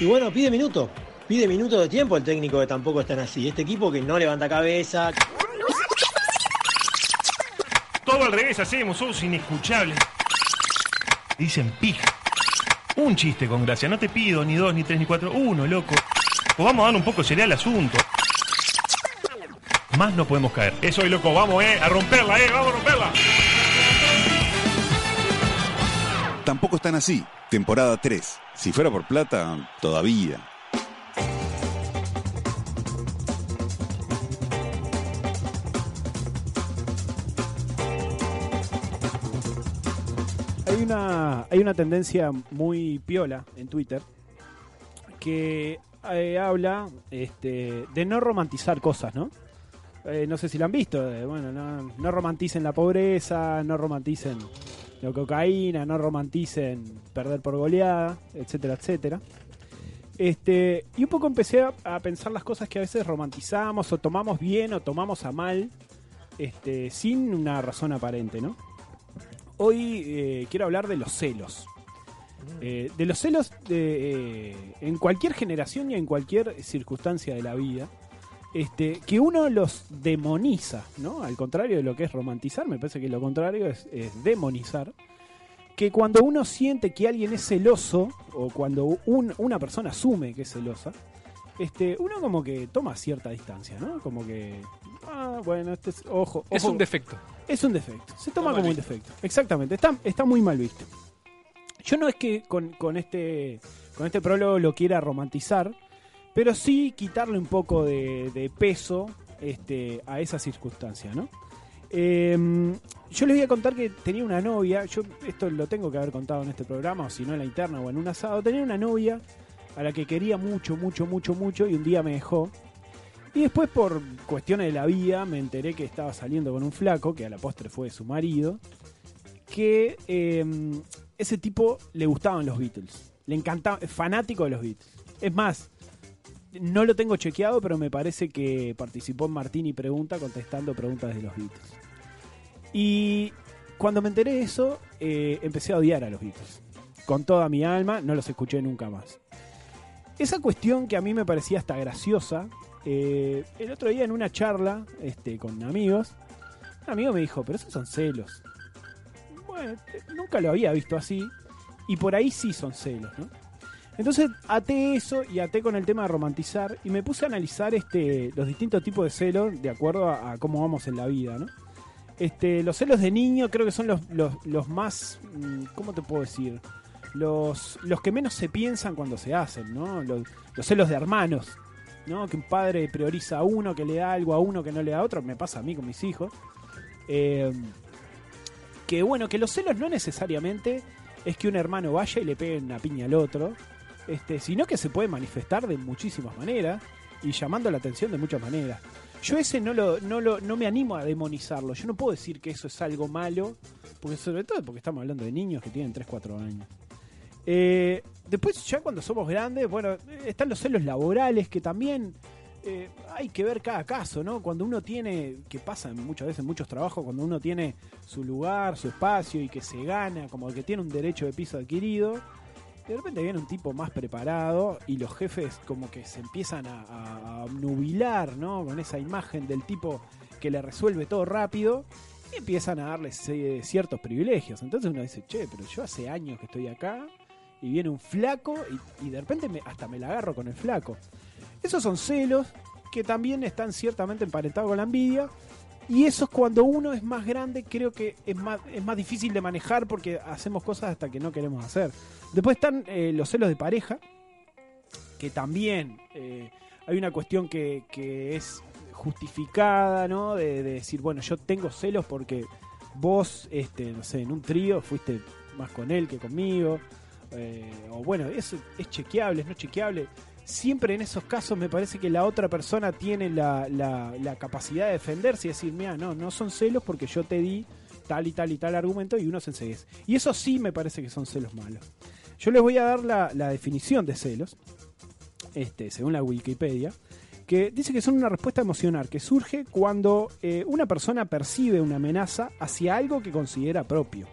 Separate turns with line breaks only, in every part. Y bueno, pide minuto. Pide minutos de tiempo el técnico que tampoco están así. Este equipo que no levanta cabeza.
Todo al revés hacemos, somos inescuchables. Dicen pija. Un chiste con gracia. No te pido ni dos, ni tres, ni cuatro. Uno, loco. Pues vamos a dar un poco sería el asunto. Más no podemos caer. Eso hoy, loco. Vamos, eh. A romperla, eh. Vamos a romperla.
Tampoco están así. Temporada 3. Si fuera por plata, todavía.
Hay una, hay una tendencia muy piola en Twitter que eh, habla este, de no romantizar cosas, ¿no? Eh, no sé si la han visto, eh, bueno, no, no romanticen la pobreza, no romanticen la cocaína, no romanticen perder por goleada, etcétera, etcétera. Este, y un poco empecé a, a pensar las cosas que a veces romantizamos o tomamos bien o tomamos a mal, este, sin una razón aparente, ¿no? Hoy eh, quiero hablar de los celos.
Mm.
Eh, de los celos de, eh, en cualquier generación y en cualquier circunstancia de la vida. Este, que uno los demoniza, ¿no? Al contrario de lo que es romantizar, me parece que lo contrario es, es demonizar. Que cuando uno siente que alguien es celoso, o cuando un- una persona asume que es celosa, este, uno como que toma cierta distancia, ¿no? Como que. Ah, bueno, este es. Ojo, ojo.
Es un defecto.
Es un defecto. Se toma como un defecto. Exactamente. Está, está muy mal visto. Yo no es que con, con este, con este prólogo lo quiera romantizar, pero sí quitarle un poco de, de peso este, a esa circunstancia, ¿no? Eh, yo les voy a contar que tenía una novia, yo esto lo tengo que haber contado en este programa, o si no en la interna o en un asado, tenía una novia a la que quería mucho, mucho, mucho, mucho y un día me dejó. Y después por cuestiones de la vida me enteré que estaba saliendo con un flaco, que a la postre fue su marido, que eh, ese tipo le gustaban los Beatles. Le encantaba, es fanático de los Beatles. Es más, no lo tengo chequeado, pero me parece que participó en Martín y Pregunta contestando preguntas de los Beatles. Y cuando me enteré de eso, eh, empecé a odiar a los Beatles. Con toda mi alma, no los escuché nunca más. Esa cuestión que a mí me parecía hasta graciosa, eh, el otro día en una charla este, con amigos, un amigo me dijo, pero esos son celos. Bueno, eh, nunca lo había visto así, y por ahí sí son celos, ¿no? Entonces até eso y até con el tema de romantizar y me puse a analizar este, los distintos tipos de celos de acuerdo a, a cómo vamos en la vida, ¿no? Este, los celos de niño creo que son los, los, los más, mm, ¿cómo te puedo decir? Los, los que menos se piensan cuando se hacen, ¿no? Los, los celos de hermanos, ¿no? Que un padre prioriza a uno, que le da algo a uno, que no le da a otro. Me pasa a mí con mis hijos. Eh, que bueno, que los celos no necesariamente es que un hermano vaya y le pegue una piña al otro, este, sino que se puede manifestar de muchísimas maneras y llamando la atención de muchas maneras. Yo ese no lo, no lo, no me animo a demonizarlo. Yo no puedo decir que eso es algo malo, porque sobre todo porque estamos hablando de niños que tienen 3, 4 años. Eh, después, ya cuando somos grandes, bueno, están los celos laborales que también eh, hay que ver cada caso, ¿no? Cuando uno tiene, que pasa muchas veces en muchos trabajos, cuando uno tiene su lugar, su espacio y que se gana, como que tiene un derecho de piso adquirido, de repente viene un tipo más preparado y los jefes como que se empiezan a, a- a nubilar, ¿no? Con esa imagen del tipo que le resuelve todo rápido y empiezan a darle eh, ciertos privilegios. Entonces uno dice, che, pero yo hace años que estoy acá y viene un flaco y, y de repente me- hasta me la agarro con el flaco. Esos son celos que también están ciertamente emparentados con la envidia. Y eso es cuando uno es más grande, creo que es más, es más difícil de manejar porque hacemos cosas hasta que no queremos hacer. Después están eh, los celos de pareja, que también eh, hay una cuestión que, que es justificada, ¿no? De, de decir, bueno, yo tengo celos porque vos, este, no sé, en un trío fuiste más con él que conmigo. eh, o bueno, eso es chequeable, es no chequeable. Siempre en esos casos me parece que la otra persona tiene la, la- la capacidad de defenderse y decir, mira, no, no son celos porque yo te di tal y tal y tal argumento y uno se enseguece. Y eso sí me parece que son celos malos. Yo les voy a dar la, la definición de celos, este, según la Wikipedia, que dice que son una respuesta emocional que surge cuando eh, una persona percibe una amenaza hacia algo que considera propio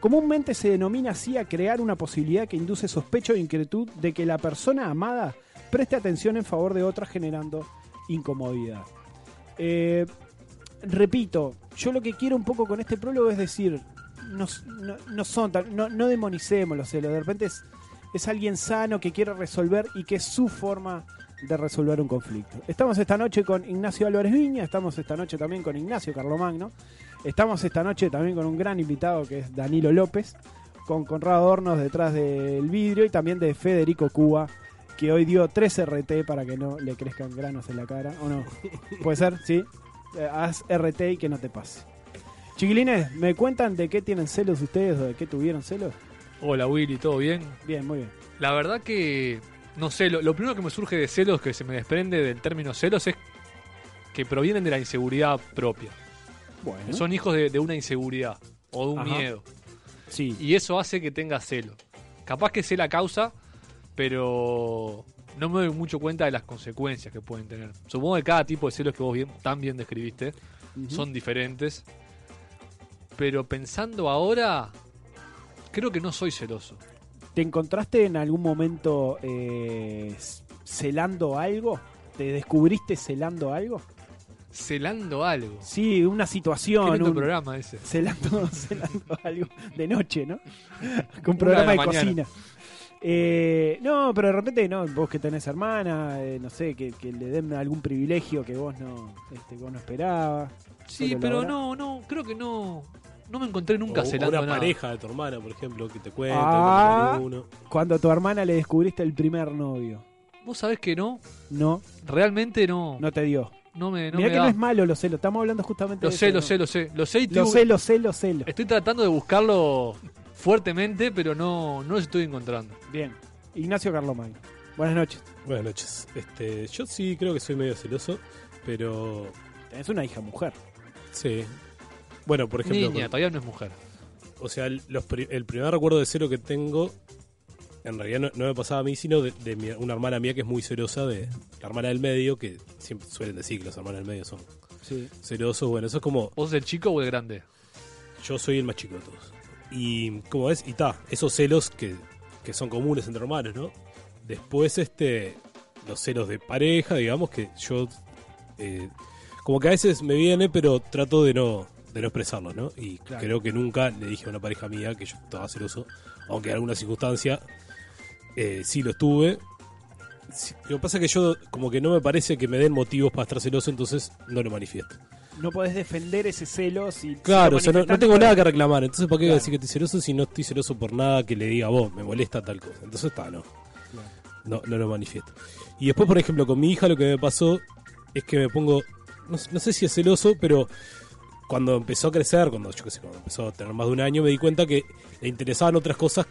Comúnmente se denomina así a crear una posibilidad que induce sospecho o inquietud de que la persona amada preste atención en favor de otra generando incomodidad. Eh, repito, yo lo que quiero un poco con este prólogo es decir, nos- no, no son tan- no, no demonicemos los celos, de repente es, es alguien sano que quiere resolver y que es su forma de resolver un conflicto. Estamos esta noche con Ignacio Álvarez Viña, estamos esta noche también con Ignacio Carlomagno, estamos esta noche también con un gran invitado que es Danilo López, con Conrado Hornos detrás del vidrio y también de Federico Cuba, que hoy dio 3 RT para que no le crezcan granos en la cara, ¿o no? ¿Puede ser? ¿Sí? Eh, Haz RT y que no te pase. Chiquilines, ¿me cuentan de qué tienen celos ustedes o de qué tuvieron celos?
Hola Willy, ¿todo bien?
Bien, muy bien.
La verdad que, no sé, lo, lo primero que me surge de celos, que se me desprende del término celos, es que provienen de la inseguridad propia.
Bueno,
Son hijos de, de una inseguridad o de un
Ajá.
miedo.
sí.
Y eso hace que tenga celo. Capaz que sé la causa, pero no me doy mucho cuenta de las consecuencias que pueden tener. Supongo que cada tipo de celos que vos bien, tan bien describiste
Ujú.
son diferentes. Pero pensando ahora, creo que no soy celoso.
¿Te encontraste en algún momento eh, c- celando algo? ¿Te descubriste celando algo?
Celando algo.
Sí, una
Qué
situación.
lindo
un-
programa ese.
Celando, celando algo de noche, ¿no? Con programa
Una
de,
de la mañana.
cocina. Eh, no, pero de repente, no, vos que tenés hermana, eh, no sé, que, que le den algún privilegio que vos no, este, vos no esperabas.
Sí,
Pero
pero
laboral.
no, no, creo que no. No me encontré nunca
O- o
celando
una
nada.
pareja de tu hermana, por ejemplo, que te cuenta.
Ah.
que tiene uno.
Cuando a tu hermana le descubriste el primer novio,
Vos sabés que no,
no,
realmente no. No,
no te dio.
me, no
Mirá
me
que
da.
no es malo los celos, estamos hablando justamente
lo
de
sé,
eso,
lo
¿no?
sé, lo sé. Lo sé y
Lo
estoy-
sé, lo sé, lo sé, lo-
Estoy tratando de buscarlo fuertemente, pero no, no lo estoy encontrando.
Bien. Ignacio Carlomagno. Buenas noches.
Buenas noches. Este, yo sí creo que soy medio celoso, pero
Tenés una hija mujer.
sí. Bueno, por ejemplo,
Niña,
con-
todavía no es mujer.
o sea, los pri- el primer recuerdo de celo que tengo, en realidad no, no me pasaba a mí, sino de, de mi- una hermana mía que es muy celosa, de la hermana del medio, que siempre suelen decir que los hermanos del medio son
Sí.
celosos. Bueno, eso es como
¿Vos sos el chico o el grande?
Yo soy el más chico de todos. Y como ves, y ta, esos celos que, que son comunes entre hermanos, ¿no? Después, este, los celos de pareja, digamos, que yo, eh, como que a veces me viene, pero trato de no, de no expresarlo, ¿no? Y
Claro.
creo que nunca le dije a una pareja mía que yo estaba celoso, aunque en alguna circunstancia eh, sí lo estuve. Sí, Lo que pasa es que yo, como que no me parece que me den motivos para estar celoso, entonces no lo manifiesto.
No podés defender ese celo si.
Claro, o sea, no, no tengo nada que reclamar. Entonces, ¿para qué voy a
Claro.
decir que estoy celoso si no estoy celoso por nada que le diga a vos? Me molesta tal cosa. Entonces, está, no. No, no lo manifiesto. Y después, por ejemplo, con mi hija lo que me pasó es que me pongo. No, sé- no sé si es celoso, pero cuando empezó a crecer, cuando yo qué sé, cuando empezó a tener más de un año, me di cuenta que le interesaban otras cosas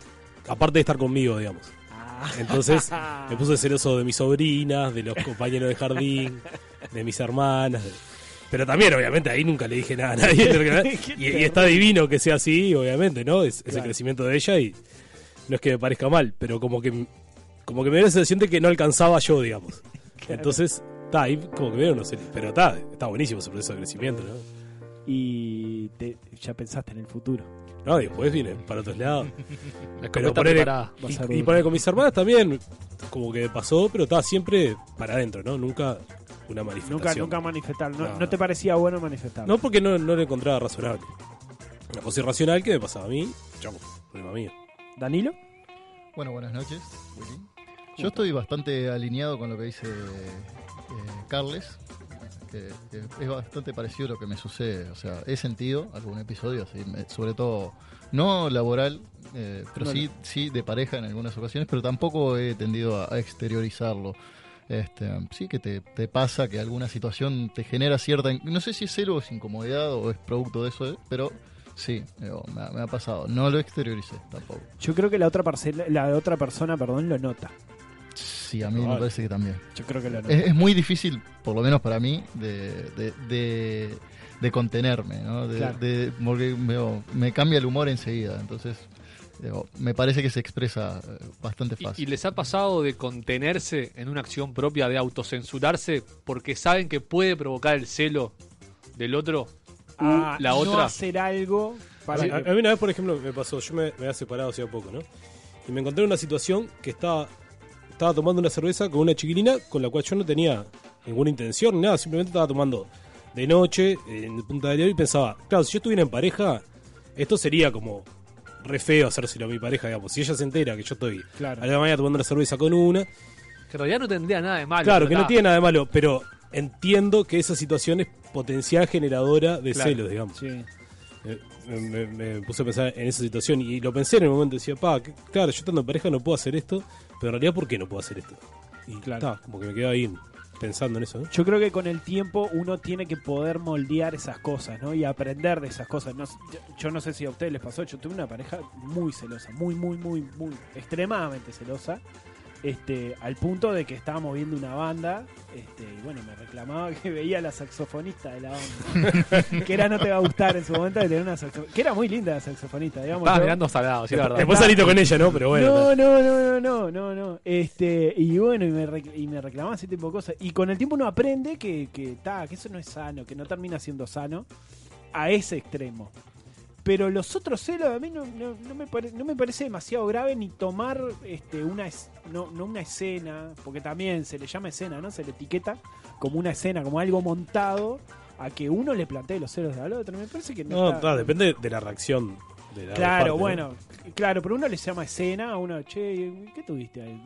aparte de estar conmigo, digamos. Entonces,
Ah.
me puse celoso de mis sobrinas, de los compañeros de jardín, de mis hermanas. de- Pero también, obviamente, ahí nunca le dije nada a nadie. y, y está divino que sea así, obviamente, ¿no? Es, es el
Claro.
crecimiento de ella y no es que me parezca mal, pero como que, como que me dio la sensación de que no alcanzaba yo, digamos. Entonces, está ahí, como que me dieron, no sé, pero está, está buenísimo ese proceso de crecimiento, ¿no?
Y te- ya pensaste en el futuro.
No, y después viene para otros lados.
La
Pero
escopeta
poner,
preparada.
Va a ser
y, y
duro.
poner con mis hermanas también, como que pasó, pero está siempre para adentro, ¿no? Nunca una manifestación.
Nunca, nunca manifestar. No,
No.
no te parecía bueno manifestar.
No porque no, no lo encontraba razonable. Una cosa irracional que me pasaba a mí, chamo, problema mío.
¿Danilo?
Bueno, buenas noches, Willy. Yo estoy bastante alineado con lo que dice eh, Carles, que, que es bastante parecido a lo que me sucede. O sea, he sentido algún episodio, así, me- sobre todo no laboral, eh, pero
No,
sí, sí de pareja en algunas ocasiones, pero tampoco he tendido a, a exteriorizarlo. Este, sí que te, te pasa que alguna situación te genera cierta... in- No sé si es cero o es incomodidad o es producto de eso, eh, pero sí, digo, me ha- me ha pasado. No lo exterioricé tampoco.
Yo creo que la otra, parcela- la otra persona perdón, lo nota.
Sí, a mí me
Probable.
parece que también.
Yo creo que lo
Es, es muy difícil, por lo menos para mí, de, de, de- de contenerme, ¿no? De-
Claro.
de- porque veo- me cambia el humor enseguida, entonces digo, me parece que se expresa eh, bastante
Y,
fácil.
y les ha pasado de contenerse en una acción propia, de autocensurarse, porque saben que puede provocar el celo del otro.
Ah,
la
no
otra.
hacer algo Para
Sí,
que-
a, a mí una vez, por ejemplo, me pasó, yo me, me había separado hace poco, ¿no? Y me encontré en una situación que estaba, estaba tomando una cerveza con una chiquilina con la cual yo no tenía ninguna intención ni nada, simplemente estaba tomando de noche, en punta del dedo, y pensaba, claro, si yo estuviera en pareja, esto sería como re feo hacérselo a mi pareja, digamos. Si ella se entera que yo estoy
Claro.
a la mañana tomando una cerveza con una,
Que en realidad no tendría nada
Ah,
de malo.
Claro,
pero
que no
está.
tiene nada de malo, pero entiendo que esa situación es potencial generadora de
Claro.
celos, digamos.
Sí.
Eh, Me, me- me puse a pensar en esa situación y lo pensé en el momento. Decía, pa, que- claro, yo estando en pareja no puedo hacer esto, pero en realidad, ¿por qué no puedo hacer esto? Y
Claro.
ta, como que me quedaba ahí pensando en eso, ¿no?
Yo creo que con el tiempo uno tiene que poder moldear esas cosas, ¿no? Y aprender de esas cosas. No sé- yo, yo no sé si a ustedes les pasó, yo tuve una pareja muy celosa, muy, muy, muy, muy, extremadamente celosa. Este, al punto de que estábamos viendo una banda, este, y bueno, me reclamaba que veía a la saxofonista de la banda. que era no te va a gustar en su momento de tener una saxofonista. Que era muy linda la saxofonista, digamos.
Estaba
yo-
mirando salado, sí, la verdad.
Después salito con ella, ¿no? Pero bueno. ta.
no, no, no, no, no, no, no. Este, y bueno, y me, rec- y me reclamaba ese tipo de cosas. Y con el tiempo uno aprende que, que, ta, que eso no es sano, que no termina siendo sano a ese extremo. Pero los otros celos a mí no, no- no me, pare- no me parece demasiado grave ni tomar este, una es- no, no una escena, porque también se le llama escena, ¿no? Se le etiqueta como una escena, como algo montado a que uno le plantee los celos al otro. Me parece que no.
No,
está-
ta, depende de la reacción de la
Claro,
parte, ¿no?
bueno, claro, pero uno le llama escena, a uno, che, ¿qué tuviste ahí?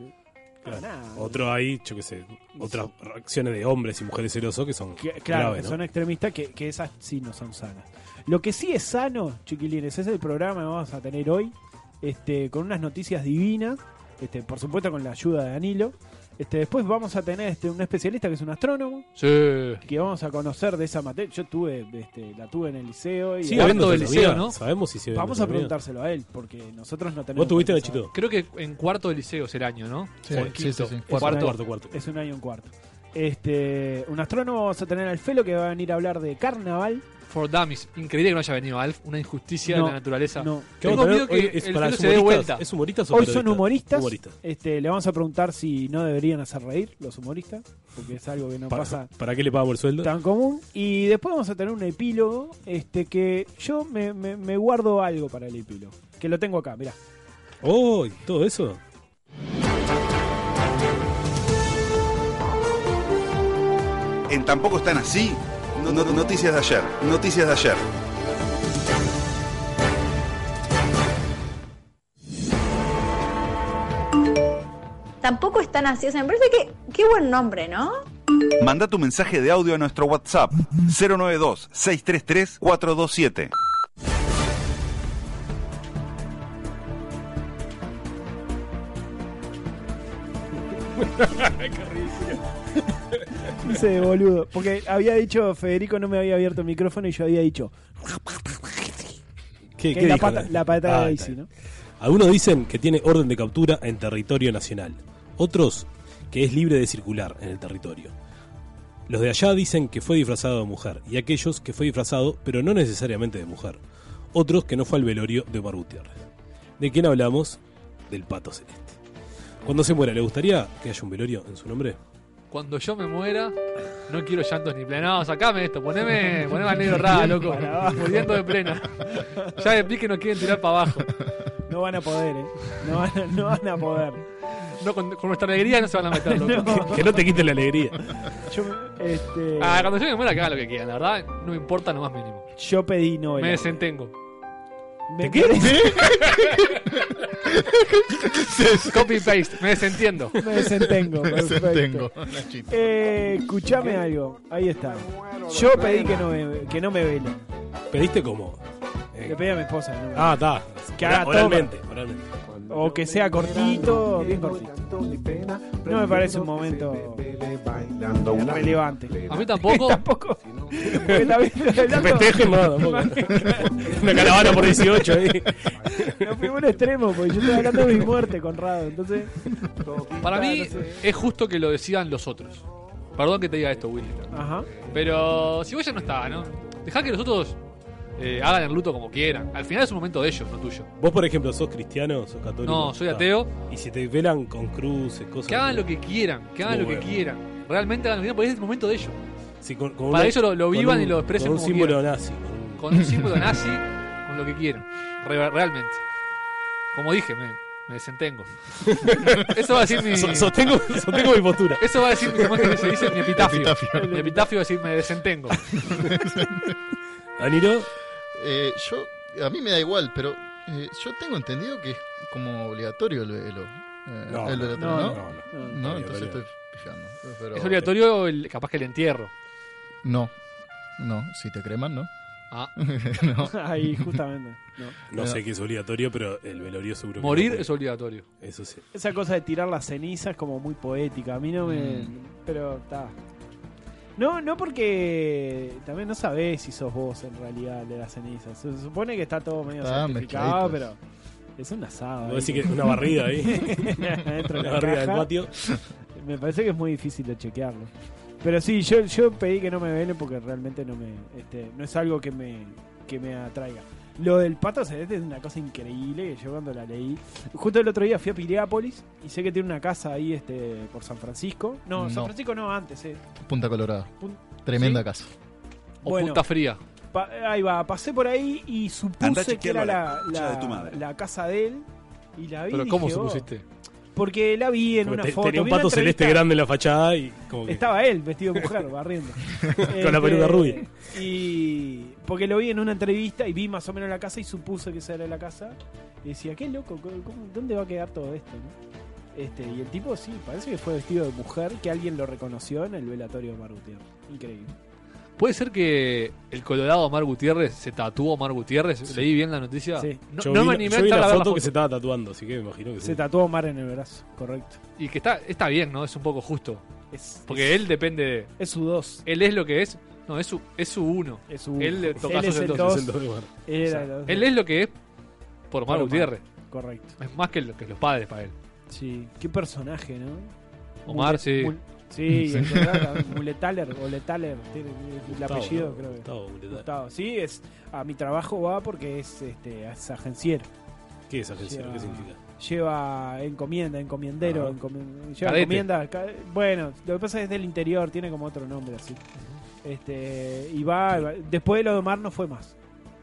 Claro.
Ah, nada.
Otro ahí, yo qué sé, otras reacciones de hombres y mujeres celosos que son
Que- Eh, claro,
graves,
que
¿no?
son extremistas, que, que esas sí no son sanas. Lo que sí es sano, chiquilines, es el programa que vamos a tener hoy, este, con unas noticias divinas, este, por supuesto con la ayuda de Danilo. Este, después vamos a tener este, un especialista que es un astrónomo,
Sí.
que vamos a conocer de esa materia. Yo tuve, este, la tuve en el liceo y
Sí, hablando del
astronomía,
liceo, ¿no?
Sabemos si se
vamos a preguntárselo a él, porque nosotros no
¿Vos
tenemos...
tuviste,
por qué saber.
Nachito?
Creo que en cuarto de liceo es el año, ¿no?
Sí,
O en
sí,
quinto.
sí, sí.
En Cuarto.
cuarto, cuarto.
Es un año y un cuarto. Este, un astrónomo vamos a tener al Felo que va a venir a hablar de carnaval.
For Dummies. Increíble que no haya venido Alf. Una injusticia
No,
de la naturaleza.
No.
¿Qué
Tengo
vamos a
miedo
tener?
que
¿Es
el
para
pelo
los
se dé
humoristas?
vuelta.
¿Es humoristas o
Hoy son
periodistas?
humoristas.
Humoristas.
Este, le vamos a preguntar si no deberían hacer reír los humoristas, porque es algo que no
¿Para,
pasa
¿Para qué le pagamos el sueldo?
tan común. Y después vamos a tener un epílogo, este que yo me, me- me guardo algo para el epílogo, que lo tengo acá, mirá.
¡Oh! ¿y ¿Todo eso?
En Tampoco están así. No- no- noticias de ayer. Noticias de ayer.
Tampoco es tan así. O sea, me parece que. Qué buen nombre, ¿no?
Manda tu mensaje de audio a nuestro WhatsApp 092 633 427.
Ese de boludo. Porque había dicho, Federico no me había abierto el micrófono y yo había dicho,
¿Qué,
que
qué
la,
dijo?
pata, la pata
Ah,
de
está
Daisy,
bien.
¿no?
Algunos dicen que tiene orden de captura en territorio nacional. Otros que es libre de circular en el territorio. Los de allá dicen que fue disfrazado de mujer. Y aquellos que fue disfrazado, pero no necesariamente de mujer. Otros que no fue al velorio de Omar Gutiérrez. ¿De quién hablamos? Del pato celeste. Cuando se muera, ¿le gustaría que haya un velorio en su nombre?
Cuando yo me muera, no quiero llantos ni plena. No, sacame esto. Poneme, poneme al negro rada, loco. Muriendo de plena. Ya de pique no quieren tirar para abajo.
No van a poder, ¿eh? No van a, no van a poder.
No, con, con nuestra alegría no se van a meter, loco.
Que no te quite la alegría.
Yo, me- este,
Ah, cuando yo me muera, que hagan lo que quieran. La verdad, no me importa lo más mínimo.
yo pedí novela.
Me desentengo.
¿De qué?
Copy paste. Me desentiendo.
Me desentengo.
Tengo.
Perfecto.
Nachito.
Eh, escuchame algo. Ahí está. Yo pedí que no me, que no me velen.
¿Pediste cómo? Eh,
Le pedí a mi esposa. que no me
Ah, está.
Que haga todo.
Este oralmente, oralmente.
velen. O que sea cortito, bien cortito.
No me parece un momento
relevante.
A mí tampoco.
Tampoco. Porque también
Que
bailando-
festejen, no, tampoco. Una caravana por 18 ahí.
Nos fuimos a un extremo, porque yo estoy hablando de mi muerte, Conrado. Entonces,
Para mí es justo que lo decidan los otros. Perdón que te diga esto, Willy.
ajá.
Pero si vos ya no estaba, ¿no? Dejá que los otros eh, hagan el luto como quieran. Al final es un momento de ellos, no tuyo.
Vos, por ejemplo, sos cristiano, sos católico.
No, soy
Ah.
ateo.
Y si te velan con cruces, cosas.
Que hagan lo que quieran, que hagan lo
Muy
que
bueno.
quieran. Realmente hagan lo que quieran, porque es el momento de ellos.
Sí, con- con
para ellos lo- lo
con
vivan
un-
y lo expresen
Con un
como
símbolo
quieran.
nazi. con un-
Con un símbolo nazi, con lo que quiero. Re- realmente. Como dije, me, me desentengo. Eso va a decir mi.
So- sostengo, sostengo mi postura.
Eso va a decir ¿cómo es que se dice? mi epitafio.
Epitafio.
Mi epitafio va a decir me desentengo.
Danilo,
Eh, yo, a mí me da igual, pero eh, yo tengo entendido que es como obligatorio el velo. Eh,
No,
el
no,
velatorio,
no,
no,
no, no.
no,
no,
entonces
no.
estoy fijando. Pero-
Es obligatorio el, capaz que el entierro.
No, no, si te creman, no.
Ah.
no.
Ahí, justamente. No.
no sé qué es obligatorio, pero el velorio seguro que
Morir
no puede.
es obligatorio.
Eso sí.
Esa cosa de tirar las cenizas es como muy poética. A mí no me.
Mm.
Pero está. No, no porque también no sabés si sos vos en realidad el de las cenizas. Se supone que está todo medio
Está
certificado, pero
mezcladito.
es un asado.
Voy a
ahí.
decir que una barrida ahí.
Dentro de
Una
la
barrida del
caja.
patio.
Me parece que es muy difícil de chequearlo. Pero sí, yo, yo pedí que no me vele porque realmente no me este, no es algo que me, que me atraiga. Lo del pato celeste es una cosa increíble que yo cuando la leí. Justo el otro día fui a Piriápolis y sé que tiene una casa ahí este por San Francisco. No, San
No.
Francisco no, antes. Eh.
Punta Colorada.
Pun-
Tremenda
¿Sí?
casa.
O
Bueno.
punta fría.
Pa- ahí va, pasé por ahí y
Andá a
supuse que
chequearlo
era
a la
la,
concha
la-
de tu madre.
la casa de él. Y la vi.
Pero
y
¿cómo
dije, oh,
supusiste?
Porque la vi en
Como
una
te-
foto.
tenía un
vi una
pato celeste
entrevista-
grande en la fachada y como que.
Estaba él vestido de mujer, barriendo. Este,
Con la peluca rubia.
Y porque lo vi en una entrevista y vi más o menos la casa y supuse que esa era la casa. Y decía, qué loco, ¿cómo- cómo- ¿dónde va a quedar todo esto? no? Este, y el tipo sí, parece que fue vestido de mujer, que alguien lo reconoció en el velatorio de Marutio. Increíble.
¿Puede ser que el colorado Omar Gutiérrez se tatuó a Omar Gutiérrez? ¿Leí bien la noticia?
Sí.
No,
Yo
no
vi la-
me animé a
yo vi
entrar
la
a ver
foto,
la
que se
foto.
estaba tatuando, así que me imagino que sí.
Se tatuó Mar en el brazo, correcto.
Y que está, está bien, ¿no? Es un poco justo.
Es,
Porque
es-
él depende de...
es su 2.
Él es lo que es. No, es su, es su uno.
Es su
Él le toca
él es
sus
el
entonces.
Es
dos,
el dos de mar.
él
O
era
sea,
el dos.
él es lo que es por
Por
Omar
Omar.
Gutiérrez.
Correcto.
Es más que, lo- que los padres para él.
Sí. Qué personaje, ¿no?
Omar,
Mule-
sí.
Mul- sí, es verdad, Muletaler, o Letaler, tiene el
Gustavo,
apellido,
¿no?
creo que.
Gustavo, Gustavo.
Gustavo. Sí, es, a mi trabajo va porque es, este, es agenciero.
¿Qué es agencia?
Lleva-
¿Qué significa?
Lleva encomienda, encomiendero,
Ajá.
encomi- lleva
Cadete.
encomienda. ca- Bueno, lo que pasa es del interior, tiene como otro nombre así. Este, y va, va- después de lo de Omar no fue más.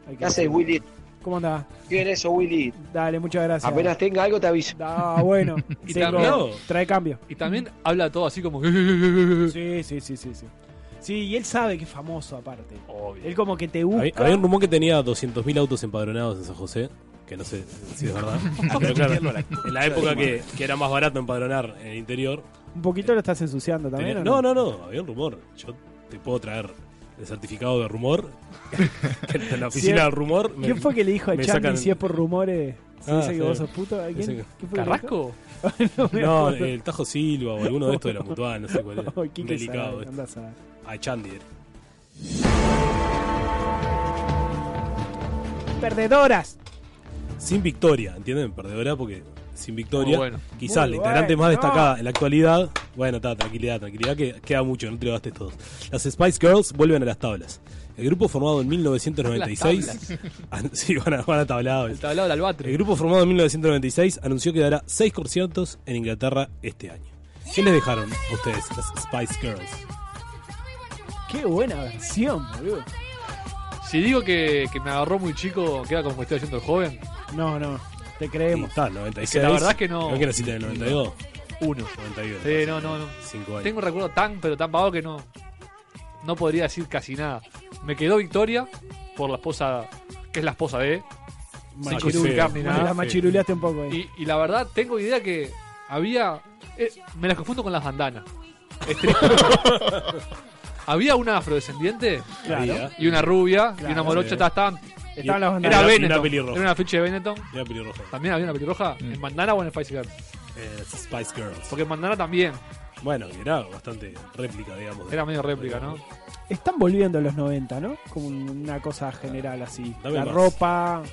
Hay que
¿Qué haces,
decirlo.
Willy?
¿Cómo andás?
¿Quién eso, Willy?
Dale, muchas gracias.
Apenas tenga algo, te aviso.
Ah, bueno.
Y
Tengo-
también-
trae cambio. Mm.
Y también habla todo así como...
Sí, sí, sí, sí, sí. Sí, y él sabe que es famoso aparte.
Obvio.
Él como que te busca.
Había, había un rumor que tenía 200.000 autos empadronados en San José, que no sé si es verdad. Pero claro, en la época que, que era más barato empadronar en el interior.
Un poquito lo estás ensuciando también.
tenía-
¿o
no, no, no, había un rumor. Yo te puedo traer el certificado de rumor. que en la oficina
Sí.
del rumor. me-
¿Quién fue que le dijo a
me
Charlie
sacan-
si es por rumores? Si
Ah,
dice
sí.
que vos sos puto. ¿A ¿Quién,
Ese que-
¿Quién fue que le
¿Carrasco?
dijo? Ah, No, me
No,
acuerdo.
el Tajo Silva o alguno de estos de la mutual, no sé cuál era.
Oh,
Un
Quique
delicado.
sabe,
este.
anda a saber.
A Chandier.
Perdedoras.
Sin victoria, ¿entienden? Perdedora porque sin victoria.
Muy Oh, bueno.
Quizá
Muy
la integrante
bueno.
más destacada en la actualidad. Bueno, está, tranquilidad, tranquilidad, que queda mucho, no te lo gastes todos. Las Spice Girls vuelven a las tablas. El grupo formado en 1996. an- Ah, sí, van a, van a tablado.
El tablado del
El
albatre.
grupo formado en 1996 anunció que dará seis conciertos en Inglaterra este año. ¿Qué les dejaron a ustedes, las Spice Girls?
Qué buena versión, boludo.
Si digo que, que me agarró muy chico, queda como que estoy haciendo el joven.
No, no. Te
Y
creemos.
Está, 96.
Que la verdad que no-
Creo que naciste en el 92.
Uno.
92.
Sí, no, no, no.
Cinco años.
Tengo un recuerdo tan, pero tan vago que no. No podría decir casi nada. Me quedó Victoria por la esposa. que es la esposa de. Sin
Machu
justificar
Picchu.
ni
Bueno,
nada.
la machiruleaste un poco ahí.
Y, y la verdad, tengo idea que había. eh, me las confundo con las bandanas. Este- había una afrodescendiente
Claro.
y una rubia y una
Claro,
morocha.
sí.
ta- estaban-
Estaban las
era
bandanas.
una
Benetton.
pelirroja.
Era una ficha de Benetton.
Era pelirroja. Mm.
También había una pelirroja. ¿En bandana o en Spice Girl?
Eh, Spice Girls.
Porque en bandana también
Bueno, que era bastante réplica, digamos.
era medio réplica, ¿no?
Están volviendo los 90, ¿no? Como una cosa general así.
Dame
la
más.
ropa.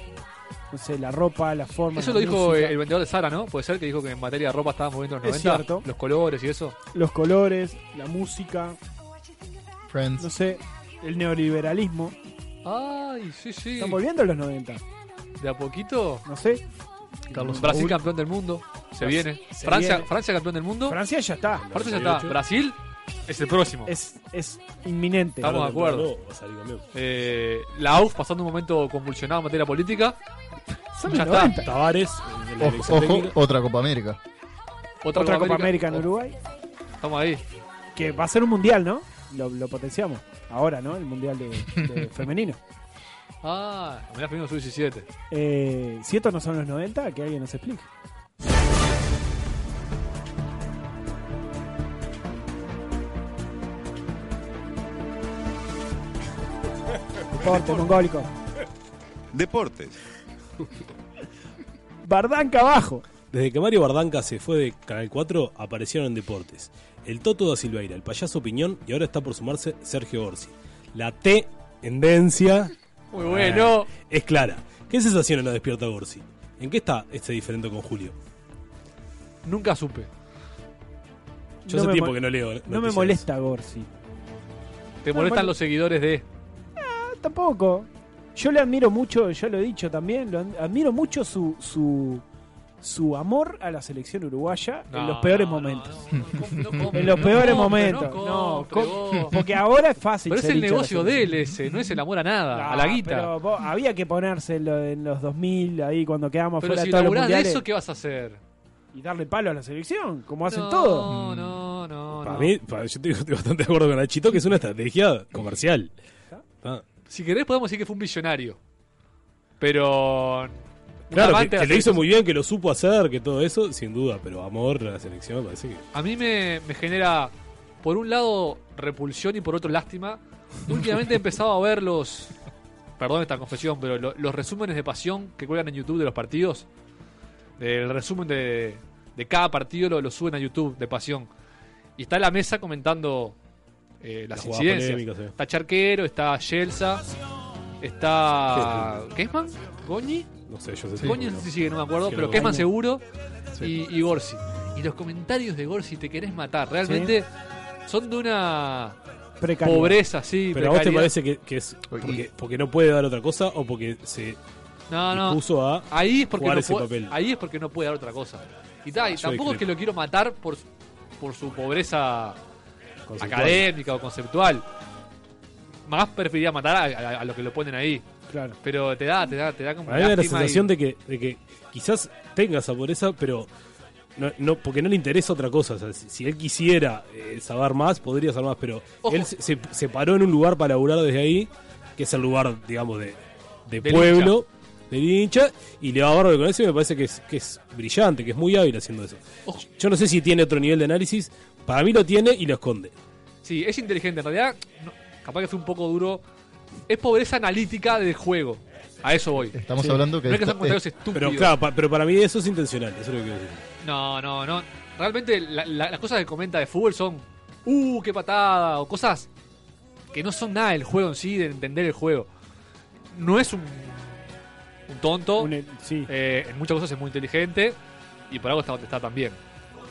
No sé, la ropa, la forma.
Eso
la
lo dijo
música.
el vendedor de Sara, ¿no? Puede ser que dijo que en materia de ropa estaban moviendo los
Es
90.
cierto.
Los colores y eso.
los colores, la música, no
Friends.
sé, el neoliberalismo.
Ay, sí, sí.
Están volviendo los 90,
De a poquito.
no sé.
Carlos
Brasil
Saúl.
campeón del mundo. Se viene.
se
Francia,
viene.
Francia campeón del mundo.
Francia ya está.
Aparte ya está.
98.
Brasil Es el próximo.
Es, es inminente.
Estamos de acuerdo.
No, va a salir campeón.
Eh, la AUF pasando un momento convulsionado en materia política.
Son
Ya
los
está.
90.
Tavares, el de la
Ojo,
dirección técnica.
otra Copa América.
Otra, Oh.
Otra Copa América en Uruguay.
Estamos ahí.
Que va a ser un mundial, ¿no? Lo, lo potenciamos. Ahora, ¿no? El mundial de, de femenino.
Ah, mirá, primero sub 17.
Eh, si estos no son los 90, que alguien nos explique. Deporte mongólico.
Deportes.
Bardanca abajo.
Desde que Mario Bardanca se fue de Canal 4, aparecieron en deportes. El Toto da Silveira, el payaso Piñón y ahora está por sumarse Sergio Orsi. La T, tendencia,
Muy bueno.
Eh, es clara. ¿Qué sensaciones nos despierta Orsi? ¿En qué está este diferente con Julio?
Nunca supe.
Yo
No
hace
me
tiempo
mol-
que no leo.
No me
noticias.
molesta Gorsi.
Te
No,
molestan
bueno.
los seguidores de.
Ah, Tampoco. Yo le admiro mucho, yo lo he dicho también, lo ad- admiro mucho su, su, su amor a la selección uruguaya en
No,
los peores
no,
momentos.
no, no, no, no, no,
En los
no,
peores
no,
momentos.
no,
No,
compre,
co-
vos.
porque ahora es fácil.
Pero es
ser
el
hincha de Ah, la
negocio de
selección.
él ese, no es el amor a nada, a
Ah,
la guita. Pero,
pero vos- había que ponerse en, lo- en los 2000, ahí cuando quedamos fuera
si
de todos los
laburás de
mundiales.
eso, ¿qué vas a hacer?
Y darle palo a la selección, como hacen
no,
todos.
No, no, no.
Para mí, para- yo te digo, estoy bastante de acuerdo con Nachito que es una estrategia comercial. Ah,
Si querés, podemos decir que fue un billonario. Pero.
Claro,
Nunca
que, que
antes de
lo
hacer
hizo
eso.
muy bien, que lo supo hacer, que todo eso, sin duda, pero amor a la selección me parece que.
A mí me, me genera, por un lado, repulsión y por otro, lástima. Últimamente he empezado a ver los. Perdón esta confesión, pero lo- los resúmenes de pasión que cuelgan en YouTube de los partidos. El resumen de, de cada partido lo, lo suben a YouTube de pasión. Y está la mesa comentando eh, las,
Las jugadas
incidencias.
polémicas, eh.
Está Charquero, está Yelsa, está. ¿Kesman? ¿Goñi?
No sé, yo sé
Sí, Coño,
no.
no sé si sigue, no me acuerdo,
Sí,
pero
lo
que es más
vi.
seguro. Y, y Gorsi. Y los comentarios de Gorsi te querés matar. Realmente son de una
Precariedad.
pobreza, sí.
Pero a vos te
precariedad.
parece que, que es porque, porque no puede dar otra cosa o porque se
No, no.
puso a.
Ahí es, porque
jugar
no
ese
puede-
papel.
ahí es porque no puede dar otra cosa. Y, ta, y
Ah, yo
tampoco es
discrepo.
que lo quiero matar por, su- por su pobreza
conceptual.
académica o conceptual. Más preferiría matar a, a- a los que lo ponen ahí.
Claro.
Pero te da, te da, te da como.
A mí me da la
lástima
sensación
y-
de que, de que quizás tenga esa pobreza, pero no, no- porque no le interesa otra cosa. O sea, si, si él quisiera eh, saber más, podría saber más, pero
Ojo.
él se, se- se paró en un lugar para laburar desde ahí, que es el lugar, digamos, de, de
Del
pueblo, de hincha, y le va a barro con eso y me parece que es, que es brillante, que es muy hábil haciendo eso.
Ojo.
Yo no sé si tiene otro nivel de análisis, para mí lo tiene y lo esconde.
Sí, es inteligente. En realidad, no, capaz que fue un poco duro. Es pobreza analítica del juego. A eso voy.
Estamos hablando que,
No es que
está-
son comentarios
Pero
estúpidos.
claro, pa- pero para mí eso es intencional, eso es lo que quiero decir.
No, no, no. Realmente la- la- las cosas que comenta de fútbol son, uh, qué patada, o cosas que no son nada del juego en sí, de entender el juego. No es un, un tonto.
Un- e- sí.
eh, en muchas cosas es muy inteligente. Y por algo está donde está también.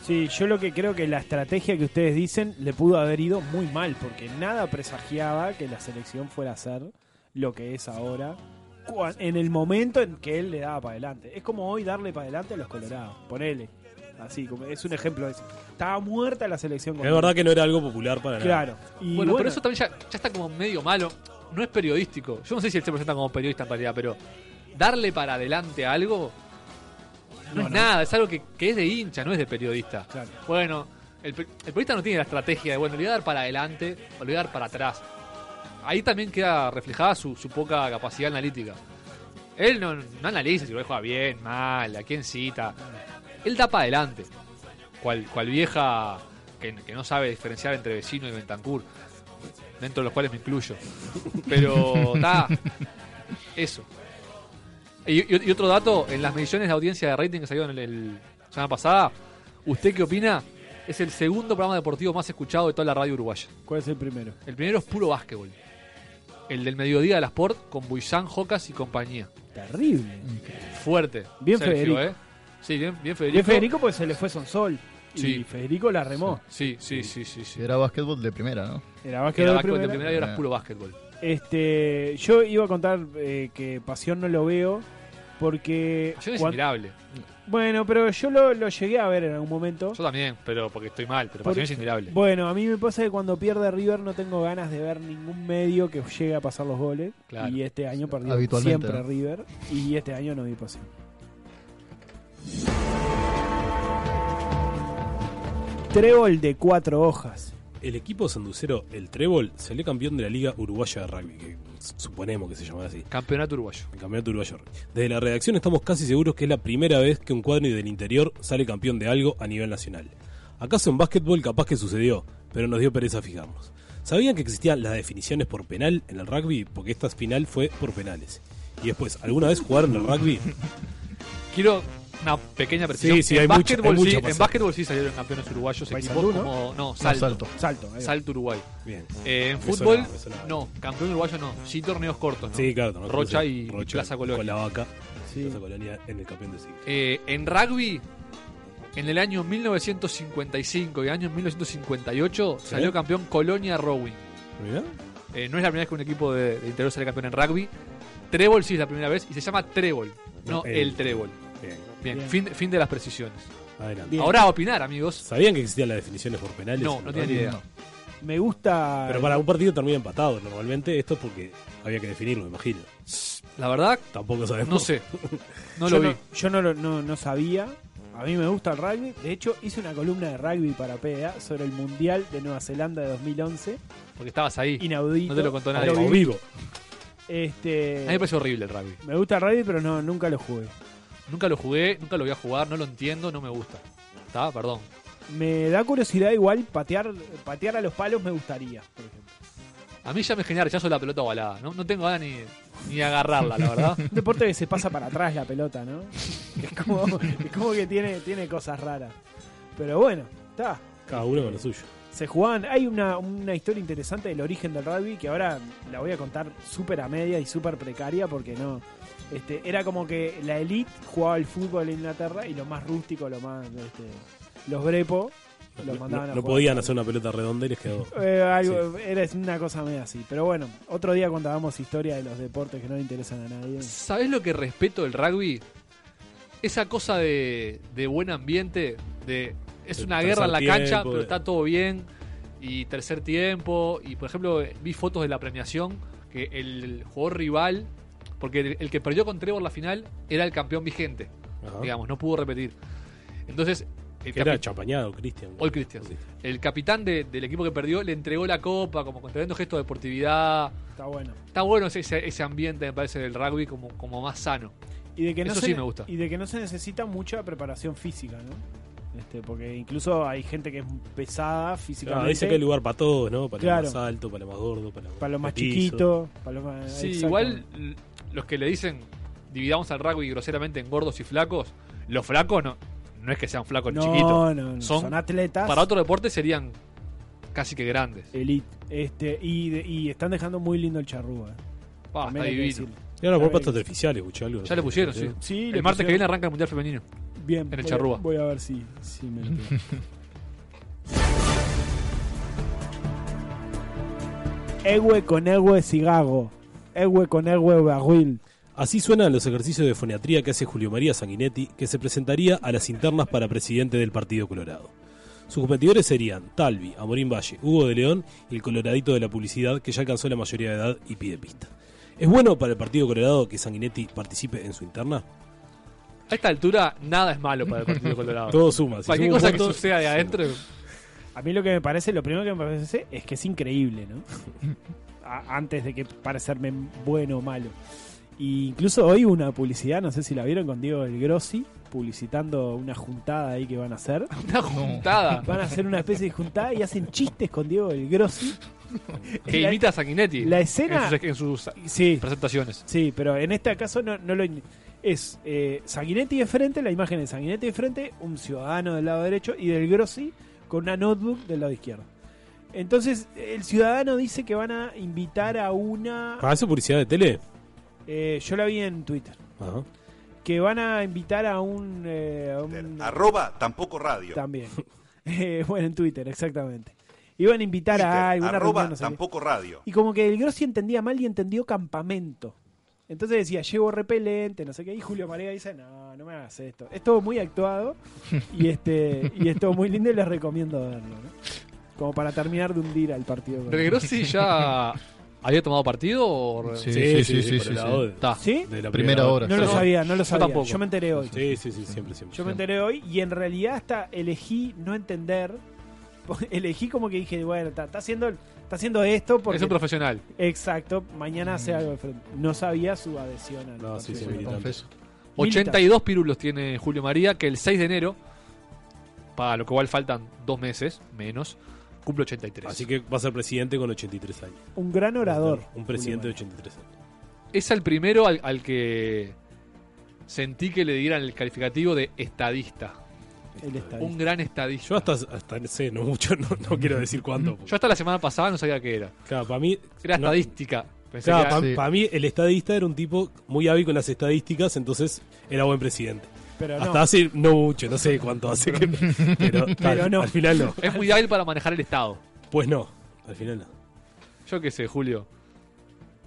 Sí, yo lo que creo que la estrategia que ustedes dicen le pudo haber ido muy mal, porque nada presagiaba que la selección fuera a ser lo que es ahora cua- en el momento en que él le daba para adelante. Es como hoy darle para adelante a los colorados, ponele. Así, como- es un ejemplo de eso. Estaba muerta la selección.
Es verdad que no era algo popular para nada.
Claro. Y
bueno,
bueno,
pero eso también ya, ya está como medio malo. No es periodístico. Yo no sé si él se presenta como periodista en realidad, pero darle para adelante a algo no, es nada. Es algo que, que es de hincha, no es de periodista.
Claro.
Bueno, el, pe- el periodista no tiene la estrategia de, bueno, le voy a dar para adelante o le voy a dar para atrás. Ahí también queda reflejada su, su poca capacidad analítica. Él no, no analiza si lo juega bien, mal, a quién cita. Él da para adelante. Cual, cual vieja que, que no sabe diferenciar entre vecino y Bentancur. Dentro de los cuales me incluyo. Pero está. Eso. Y, y- y otro dato, en las mediciones de audiencia de rating que salieron el, el la semana pasada, ¿usted qué opina? Es el segundo programa deportivo más escuchado de toda la radio uruguaya.
¿Cuál es el primero?
El primero es puro básquetbol. El del mediodía de la Sport con Buizán, Jocas y compañía.
Terrible.
Fuerte.
Bien Federico.
¿eh? Sí, bien, bien Federico.
Y Federico, pues se le fue Sonsol.
Sí.
Y Federico la remó.
Sí, sí, sí, sí. sí.
Era básquetbol de primera, ¿no?
Era más que
Era
de
básquetbol de
primera.
primera y ahora es
Ah.
puro básquetbol.
Este, yo iba a contar eh, que Pasión no lo veo porque
Pasión es
cuan-
admirable.
Bueno, pero yo lo, lo llegué a ver en algún momento.
Yo también, pero porque estoy mal, pero
Por-
Pasión es inmirable.
Bueno, a mí me pasa que cuando pierde River no tengo ganas de ver ningún medio que llegue a pasar los goles.
Claro.
Y este año perdió
Habitualmente,
siempre
¿no?
River. Y este año no vi pasión. Trébol de cuatro hojas.
El equipo sanducero, el Trébol, salió campeón de la Liga Uruguaya de Rugby, que s- suponemos que se llamará así.
Campeonato uruguayo.
El campeonato uruguayo. de Rugby. Desde la redacción estamos casi seguros que es la primera vez que un cuadro del interior sale campeón de algo a nivel nacional. Acaso en básquetbol capaz que sucedió, pero nos dio pereza fijarnos. ¿Sabían que existían las definiciones por penal en el rugby? Porque esta final fue por penales. Y después, ¿alguna vez jugaron el rugby?
Quiero una pequeña precisión.
Sí, sí,
en
hay mucha-
básquetbol
hay mucha
sí,
pasada.
en básquetbol sí salieron campeones uruguayos equipos
Paysandú, ¿no?
como no,
No,
salto, salto,
Salto. ahí va.
Uruguay.
Bien.
Eh, en
Me
fútbol
sonaba, me sonaba.
no, campeón uruguayo no, sí torneos cortos, ¿no?
Sí, claro. no,
Rocha
sí,
y Plaza Colonia.
Con la vaca.
Sí.
Plaza Colonia en el campeón de siglo.
Eh, en rugby en el año 1955 y año 1958 salió campeón Colonia Rowing.
Mirá.
Eh, no es la primera vez que un equipo de, de interior sale campeón en rugby. Trébol sí es la primera vez y se llama Trébol, no
El-
el, Trébol.
Bien.
Bien,
Bien.
Fin, fin de las precisiones.
Adelante.
Bien.
Ahora a opinar, amigos.
¿Sabían que existían las definiciones por penales?
No,
en
no
el
tienen
rugby?
idea.
Me gusta.
Pero para un partido termina empatado normalmente. Esto es porque había que definirlo, me imagino.
La verdad,
Tampoco sabemos.
no sé. No
yo
lo vi.
yo no, lo- no, no sabía. A mí me gusta el rugby. De hecho, hice una columna de rugby para PDA sobre el Mundial de Nueva Zelanda de 2011.
Porque estabas ahí.
Inaudito.
No te lo contó nadie.
Pero
vi.
vivo.
Este,
A mí me parece horrible el rugby.
Me gusta el rugby, pero no, nunca lo jugué.
Nunca lo jugué, nunca lo voy a jugar, no lo entiendo, no me gusta. ¿Está? Perdón.
Me da curiosidad igual patear, patear a los palos me gustaría, por ejemplo.
A mí ya me genera rechazo la pelota ovalada. No, no tengo ganas ni, ni de agarrarla, la verdad.
Un deporte que se pasa para atrás la pelota, ¿no? Es como, es como que tiene, tiene cosas raras. Pero bueno, está.
Cada uno con lo suyo.
Se jugaban. Hay una, una historia interesante del origen del rugby que ahora la voy a contar súper a media y súper precaria porque no. Este, era como que la elite jugaba al fútbol en Inglaterra y lo más rústico, lo más. este, los brepo los
No,
mandaban a
no
jugar.
podían hacer una pelota redonda y les quedó.
Eh, algo- Era una cosa media así. Pero bueno, otro día contábamos historia de los deportes que no le interesan a nadie.
¿Sabés lo que respeto del rugby? Esa cosa de, de buen ambiente, de es
El
una guerra en la
tercer
cancha,
tiempo, eh.
pero
de-
está todo bien. Y tercer tiempo, y por ejemplo, eh, vi fotos de la premiación que el jugador rival, porque el, el que perdió con Trevor la final era el campeón vigente,
Ajá.
digamos, no pudo repetir. Entonces, el,
Que era
capi-
champañado, Cristian. Ah,
Hoy Cristian.
Sí.
el capitán de- del equipo que perdió le entregó la copa, como con tremendo gesto de deportividad.
Está bueno.
Está bueno ese, ese- ese ambiente, me parece, del rugby como, como más sano.
Y de que no
Eso
se,
sí me gusta.
Y eh, de que no se necesita mucha preparación física, ¿no? Este, porque incluso hay gente que es pesada
Ah,
físicamente.
dice que hay lugar para todos, ¿no? Para
Claro.
el más alto, para el más gordo, para,
Para los más
petizo.
chiquitos, para los más.
Sí,
exacto.
igual l- los que le dicen dividamos al rugby groseramente en gordos y flacos, los flacos no, no es que sean flacos ni
No,
chiquitos.
no, no. Son,
Son
atletas.
Para otro deporte serían casi que grandes.
Elite. Este, y, de- y están dejando muy lindo el charrúa.
Pa, está
También hay que
divino.
decirlo.
Y ahora por
Está bien.
pastas artificiales, escuché algo.
Ah, Ya le pusieron, sí.
Sí,
El martes que
pusieron-
viene arranca el Mundial Femenino.
Bien,
En el
voy a-
charrúa.
Voy a ver si, si me lo pego. Ewe con Ewe Cigago. Ewe con Ewe Baguil.
Así suenan los ejercicios de foniatría que hace Julio María Sanguinetti, que se presentaría a las internas para presidente del Partido Colorado. Sus competidores serían Talvi, Amorín Valle, Hugo de León y el coloradito de la publicidad que ya alcanzó la mayoría de edad y pide pista. ¿Es bueno para el Partido Colorado que Sanguinetti participe en su interna?
A esta altura, nada es malo para el Partido Colorado.
Todo suma. si
Cualquier
suma un
cosa que
voto,
suceda de
suma.
adentro,
A mí lo que me parece, lo primero que me parece es que es increíble, ¿no? A- antes de que parecerme bueno o malo. Y incluso hoy hubo una publicidad, no sé si la vieron con Diego El Grossi, publicitando una juntada ahí que van a hacer.
una juntada
Van a hacer una especie de juntada y hacen chistes con Diego El Grossi.
que
La-
imita a Sanguinetti
La
en
escena.
sus, en sus
Sí,
presentaciones.
sí, pero en este caso no, no lo. in- Es eh, Sanguinetti de frente, la imagen de Sanguinetti de frente, un ciudadano del lado derecho y del Grossi con una notebook del lado izquierdo. Entonces, el ciudadano dice que van a invitar a una.
Ah, eso es publicidad de tele.
eh, yo la vi en Twitter.
Ajá.
Que van a invitar a un. eh, a un-
Arroba tampoco radio.
también. Eh, bueno, en Twitter, exactamente. Iban a invitar
Twitter,
a alguna
arroba
reunión, no sé qué.
tampoco radio.
Y como que el Grossi entendía mal y entendió campamento. Entonces decía, llevo repelente, no sé qué. Y Julio Marea dice, no, no me hagas esto. Es todo muy actuado y este y es todo muy lindo y les recomiendo verlo. ¿no? Como para terminar de hundir al partido.
¿Regrossi ya había tomado partido? O... re-
Sí, sí, sí, sí,
por el
sí,
lado de-
Está.
¿Sí?
de la
Primera hora.
No lo
Yo-
sabía, no lo
yo
sabía. Yo,
tampoco.
me enteré hoy.
Sí, sí, sí, siempre, siempre.
Yo me enteré hoy y en realidad hasta elegí no entender. Elegí como que dije, bueno, está, está haciendo, está haciendo esto porque...
Es un profesional.
Exacto, mañana hace algo diferente. No sabía su adhesión al
Mm. No, sí, sí,
partido.
Sí,
militante.
confieso.
82 pirulos tiene Julio María, que el 6 de enero, para lo cual faltan dos meses menos, cumple 83.
Así que va a ser presidente con 83 años.
Un gran orador.
Un presidente de
Julio
83 años.
Es el primero al, al que sentí que le dieran el calificativo de estadista.
María, el estadista.
Un gran estadista.
Yo hasta, hasta no sé, no mucho, no, no quiero decir cuánto. porque-
Yo hasta la semana pasada no sabía qué era.
Claro, para mí.
Era
no-
estadística. Pensé
claro,
que era-
pa-
sí.
para mí el estadista era un tipo muy hábil con las estadísticas, entonces era buen presidente.
Pero no.
Hasta hace no mucho, no sé cuánto hace que. Pero,
Pero
al-
no.
al final no.
es muy hábil para manejar el Estado.
Pues no, al final no.
Yo qué sé, Julio.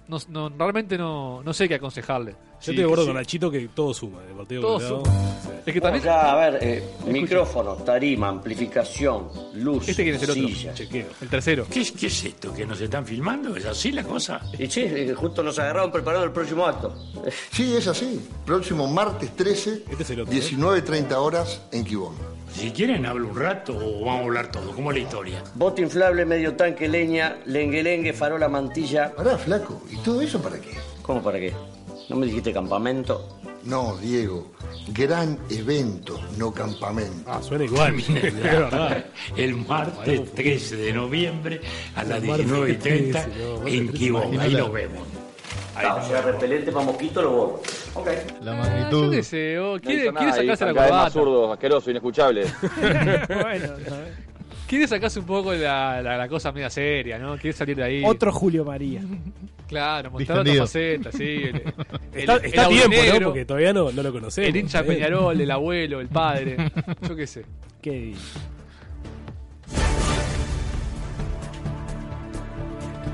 No, no- realmente no, no sé qué aconsejarle.
Yo
Sí,
estoy de acuerdo
sí.
con Nachito que todo suma. El partido
Todo
colorado-
Es que también.
Ya, a ver, eh, micrófono, tarima, amplificación, luz,
Este quiere ser otro.
sillas.
Chequeo.
El tercero.
¿Qué, es- qué es esto? ¿Que nos están filmando? ¿Es así la cosa?
Y sí, eh, justo nos agarraron preparando el próximo acto.
Sí, es así. Próximo martes 13,
Este es el otro, ¿eh?
19.30 horas en Quibón.
Si quieren hablo un rato o vamos a hablar todo, como la historia.
Bote inflable, medio tanque, leña, lenguelengue, farola, mantilla.
Pará, flaco. ¿Y todo eso para qué?
¿Cómo para qué? ¿No me dijiste campamento?
No, Diego. Gran evento, no campamento.
Ah, suena igual. es verdad.
El martes 13 de noviembre a las
El martes
19 y 30
13, no,
en
martes
Quibón.
13,
Ahí
imagínate.
nos vemos.
Ah, o sea, repelente para mosquito lo borro. Ok.
La
Ah, yo
magnitud.
qué sé, oh, quiere, quiere sacarse la corbata.
asqueroso, inescuchable.
Bueno, ¿sabes?
Quiere sacarse un poco la, la- la cosa media seria, ¿no? Quiere salir de ahí.
Otro Julio María.
Claro, mostrar
Distendido.
otra faceta, sí. El, el-
Está,
el
está a
audio
tiempo, ¿no?
negro,
Porque todavía no, no lo conocemos.
El hincha de
¿eh?
Peñarol, el abuelo, el padre. Yo qué sé.
Qué divino.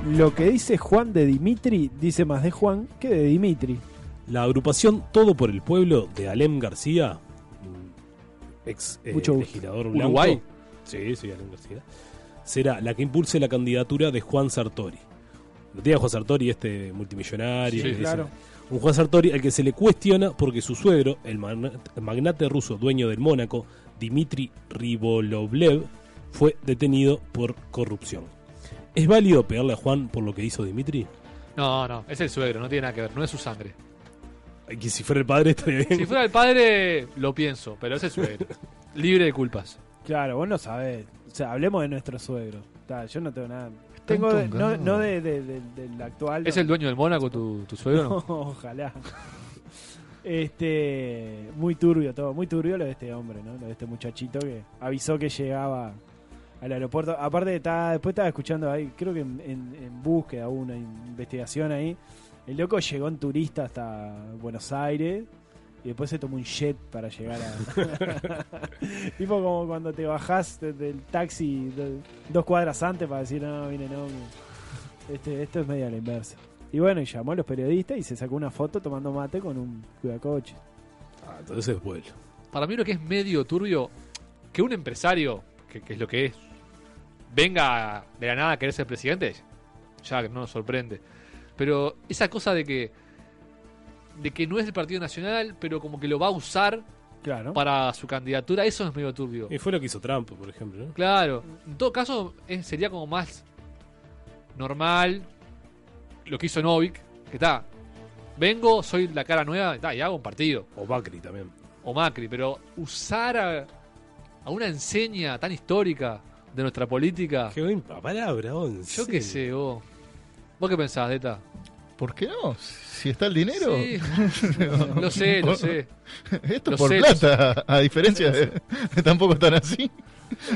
Lo que dice Juan de Dimitri dice más de Juan que de Dimitri.
La agrupación Todo por el Pueblo de Alem García, mm, ex eh,
Mucho gusto.
legislador blanco.
Uruguay.
Sí, sí, Alem García. Será la que impulse la candidatura de Juan Sartori. Lo tiene Juan Sartori, este multimillonario.
Sí,
que dice-
claro.
Un Juan Sartori al que se le cuestiona porque su suegro, el magna- el magnate ruso dueño del Mónaco, Dmitry Ribolovlev, fue detenido por corrupción. ¿Es válido pegarle a Juan por lo que hizo Dimitri?
No, no, es el suegro, no tiene nada que ver, no es su sangre.
Ay, Que si fuera el padre estaría bien.
Si fuera el padre, lo pienso, pero es el suegro. Libre de culpas.
Claro, vos no sabés. O sea, hablemos de nuestro suegro. Está, yo no tengo nada. Tengo de- no,
entongado.
no de- de- de- del actual.
¿Es
no.
el dueño del Mónaco tu, tu suegro?
No, ojalá. Este, muy turbio todo, muy turbio lo de este hombre, ¿no? Lo de este muchachito que avisó que llegaba al aeropuerto. Aparte, estaba, después estaba escuchando ahí, creo que en, en- en búsqueda hubo una investigación ahí. El loco llegó en turista hasta Buenos Aires y después se tomó un jet para llegar a. tipo como cuando te bajás de- del taxi do- dos cuadras antes para decir, no, mire, no. mire". Este, esto es medio a la inversa. Y bueno, y llamó a los periodistas y se sacó una foto tomando mate con un cuidacoche.
Ah, entonces es vuelo.
Para mí lo que es medio turbio, que un empresario, que, que es lo que es, venga de la nada a querer ser presidente, ya no nos sorprende. Pero esa cosa de que de que no es del Partido Nacional, pero como que lo va a usar
Claro.
para su candidatura, eso es medio turbio.
Y fue lo que hizo Trump, por ejemplo. ¿no?
Claro, en todo caso es- sería como más normal lo que hizo Novik, que está, vengo, soy la cara nueva, está, y hago un partido
O Bakri también.
o Macri, pero usar a, a una enseña tan histórica de nuestra política,
Qué buena palabra, vos, en
yo
serio.
qué sé, vos. ¿Vos qué pensás, Deta?
¿Por qué no? Si está el dinero.
Sí, lo sé, lo sé.
Esto
Lo
es por
sé,
plata, a diferencia de, tampoco están así.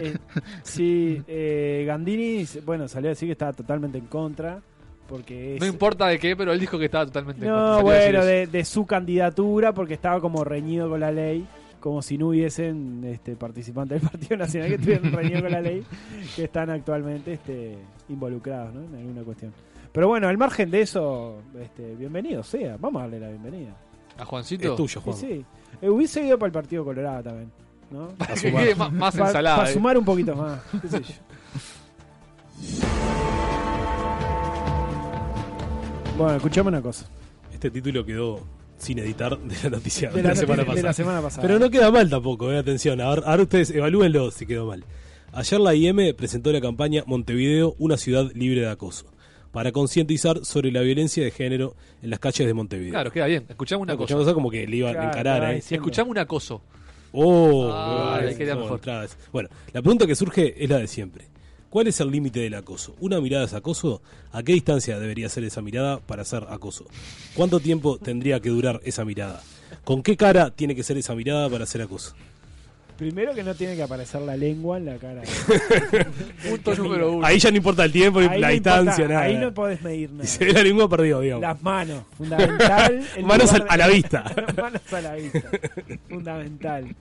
Eh, sí, eh, Gandini, bueno, salió a decir que estaba totalmente en contra. Porque es.
No importa de qué, pero él dijo que estaba totalmente en
No,
contra. Salió a decir
bueno,
eso.
de, de su candidatura, porque estaba como reñido con la ley. Como si no hubiesen este, participantes del Partido Nacional que estuvieran reñidos con la ley, que están actualmente este, involucrados ¿no? en alguna cuestión. Pero bueno, al margen de eso, este, bienvenido sea. Vamos a darle la bienvenida.
¿A Juancito?
Es tuyo, Juan.
Y sí. Eh, hubiese ido para el partido Colorado también. ¿no?
Para que sumar. quede más- más ensalada,
Para
eh.
sumar un poquito más. qué sé yo. Bueno, escuchame una cosa.
Este título quedó sin editar de la noticia
De
de
la
la, semana,
noticia-
pasada.
de la semana pasada.
Pero no queda mal tampoco, eh, atención. Ahora, ahora ustedes evalúenlo si quedó mal. Ayer la IM presentó la campaña Montevideo, una ciudad libre de acoso, para concientizar sobre la violencia de género en las calles de Montevideo.
Claro, queda bien. Escuchamos una
Escuchamos
cosa.
eso como que le iban a Claro, encarar, estaba eh. diciendo.
Escuchamos un acoso.
Oh,
Ah,
me
ahí
parece,
queda
no,
mejor.
otra vez. Bueno, la pregunta que surge es la de siempre. ¿Cuál es el límite del acoso? ¿Una mirada es acoso? ¿A qué distancia debería ser esa mirada para ser acoso? ¿Cuánto tiempo tendría que durar esa mirada? ¿Con qué cara tiene que ser esa mirada para ser acoso?
Primero que no tiene que aparecer la lengua en la cara.
Punto número uno.
Ahí ya no importa el tiempo, ni
Ahí
la
no importa,
distancia, nada.
Ahí no podés medir nada.
Y se ve la lengua perdido, digamos.
Las manos, fundamental. el
Manos
lugar
al- a la
de-
vista.
manos a la vista. fundamental.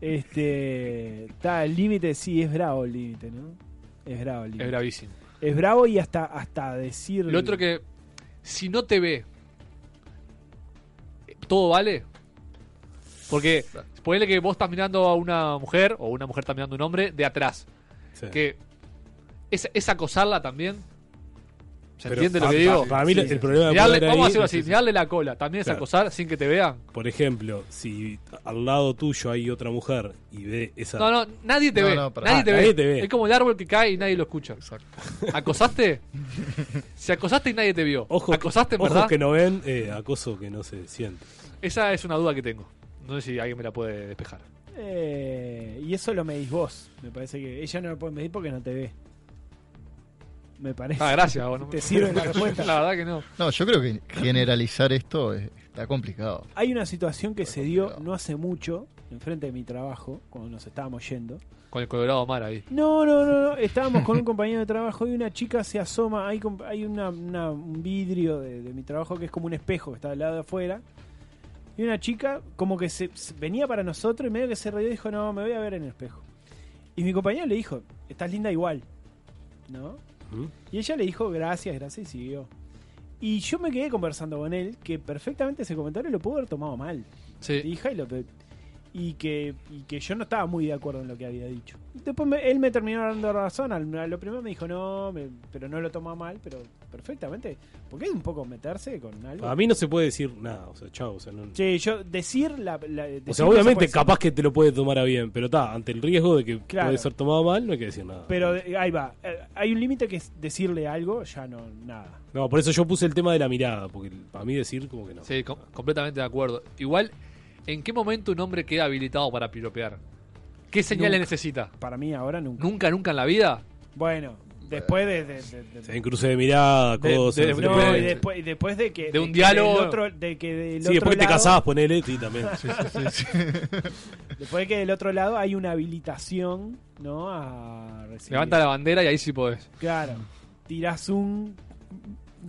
Este. Está el límite, sí, es bravo el límite, ¿no? Es bravo el límite.
Es bravísimo.
Es bravo y hasta, hasta decir.
Lo otro que, si no te ve, ¿todo vale? Porque ponele que vos estás mirando a una mujer o una mujer está mirando a un hombre de atrás.
Sí.
Que es, es acosarla también. ¿Se
Pero
entiende lo
pa-
que digo?
pa- para mí el problema de
Mirarle-
poder
Vamos a
ahí-
hacerlo
sí,
así,
sí.
mirarle la cola. También es
Claro.
acosar sin que te vean.
Por ejemplo, si al lado tuyo hay otra mujer y ve esa...
No, no, nadie te
No,
ve.
no, para-
nadie,
Ah,
te, ve.
nadie te ve.
Es como el árbol que cae y nadie lo escucha. ¿Acosaste? Si acosaste y nadie te vio. ¿Acosaste en
ojos
verdad?
que no ven, eh, acoso que no se siente.
Esa es una duda que tengo. No sé si alguien me la puede despejar.
Eh, y eso lo medís vos. Me parece que ella no lo puede medir porque no te ve. Me parece.
Ah, gracias. vos, no-
Te sirve la respuesta.
La verdad que no.
No, yo creo que generalizar esto es- está complicado.
Hay una situación que se dio no hace mucho, enfrente de mi trabajo, cuando nos estábamos yendo.
Con el Colorado Mar ahí.
No, no, no, no. Estábamos con un compañero de trabajo y una chica se asoma. Hay, com- hay una- una- un vidrio de, de mi trabajo que es como un espejo que está al lado de afuera. Y una chica como que se, se- venía para nosotros y medio que se reía y dijo, no, me voy a ver en el espejo. Y mi compañero le dijo, estás linda igual. ¿No? Y ella le dijo, gracias, gracias y siguió. Y yo me quedé conversando con él que perfectamente ese comentario lo pudo haber tomado mal. Hija y lo pe- y que, y que yo no estaba muy de acuerdo en lo que había dicho. Después me- él me terminó dando razón. Al- A lo primero me dijo, no, me- pero no lo toma mal, pero perfectamente. Porque es un poco meterse con algo.
A mí no se puede decir nada, o sea, chao, o sea, no-
Sí, yo decir la. la-
O
decir
sea,
no se
obviamente
puede decir.
capaz que te lo puede tomar a bien, pero está, ante el riesgo de que
Claro.
puede ser tomado mal, no hay que decir nada.
Pero de- ahí va. Eh, Hay un límite que es decirle algo, ya no, nada.
No, por eso yo puse el tema de la mirada, porque para mí decir como que no.
Sí, com- completamente de acuerdo. Igual, ¿en qué momento un hombre queda habilitado para piropear? ¿Qué señales
Nunca.
necesita?
Para mí ahora nunca.
¿Nunca, nunca en la vida?
Bueno, después de. de- de- de-
En cruce de mirada,
De-
cosas.
de-
no sé
no,
qué.
y después, y después de que.
De un
que
diálogo.
del otro- de que del
Sí, después
otro
que te
lado-
casabas, ponele, sí, también.
Después de que del otro lado hay una habilitación, ¿no? A recibir.
Levanta la bandera y ahí sí podés.
Claro. Tirás un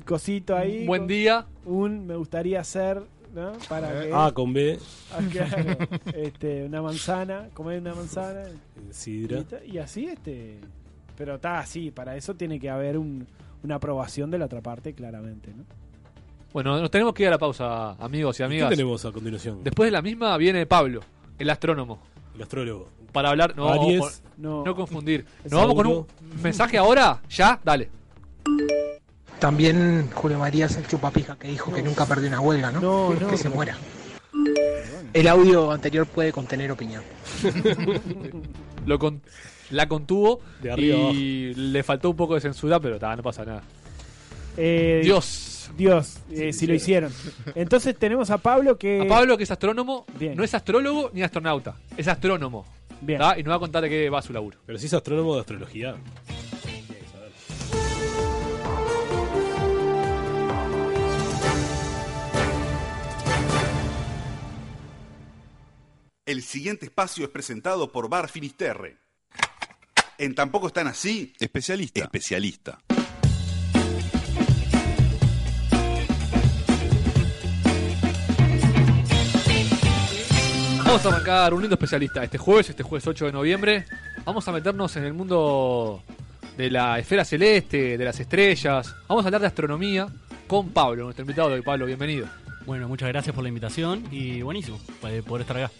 cosito ahí.
Un buen
con-
día.
Un me gustaría hacer, ¿no? Para que.
A Eh, con B,
Ah, claro. Este, una manzana, comer una manzana.
sidra.
Y ta- Y, así, este. Pero está así, para eso tiene que haber un- una aprobación de la otra parte, claramente, ¿no?
Bueno, nos tenemos que ir a la pausa, amigos y amigas.
¿Qué tenemos a continuación?
Después de la misma viene Pablo, el astrónomo.
El astrólogo.
Para hablar. No,
Aries.
por- no. confundir. Nos
Sauro.
vamos con un mensaje ahora. Ya, dale.
También Julio Marías, el chupapija que dijo que nunca perdió una huelga, ¿no?
no,
que se
pero-
muera. El audio anterior puede contener opinión.
Lo con- la contuvo
De arriba
y le faltó un poco de censura, pero ta, no pasa nada.
Eh,
Dios.
Dios, eh, si lo hicieron. Entonces tenemos a Pablo que.
A Pablo, que es astrónomo, no es astrólogo ni astronauta, es astrónomo. ¿tá? Y nos va a contar de qué va su laburo.
Pero si es astrónomo de astrología.
El siguiente espacio es presentado por Bar Finisterre. En Tampoco están así, especialista. Especialista.
Vamos a marcar un lindo especialista. Este jueves, este jueves 8 de noviembre, vamos a meternos en el mundo de la esfera celeste, de las estrellas. Vamos a hablar de astronomía con Pablo, nuestro invitado de hoy. Pablo, bienvenido.
Bueno, muchas gracias por la invitación y buenísimo eh, poder estar acá.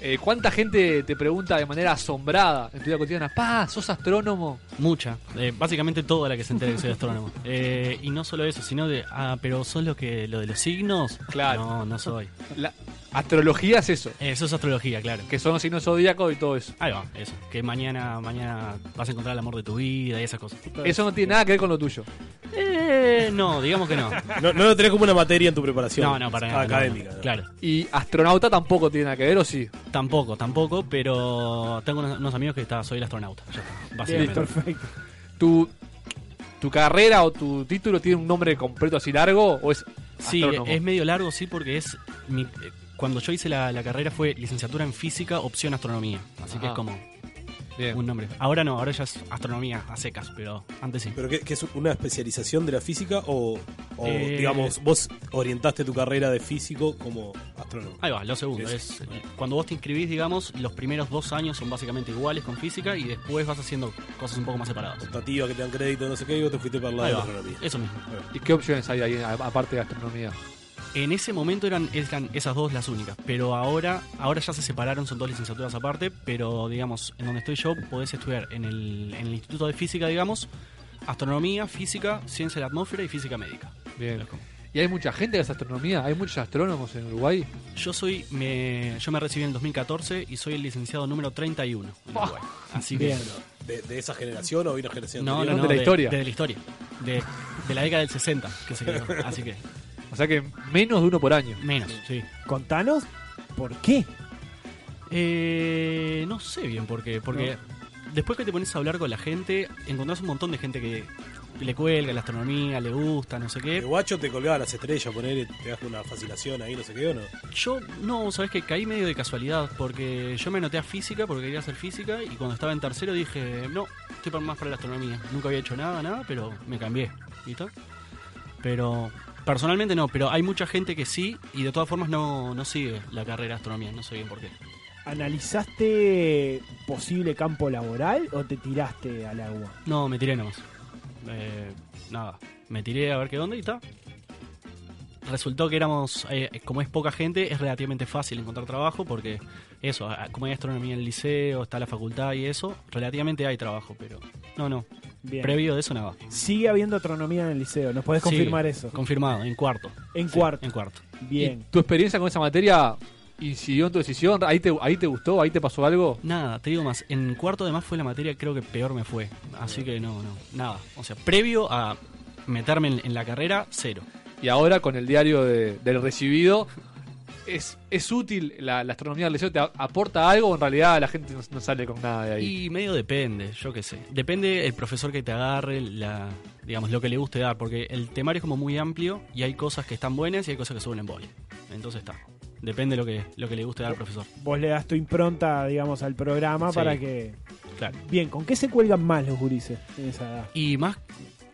Eh, ¿Cuánta gente te pregunta de manera asombrada en tu vida cotidiana? ¡Pa! ¿Sos astrónomo?
Mucha, eh, básicamente toda la que se entera que soy astrónomo. Eh, y no solo eso, sino de, ah, pero ¿sos lo, que, lo de los signos? Claro. No, no soy.
La astrología es eso.
Eso es astrología, claro.
Que son los signos zodíacos y todo eso.
Ahí va, eso. Que mañana, mañana vas a encontrar el amor de tu vida y esas cosas.
Eso no tiene nada que ver con lo tuyo.
Eh, no, digamos que no.
No, no lo tenés como una materia en tu preparación.
No, no, para nada.
Académica.
no, no, Claro.
Y astronauta tampoco tiene nada que ver, ¿o sí?
Tampoco, tampoco, pero tengo unos, unos amigos que está, soy el astronauta. Ya está, básicamente.
perfecto. ¿Tu, ¿Tu carrera o tu título tiene un nombre completo así largo o es
Sí,
astrónomo?
es medio largo, sí, porque es. mi- eh, cuando yo hice la, la carrera fue licenciatura en física, opción astronomía. Así que
Ajá.
es como. Un nombre. Ahora no, ahora ya es astronomía a secas, pero antes sí.
¿Pero qué, qué es una especialización de la física o, o,
Eh,
digamos, vos orientaste tu carrera de físico como astrónomo?
Ahí va, lo segundo. Es, eh, cuando vos te inscribís, digamos, los primeros dos años son básicamente iguales con física y después vas haciendo cosas un poco más separadas.
Optativa, que te dan crédito, no sé qué, y vos te fuiste para el lado
Ahí
de
va,
la astronomía.
Eso mismo.
¿Y qué opciones hay ahí a- aparte de astronomía?
En ese momento eran, eran esas dos las únicas, pero ahora, ahora ya se separaron, son dos licenciaturas aparte, pero digamos, en donde estoy yo podés estudiar en el, en el Instituto de Física, digamos, astronomía, física, ciencia de la atmósfera y física médica.
Bien. ¿Y hay mucha gente que hace astronomía? ¿Hay muchos astrónomos en Uruguay?
Yo soy, me, yo me recibí en el 2014 y soy el licenciado número 31 en
Ah,
Uruguay. Así que...
Bien. ¿De, de esa generación o de una generación
No, no,
anterior?
no, De, la historia. De, de la década del 60, que se creó. Así que.
O sea que menos de uno por año.
Menos, sí.
Contanos por qué.
Eh, no sé bien por qué. Porque después que te pones a hablar con la gente, encontrás un montón de gente que le cuelga la astronomía, le gusta, no sé qué.
El guacho te colgaba las estrellas, poner, te das una fascinación ahí, no sé qué, ¿o no?
Yo, no, sabes que caí medio de casualidad, porque yo me anoté a física porque quería hacer física y cuando estaba en tercero dije, no, estoy pa- más para la astronomía. Nunca había hecho nada, nada, pero me cambié, ¿viste? Pero personalmente no, pero hay mucha gente que sí y de todas formas no, no sigue la carrera de astronomía, no sé bien por qué.
¿Analizaste posible campo laboral o te tiraste al agua?
No, me tiré nomás. Eh, nada, me tiré a ver qué onda y está. Resultó que éramos, eh, como es poca gente, es relativamente fácil encontrar trabajo porque eso, a- como hay astronomía en el liceo, está la facultad y eso, relativamente hay trabajo, pero no, no.
Bien.
Previo de eso nada.
Sigue habiendo astronomía en el liceo, ¿nos podés
Sí,
confirmar eso?
Confirmado, en cuarto.
En
Sí,
cuarto.
En cuarto.
Bien.
¿Tu experiencia con esa materia incidió en tu decisión? ¿Ahí te, ahí te gustó? ¿Ahí te pasó algo?
Nada, te digo más, en cuarto además fue la materia creo que peor me fue, así que no, no, nada. O sea, previo a meterme en, en la carrera, cero.
Y ahora con el diario de- del recibido, ¿es, es útil la, la astronomía del liceo? ¿Te a- aporta algo o en realidad la gente no, no sale con nada de ahí?
Y medio depende, yo qué sé. Depende el profesor que te agarre, la, digamos, lo que le guste dar, porque el temario es como muy amplio y hay cosas que están buenas y hay cosas que suben en boli. Entonces está. Depende lo que, lo que le guste dar al profesor.
Vos le das tu impronta, digamos, al programa
Sí.
para que...
Claro.
Bien, ¿con qué se cuelgan más los gurises en esa edad?
Y más,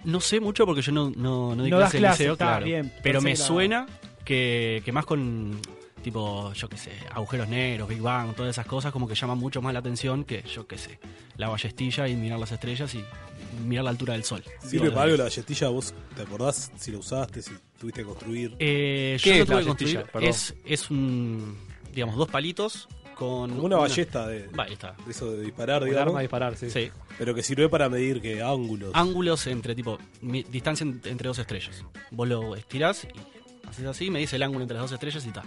no sé mucho porque yo no, no, no di
No das
clase en
clase,
liceo,
está
claro.
bien,
pero
pensé
me
que la-
suena que, que más con, tipo, yo qué sé, agujeros negros, Big Bang, todas esas cosas, como que llaman mucho más la atención que, yo qué sé, la ballestilla y mirar las estrellas y mirar la altura del sol.
¿Sirve
Todo
para algo
eso.
la galletilla? ¿Vos te acordás si la usaste, si tuviste que construir?
Eh, yo
¿Qué
lo
es la
tuve que construir.
galletilla? Perdón.
Es, es un. Digamos, dos palitos con.
Como una ballesta de,
Ballesta.
de eso de disparar,
Un
digamos.
arma de disparar, sí. Sí.
Pero que sirve para medir que ángulos.
Ángulos entre tipo. mi- distancia en- entre dos estrellas. Vos lo estirás y haces así, me dice el ángulo entre las dos estrellas y está.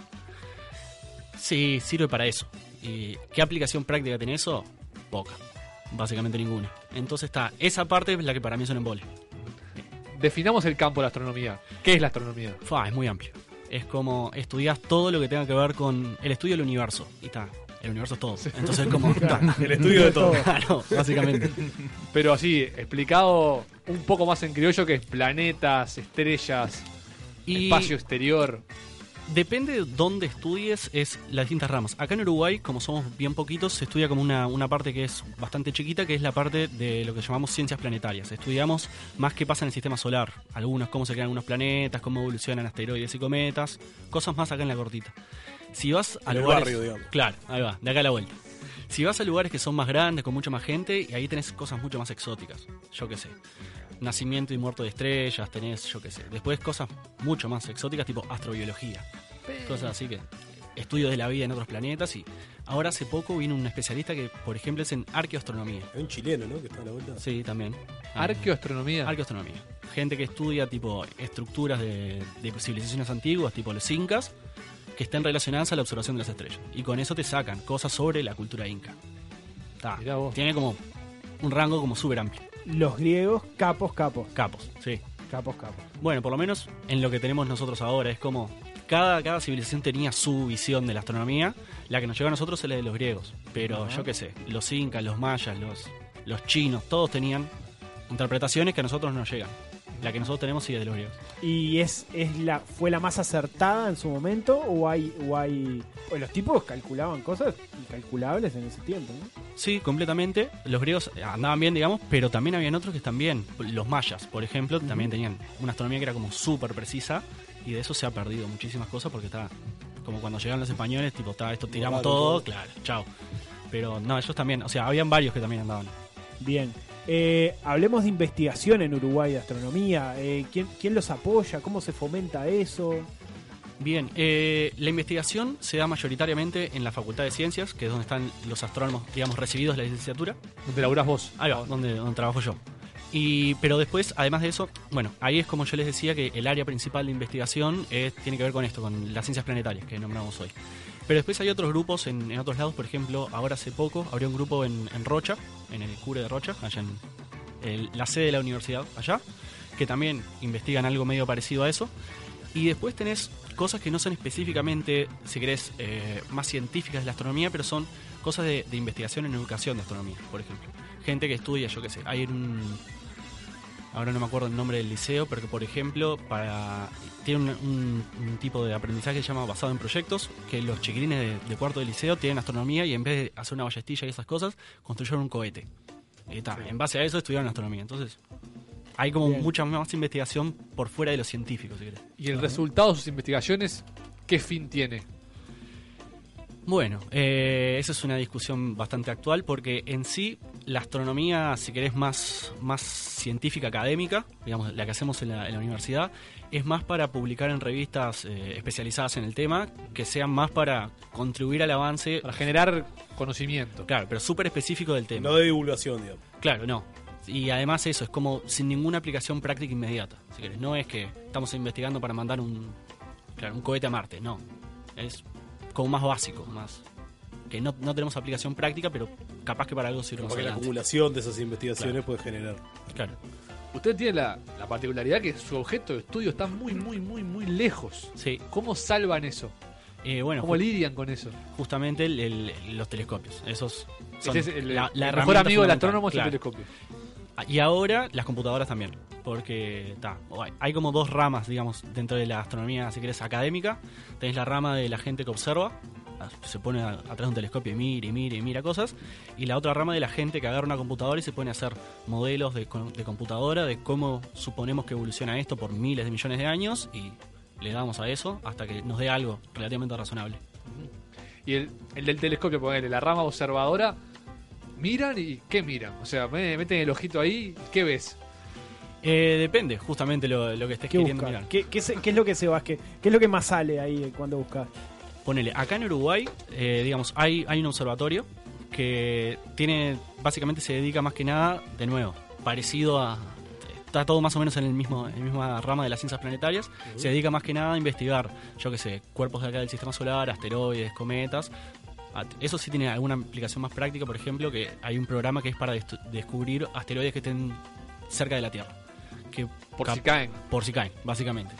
Sí, sirve para eso. ¿Y qué aplicación práctica tiene eso? Poca. Básicamente ninguna. Entonces está. Esa parte es la que para mí es un embole.
Definamos el campo de la astronomía. ¿Qué es la astronomía?
Fua, es muy amplio. Es como estudias todo lo que tenga que ver con el estudio del universo. Y está. El universo es todo. Entonces, como. ta.
El estudio de todo.
Claro, básicamente.
Pero así, explicado un poco más en criollo que es planetas, estrellas,
Y-
espacio exterior.
Depende de dónde estudies, es las distintas ramas. Acá en Uruguay, como somos bien poquitos, se estudia como una, una parte que es bastante chiquita, que es la parte de lo que llamamos ciencias planetarias. Estudiamos más qué pasa en el sistema solar. Algunos, cómo se crean algunos planetas, cómo evolucionan asteroides y cometas. Cosas más acá en la cortita. Si vas
En
al
el barrio, digamos.
Claro, ahí va, de acá a la vuelta. Si vas a lugares que son más grandes, con mucha más gente, y ahí tenés cosas mucho más exóticas. Yo qué sé. Nacimiento y muerto de estrellas, tenés, yo qué sé. Después cosas mucho más exóticas, tipo astrobiología. Cosas así que. Estudios de la vida en otros planetas y ahora hace poco vino un especialista que, por ejemplo, es en arqueoastronomía.
Es un chileno, ¿no? Que está a la vuelta.
Sí, también. Ah,
Arqueoastronomía.
Arqueoastronomía. Gente que estudia tipo estructuras de, de civilizaciones antiguas, tipo los incas, que estén relacionadas a la observación de las estrellas. Y con eso te sacan cosas sobre la cultura inca. Ta, Tiene como un rango como súper amplio.
Los griegos, capos, capos.
Capos, sí.
Capos, capos.
Bueno, por lo menos en lo que tenemos nosotros ahora, es como cada, cada civilización tenía su visión de la astronomía. La que nos llegó a nosotros es la de los griegos. Pero
Ajá.
yo qué sé, los incas, los mayas, los, los chinos, todos tenían interpretaciones que a nosotros nos llegan. La que nosotros tenemos sí es de los griegos.
¿Y es, es la, fue la más acertada en su momento? ¿O hay, o hay. o los tipos calculaban cosas incalculables en ese tiempo, ¿no?
Sí, completamente. Los griegos andaban bien, digamos, pero también habían otros que están bien. Los mayas, por ejemplo, también tenían una astronomía que era como súper precisa y de eso se ha perdido muchísimas cosas porque está como cuando llegaron los españoles, tipo, está, esto tiramos
Borrado
todo,
todo.
claro, chao. Pero no, ellos también, o sea, habían varios que también andaban.
Bien. Eh, hablemos de investigación en Uruguay de astronomía. Eh, ¿quién, ¿Quién los apoya? ¿Cómo se fomenta eso?
Bien, eh, la investigación se da mayoritariamente en la Facultad de Ciencias, que es donde están los astrónomos, digamos, recibidos de la licenciatura.
Donde laburás vos.
Ahí va, donde, donde trabajo yo. Y, pero después, además de eso, bueno, ahí es como yo les decía que el área principal de investigación es- tiene que ver con esto, con las ciencias planetarias que nombramos hoy. Pero después hay otros grupos en, en otros lados, por ejemplo, ahora hace poco abrió un grupo en, en Rocha, en el Cure de Rocha, allá en el- la sede de la universidad, allá, que también investigan algo medio parecido a eso. Y después tenés cosas que no son específicamente, si querés, eh, más científicas de la astronomía, pero son cosas de, de investigación en educación de astronomía, por ejemplo. Gente que estudia, yo qué sé, hay un... Ahora no me acuerdo el nombre del liceo, pero que por ejemplo para, tiene un, un- un tipo de aprendizaje que se llama basado en proyectos, que los chiquilines de, de cuarto de liceo tienen astronomía y en vez de hacer una ballestilla y esas cosas, construyeron un cohete. Y ta, En base a eso estudiaron astronomía. Entonces hay como
Bien.
mucha más investigación por fuera de los científicos, si querés.
Y el resultado de sus investigaciones, ¿qué fin tiene?
Bueno, eh, esa es una discusión bastante actual porque en sí la astronomía, si querés, más, más científica académica, digamos, la que hacemos en la, en la universidad, es más para publicar en revistas eh, especializadas en el tema, que sean más para contribuir al avance. Para
generar conocimiento.
Claro, pero súper específico del tema.
No de divulgación, digamos.
Claro, no. Y además eso, es como sin ninguna aplicación práctica inmediata, si querés. No es que estamos investigando para mandar un, claro, un cohete a Marte, no. Es como más básico, más que no, no tenemos aplicación práctica, pero capaz que para algo sirve más
Porque la
adelante.
acumulación de esas investigaciones pues,
Claro.
puede generar.
Claro.
Usted tiene la, la particularidad que su objeto de estudio está muy, muy, muy, muy lejos.
Sí.
¿Cómo salvan eso?
Eh, bueno,
¿Cómo
ju-
lidian con eso?
Justamente el- el- los telescopios. Esos son
Ese es el- el mejor
herramienta
amigo del
fundamental,
astrónomo es el telescopio.
Ah, Y ahora las computadoras también. Porque ta, o hay- hay como dos ramas, digamos, dentro de la astronomía, si querés, académica. Tenés la rama de la gente que observa, ah, se pone a- atrás de un telescopio y mira y mira y mira cosas. Y la otra rama de la gente que agarra una computadora y se pone a hacer modelos de, co- de computadora de cómo suponemos que evoluciona esto por miles de millones de años y le damos a eso hasta que nos dé algo relativamente razonable.
Y el, el del telescopio, ponele, la rama observadora, miran y ¿qué miran? O sea, me- meten el ojito ahí, ¿qué ves?
Eh, depende, justamente lo, lo que estés
¿Qué
queriendo
buscas?
mirar.
¿Qué, qué se- qué es lo que se va? ¿Qué, qué es lo que más sale ahí eh, cuando buscas?
Ponele, acá en Uruguay, eh, digamos, hay, hay un observatorio que tiene, básicamente se dedica más que nada, de nuevo, parecido a... Está todo más o menos en el mismo en la misma rama de las ciencias planetarias. Se dedica más que nada a investigar, yo qué sé, cuerpos de acá del sistema solar, asteroides, cometas. A- Eso sí tiene alguna aplicación más práctica, por ejemplo, que hay un programa que es para destu- descubrir asteroides que estén cerca de la Tierra. Que
Por
cap-
si caen.
Por si caen, básicamente.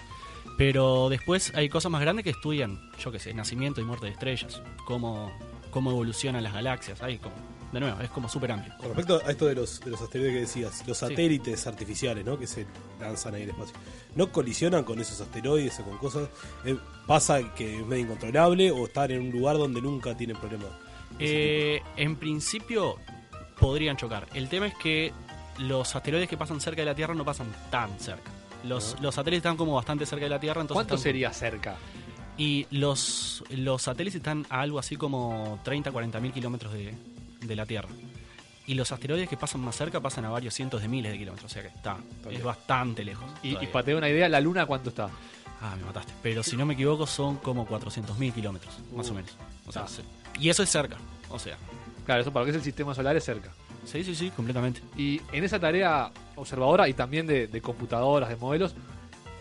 Pero después hay cosas más grandes que estudian, yo qué sé, nacimiento y muerte de estrellas, cómo, cómo evolucionan las galaxias. Ahí como, de nuevo, es como súper amplio.
Con respecto a esto de los, de los asteroides que decías, los satélites artificiales ¿no? que se lanzan ahí al espacio, ¿no colisionan con esos asteroides o con cosas? Eh, ¿Pasa que es medio incontrolable o están en un lugar donde nunca tienen problemas?
Eh, en principio podrían chocar. El tema es que los asteroides que pasan cerca de la Tierra no pasan tan cerca. Los, los satélites están como bastante cerca de la Tierra, entonces...
Ah. ¿Cuánto
están-
sería cerca?
Y los, los satélites están a algo así como 30, 40 mil kilómetros de, de la Tierra. Y los asteroides que pasan más cerca pasan a varios cientos de miles de kilómetros, o sea que está, es bastante lejos.
Y, y para tener una idea, ¿la Luna cuánto está?
Ah, me mataste. Pero si no me equivoco, son como 400.000 kilómetros, más o
Uh,
menos. O sea,
ah.
se- Y eso es cerca, o sea.
Claro, eso para lo que es el sistema solar es cerca.
Sí, sí, sí, completamente.
Y en esa tarea observadora y también de, de computadoras, de modelos,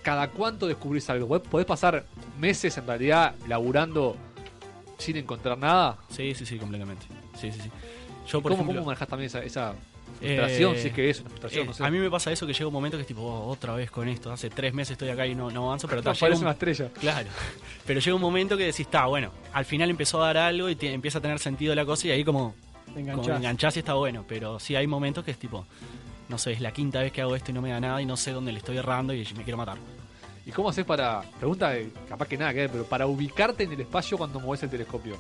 ¿cada cuánto descubrís algo? ¿Podés- ¿Podés pasar meses en realidad laburando sin encontrar nada?
Sí, sí, sí, completamente. Sí, sí, sí.
Yo,
Yo, por
¿Cómo,
ejemplo-
¿Cómo manejás también esa, esa frustración?
Eh,
si es que es una frustración,
eh,
no sé.
A mí me pasa eso que llega un momento que es tipo, oh, otra vez con esto. Hace tres meses estoy acá y no, no avanzo, pero ta, llega
Aparece
un-
una estrella.
Claro. Pero llega un momento que decís, está, bueno, al final empezó a dar algo y te- empieza a tener sentido la cosa y ahí como
Te
como
enganchás.
te enganchás y está bueno. Pero sí hay momentos que es tipo, no sé, es la quinta vez que hago esto y no me da nada y no sé dónde le estoy errando y me quiero matar.
¿Y cómo haces para, pregunta de- capaz que nada que ver, pero para ubicarte en el espacio cuando mueves el telescopio?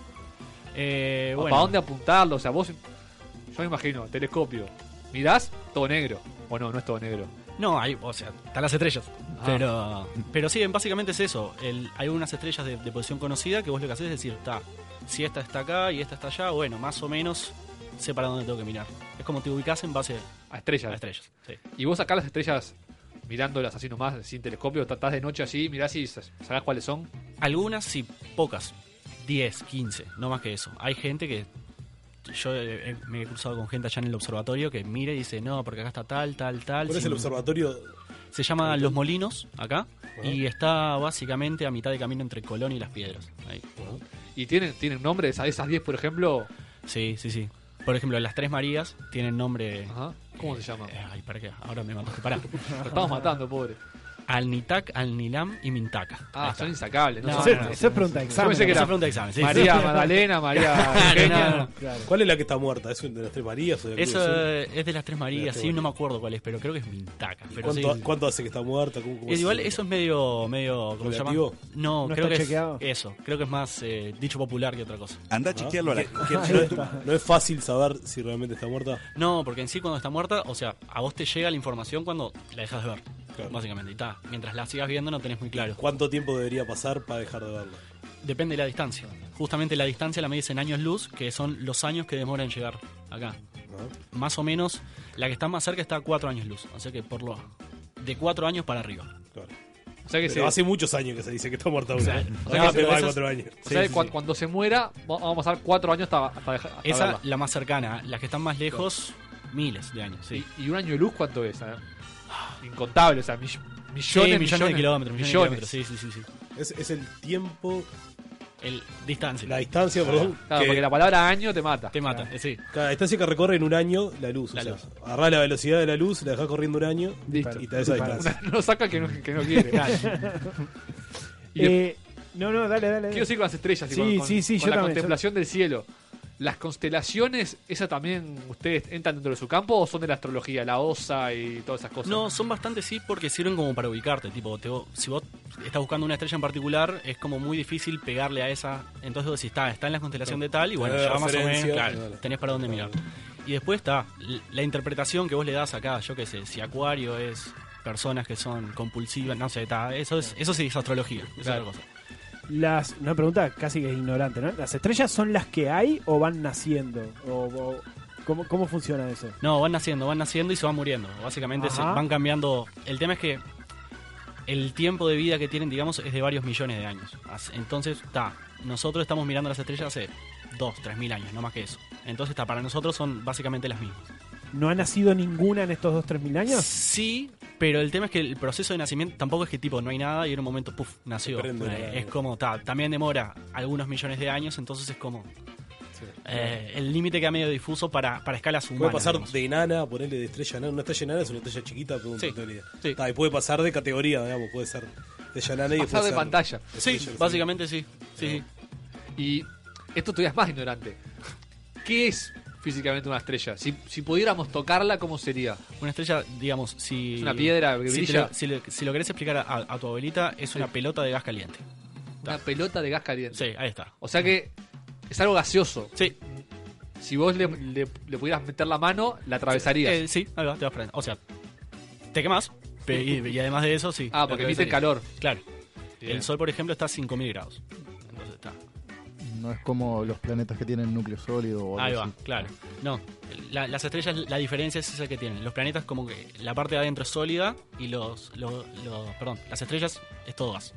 Eh,
¿O
bueno.
¿Para dónde apuntarlo? O sea, vos, yo me imagino, telescopio, mirás, todo negro. O no, no es todo negro.
No, hay, o sea, están las estrellas.
Ah.
Pero, pero sí, básicamente es eso. El- hay unas estrellas de, de posición conocida que vos lo que haces es decir, está, si esta está acá y esta está allá, bueno, más o menos sé para dónde tengo que mirar. Es como te ubicás en base
a estrellas.
A estrellas, sí.
Y vos acá las estrellas mirándolas así nomás, sin telescopio, tratás de noche así, mirás y sa- sabés cuáles son.
Algunas sí, pocas. 10, 15, no más que eso. Hay gente que. Yo eh, eh, me he cruzado con gente allá en el observatorio que mira y dice, no, porque acá está tal, tal, tal.
¿Cuál es el observatorio?
Se llama Los Molinos, acá. Y está básicamente a mitad de camino entre Colón y Las Piedras. Ahí.
¿Y tienen, tienen nombre esa- esas 10, por ejemplo?
Sí, sí, sí. Por ejemplo, las Tres Marías tienen nombre. Eh,
¿Cómo se llama?
ay, ¿para qué? Ahora me mataste. Pará.
Lo estamos matando, pobre.
Alnitac, Alnilam y Mintaka.
Ah, son insacables. No,
No,
son-
no, no,
Esa es pregunta de
Yo
examen.
pensé que
Esa
era
es pregunta de examen, Ah, sí.
María
Sí.
Magdalena, María
Claro,
Eugenia.
no, no, claro.
¿Cuál es la que está muerta? ¿Es de las tres Marías? o de
Eso
alguna de
eh, es de las Tres Marías,
Tres
sí, no
Marías.
me acuerdo cuál es, pero creo que es Mintaca.
esas? ¿Y
Pero
¿Cuánto,
sí.
cuánto hace que está muerta? ¿Cómo- cómo
Es
se
igual, eh.
llama?
eso es medio. medio ¿Cómo se llama?
¿Relativo?
No,
¿No
creo
está
que es
chequeado?
eso. Creo que es más eh, dicho popular que otra cosa.
Anda a chequearlo ahora.
¿Ah? Que- que no, es, no es fácil saber si realmente está muerta.
No, porque en sí cuando está muerta, o sea, a vos te llega la información cuando la dejas de ver. Básicamente, y ta, mientras la sigas viendo no tenés muy claro.
¿Cuánto tiempo debería pasar para dejar de verla?
Depende de la distancia. Justamente la distancia la medís en años luz, que son los años que demora en llegar acá. Más o menos, la que está más cerca está a 4 años luz. O sea que por lo. de 4 años para arriba.
O sea
Pero
que se-
hace muchos años que se dice que está muerta
O sea,
una.
o sea,
Ahora
que
te va
esas-
cuatro años.
O sea, que cuan- cuando se muera, va- vamos a pasar cuatro años hasta, hasta dejar. hasta
Esa,
verla.
la más cercana. Las que están más lejos, miles de años. Sí.
¿Y, y un año de luz cuánto es? eh? Incontable, o sea, mill- millones,
Sí, Eh, millones, de kilómetros. Millones. de
millones.
kilómetros, Sí, sí, sí. sí.
Es, es el tiempo.
El distancia.
La distancia, perdón.
Claro,
que-
porque la palabra año te mata.
Te mata, sí.
Cada distancia que recorre en un año la luz. o sea, agarrás la velocidad de la luz, la dejás corriendo un año
Listo.
y te da esa distancia.
No saca que no, que no quiere. Y de-
Eh, no, no, dale, dale. dale.
quiero seguir con las estrellas. y
Sí,
con, con-
sí, sí,
con
yo
la
también.
contemplación del cielo. Las constelaciones, ¿esa también ustedes entran dentro de su campo o son de la astrología, la osa y todas esas cosas?
No, son bastante sí porque sirven como para ubicarte. Tipo, te- si vos estás buscando una estrella en particular, es como muy difícil pegarle a esa. Entonces vos decís, está, está en la constelación de tal, y bueno,
Tenés
ya más o menos
referencia,
claro,
claro.
tenés para dónde mirar. Y después está l- la interpretación que vos le das acá. Yo qué sé, si Acuario es personas que son compulsivas, no sé, está. Eso, es, eso sí es astrología. Es
Claro.
otra cosa.
Las, una pregunta casi que es ignorante, ¿no? ¿Las estrellas son las que hay o van naciendo? O, o- ¿cómo, ¿Cómo funciona eso?
No, van naciendo, van naciendo y se van muriendo. Básicamente se
Ajá.
van cambiando. El tema es que el tiempo de vida que tienen, digamos, es de varios millones de años. As- Entonces, está. Nosotros estamos mirando las estrellas hace 2, 3 mil años, no más que eso. Entonces, está. Para nosotros son básicamente las mismas.
¿No ha nacido ninguna en estos dos, tres mil años?
Sí, pero el tema es que el proceso de nacimiento tampoco es que tipo no hay nada y en un momento, puff, nació.
Se prende
Eh,
la-
es como, ta, también demora algunos millones de años, entonces es como. eh, el límite queda medio difuso para, para escalas humanas.
Puede pasar
digamos.
de enana, ponerle de estrella enana. Una estrella enana es una estrella chiquita, pero
Sí, sí.
Y puede pasar de categoría, digamos, puede ser estrella enana y después
Pasar de
ser-
pantalla.
Sí, Eh. básicamente sí. sí,
Y esto todavía es más ignorante. ¿Qué es físicamente una estrella? Si, si pudiéramos tocarla, ¿cómo sería?
Una estrella, digamos, si.
Es una piedra que
si te
brilla.
lo- si, lo, si lo querés explicar a, a tu abuelita, es una pelota de gas caliente.
Una pelota de gas caliente.
Sí, ahí está.
O sea que es algo gaseoso.
Sí.
Si vos le, le- le pudieras meter la mano, la atravesarías.
Eh, sí, ahí va, te vas para adentro. O sea, te quemas. pe- Y, y además de eso, sí. eh,
Ah, porque
te
emite
atravesarías.
calor.
Claro.
Bien.
El sol, por ejemplo, está a 5000 grados. Entonces está.
No es como los planetas que tienen núcleo sólido o
Ahí
algo
va,
así.
claro. No, la- las estrellas, la diferencia es esa que tienen. Los planetas como que la parte de adentro es sólida y los, los, los- perdón, las estrellas es todo gas.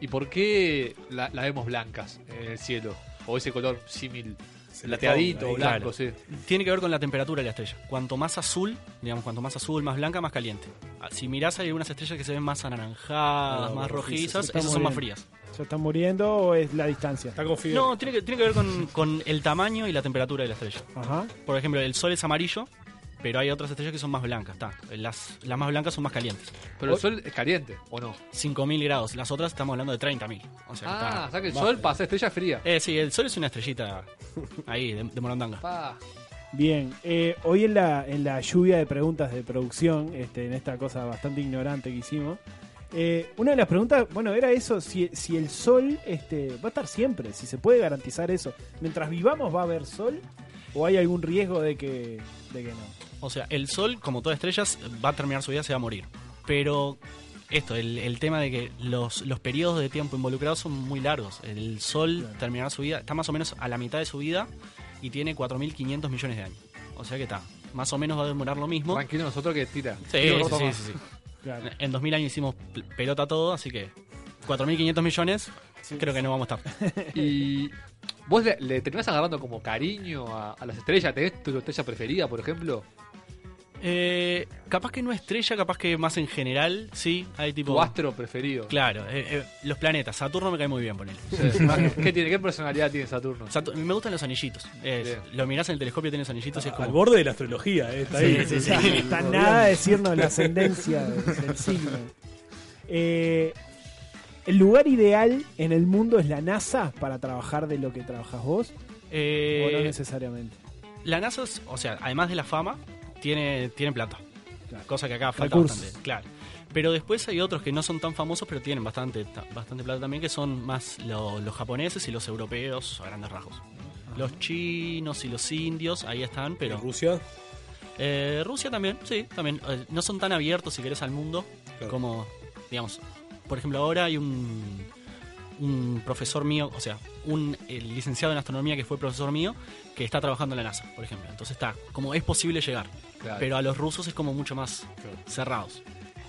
¿Y por qué la- las vemos blancas en el cielo? O ese color símil plateadito,
Ahí,
o blanco,
claro.
sí.
Tiene que ver con la temperatura de la estrella. Cuanto más azul, digamos, cuanto más azul, más blanca, más caliente. Ah, Si mirás hay algunas estrellas que se ven más anaranjadas,
Ah,
más rojizas,
Está
esas son más
muriendo.
frías.
¿Se están muriendo o es la distancia? Está
No, tiene que, tiene que ver con, con el tamaño y la temperatura de la estrella.
Ajá.
Por ejemplo, el sol es amarillo, pero hay otras estrellas que son más blancas. está. Las, las más blancas son más calientes.
Pero el sol es caliente, ¿o no?
5.000 grados. Las otras estamos hablando de 30.000. O sea,
Ah,
está-
o sea que el sol pasa estrella fría.
Eh, sí, el sol es una estrellita ahí, de, de morondanga.
Pa.
Bien, eh, hoy en la, en la lluvia de preguntas de producción, este, en esta cosa bastante ignorante que hicimos, eh, una de las preguntas, bueno, era eso, si, si el sol este, va a estar siempre, si se puede garantizar eso. Mientras vivamos va a haber sol o hay algún riesgo de que, de que no.
O sea, el sol, como toda estrella, va a terminar su vida, se va a morir. Pero esto, el, el tema de que los, los periodos de tiempo involucrados son muy largos. El sol terminará su vida, está más o menos a la mitad de su vida y tiene 4.500 millones de años. O sea que está, más o menos va a demorar lo mismo.
Tranquilo, nosotros que tira.
Sí,
Tira
sí,
roto
sí,
más.
sí, sí.
Claro.
En 2000 años hicimos pl- pelota todo, así que 4.500 millones, creo que no vamos a estar.
Y vos le, le terminás agarrando como cariño a, a las estrellas. ¿Tenés tu estrella preferida, por ejemplo?
Eh, capaz que no estrella, capaz que más en general, sí, hay tipo...
Tu astro preferido.
Claro, eh, eh, los planetas. Saturno me cae muy bien, ponele.
¿Qué, tiene, ¿Qué personalidad tiene Saturno?
Satu- me gustan los anillitos. Es- lo mirás en el telescopio, tiene los anillitos. y es como...
Ah, Al borde de la astrología, eh, está
Sí,
ahí.
sí, sí.
Está-
Está nada de decirnos la ascendencia del signo. Eh, ¿El lugar ideal en el mundo es la NASA para trabajar de lo que trabajas vos?
Eh,
¿O no necesariamente?
La NASA, es- o sea, además de la fama, tiene, tiene plata. Cosa que acá falta
Recursos.
bastante, claro. Pero después hay otros que no son tan famosos, pero tienen bastante, ta- bastante plata también, que son más lo- los japoneses y los europeos a grandes rasgos. Los chinos y los indios, ahí están, pero...
¿Rusia?
Eh, Rusia también, sí, también. Eh, No son tan abiertos, si querés, al mundo como, digamos, por ejemplo, ahora hay un, un profesor mío, o sea, un eh, licenciado en astronomía que fue profesor mío, que está trabajando en la NASA, por ejemplo. Entonces está, como es posible llegar,
Claro.
pero a los rusos es como mucho más cerrados.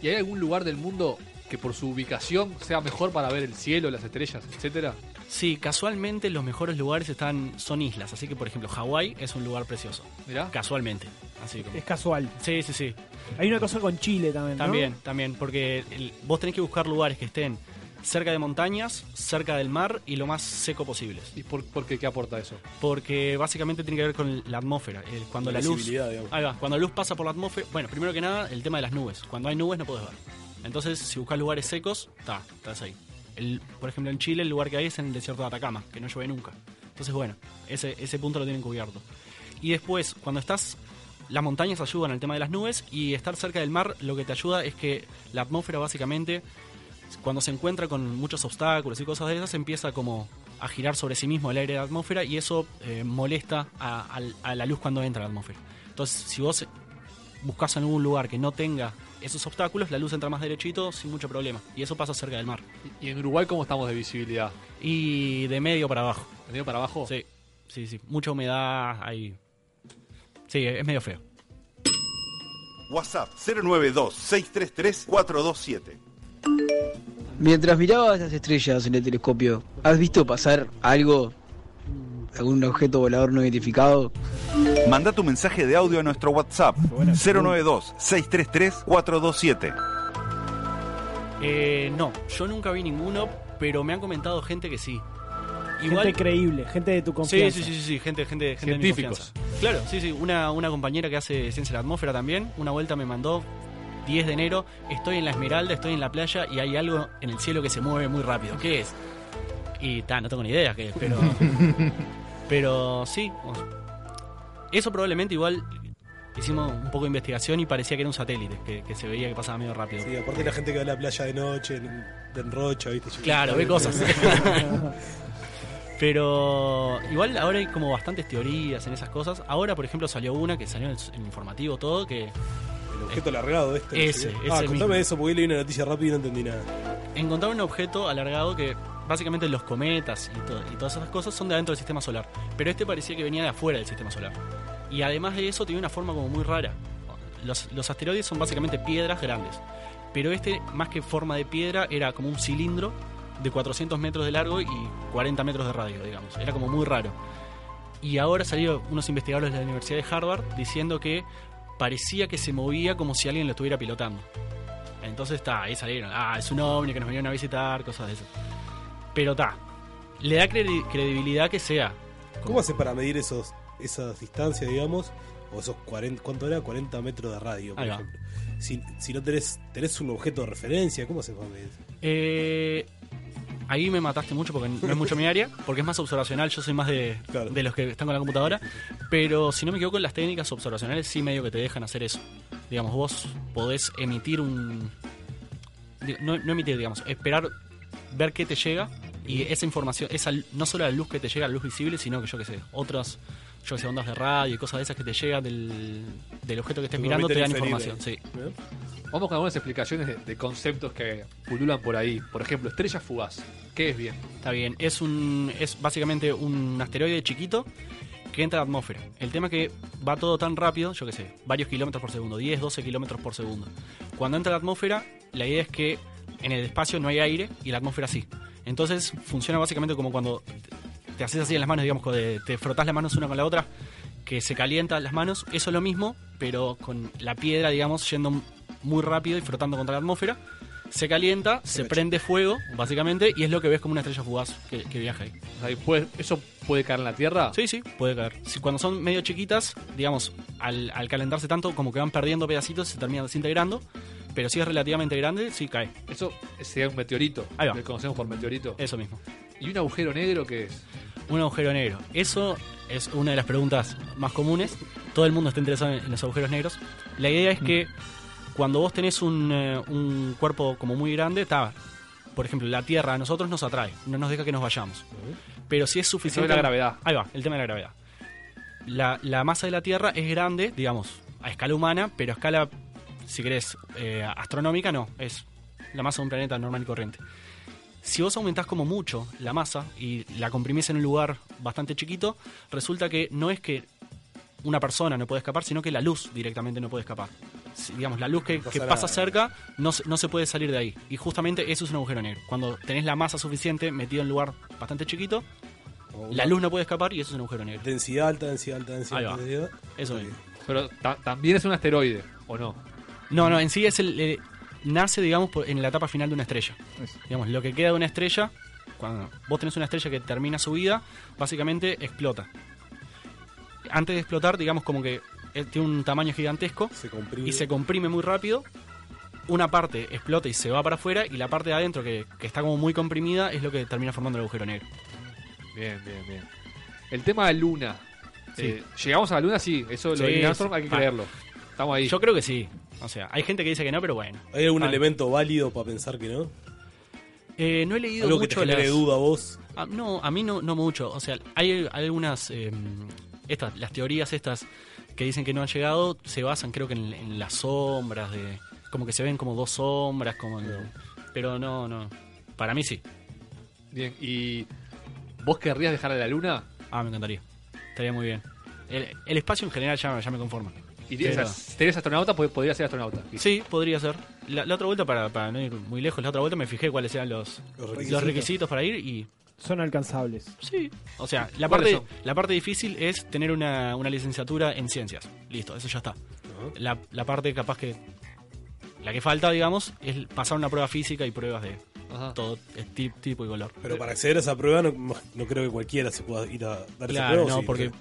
¿Y hay algún lugar del mundo que por su ubicación sea mejor para ver el cielo, las estrellas, etcétera?
Sí, casualmente los mejores lugares están son islas, así que por ejemplo Hawái es un lugar precioso.
Mirá.
Casualmente, así como.
Es casual.
Sí, sí, sí.
Hay una cosa con Chile también, ¿no?
También, también, porque el- vos tenés que buscar lugares que estén cerca de montañas, cerca del mar y lo más seco posible.
¿Y por, por qué qué aporta eso?
Porque básicamente tiene que ver con la atmósfera. el- cuando
La
la, luz.
visibilidad, digamos.
Ahí va, cuando la luz pasa por la atmósfera. Bueno, primero que nada, el tema de las nubes. Cuando hay nubes no puedes ver. Entonces, si buscas lugares secos, está, estás ahí. El- por ejemplo, en Chile el lugar que hay es en el desierto de Atacama, que no llueve nunca. Entonces, bueno, ese, ese punto lo tienen cubierto. Y después, cuando estás. Las montañas ayudan al tema de las nubes y estar cerca del mar lo que te ayuda es que la atmósfera básicamente cuando se encuentra con muchos obstáculos y cosas de esas, empieza como a girar sobre sí mismo el aire de la atmósfera y eso eh, molesta a, al- a la luz cuando entra a la atmósfera. Entonces, si vos buscas en algún lugar que no tenga esos obstáculos, la luz entra más derechito sin mucho problema. Y eso pasa cerca del mar.
¿Y en Uruguay cómo estamos de visibilidad?
Y de medio para abajo.
¿De medio para abajo?
Sí, sí, sí. Mucha humedad, hay... Sí, es medio feo.
WhatsApp 092-633-427.
Mientras mirabas las estrellas en el telescopio, ¿has visto pasar algo? ¿Algún objeto volador no identificado?
Manda tu mensaje de audio a nuestro WhatsApp 092-633-427.
Eh, no, yo nunca vi ninguno, pero me han comentado gente que sí.
Gente creíble, gente de tu
Sí,
confianza.
sí, sí, sí, sí, gente, gente, gente de mi
Científicos.
confianza. Claro, sí, sí, una, una compañera que hace ciencia de la atmósfera también, una vuelta me mandó 10 de enero, estoy en la Esmeralda, estoy en la playa y hay algo en el cielo que se mueve muy rápido. ¿Qué es? Y ta, no tengo ni idea qué es, pero pero sí, o- eso probablemente igual hicimos un poco de investigación y parecía que era un satélite, que, que se veía que pasaba medio rápido.
Sí, aparte la gente que va a la playa de noche, en- de enrocha, ¿viste?
Claro, ve cosas. Pero igual ahora hay como bastantes teorías en esas cosas. Ahora, por ejemplo, salió una que salió en el, en el informativo todo, que... El
objeto alargado este. no sé
Ese,
qué.
ese
ah, contame
mismo.
eso porque leí una noticia rápida y no entendí nada.
Encontraron un objeto alargado que básicamente los cometas y, to- y todas esas cosas son de adentro del sistema solar. Pero este parecía que venía de afuera del sistema solar. Y además de eso, tenía una forma como muy rara. Los, los asteroides son básicamente piedras grandes. Pero este, más que forma de piedra, era como un cilindro de 400 metros de largo y 40 metros de radio, digamos. Era como muy raro. Y ahora salieron unos investigadores de la Universidad de Harvard diciendo que parecía que se movía como si alguien lo estuviera pilotando. Entonces está, ahí salieron, ah, es un ovni que nos vinieron a visitar, cosas de eso. Pero está, le da credi- credibilidad que sea.
¿Cómo hace para medir esos, esas distancias, digamos? O esos 40, ¿cuánto era? 40 metros de radio, por
Ahí va.
ejemplo. Si, si no tenés, tenés un objeto de referencia, ¿cómo hace para medir?
Eh, ahí me mataste mucho porque no es mucho mi área, porque es más observacional, yo soy más de, de los que están con la computadora, pero si no me equivoco, las técnicas observacionales sí medio que te dejan hacer eso. Digamos, vos podés emitir un... di- No, no emitir, digamos, esperar, ver qué te llega y esa información, esa, lu- no solo la luz que te llega, la luz visible, sino que yo que sé, otras, yo que sé, ondas de radio y cosas de esas que te llegan del, del objeto que estés mirando, te dan información. Sí.
Vamos con algunas explicaciones de, de conceptos que pululan por ahí. Por ejemplo, estrella fugaz. ¿Qué es bien?
Está bien, es un es básicamente un asteroide chiquito que entra a la atmósfera. El tema es que va todo tan rápido, yo qué sé, varios kilómetros por segundo, 10, 12 kilómetros por segundo. Cuando entra a la atmósfera, la idea es que en el espacio no hay aire y la atmósfera sí. Entonces funciona básicamente como cuando te- te haces así en las manos, digamos, como de- te frotas las manos una con la otra, que se calientan las manos. Eso es lo mismo, pero con la piedra, digamos, yendo muy rápido y frotando contra la atmósfera. Se calienta, se prende fuego, básicamente, y es lo que ves como una estrella fugaz que, que viaja ahí.
¿Eso puede caer en la Tierra?
Sí, sí, puede caer. Si cuando son medio chiquitas, digamos, al, al calentarse tanto, como que van perdiendo pedacitos, se terminan desintegrando. Pero si es relativamente grande, sí cae.
Eso sería un meteorito.
Ahí va.
Lo conocemos por meteorito.
Eso mismo.
¿Y un agujero negro qué es?
Un agujero negro. Eso es una de las preguntas más comunes. Todo el mundo está interesado en en los agujeros negros. La idea es
Mm.
que cuando vos tenés un, eh, un cuerpo como muy grande, está. Por ejemplo, la Tierra a nosotros nos atrae, no nos deja que nos vayamos. Pero si es suficiente.
la gravedad.
Ahí va, el tema de la gravedad. La, la masa de la Tierra es grande, digamos, a escala humana, pero a escala, si querés, eh, astronómica, no. Es la masa de un planeta normal y corriente. Si vos aumentás como mucho la masa y la comprimís en un lugar bastante chiquito, resulta que no es que una persona no puede escapar, sino que la luz directamente no puede escapar. Si, digamos, la luz que, que
Pasará.
pasa cerca no, se- no se puede salir de ahí. Y justamente eso es un agujero negro. Cuando tenés la masa suficiente metida en un lugar bastante chiquito, la luz no puede escapar y eso es un agujero negro.
Densidad alta, densidad alta, densidad
Ahí va.
alta. densidad.
Eso es.
Pero ta- también es un asteroide, ¿o no?
No, no, en sí es el, eh, nace, digamos, por- en la etapa final de una estrella. Digamos, lo que queda de una estrella, cuando vos tenés una estrella que termina su vida, básicamente explota. Antes de explotar, digamos, como que eh, tiene un tamaño gigantesco y se comprime muy rápido. Una parte explota y se va para afuera, y la parte de adentro, que, que está como muy comprimida, es lo que termina formando el agujero negro.
Bien, bien, bien. El tema de Luna.
Sí.
Eh, Llegamos a la Luna, sí. Eso lo
Sí,
de Neil Armstrong
sí.
hay que
Ah.
creerlo. Estamos ahí.
Yo creo que sí. O sea, hay gente que dice que no, pero bueno.
¿Hay algún
Ah.
elemento válido para pensar que no?
Eh, no he leído
Algo que
mucho
te genere
las-
duda a vos.
Ah, no, a mí no, no mucho. O sea, hay algunas. eh, estas, las teorías estas que dicen que no han llegado se basan, creo que, en, en las sombras. de Como que se ven como dos sombras. como en- Pero no, no. Para mí sí.
Bien, ¿y vos querrías dejar a la luna?
Ah, me encantaría. Estaría muy bien. El, el espacio en general ya, ya me conforma.
¿Y tenés
Pero-
as- tenés astronauta? Pod- Podría ser astronauta.
Sí, podría ser. La, la otra vuelta, para, para no ir muy lejos, la otra vuelta me fijé cuáles eran los, los, requisitos.
requisitos.
para ir y.
Son alcanzables.
Sí. O sea, la
¿Cuáles
parte, la parte difícil es tener una, una licenciatura en ciencias. Listo, eso ya está. La, la parte capaz que. La que falta, digamos, es pasar una prueba física y pruebas de todo eh, ti- tipo y color.
Pero para acceder a esa prueba no, no creo que cualquiera se pueda ir a dar esa
Claro,
prueba.
no,
¿o sí?
porque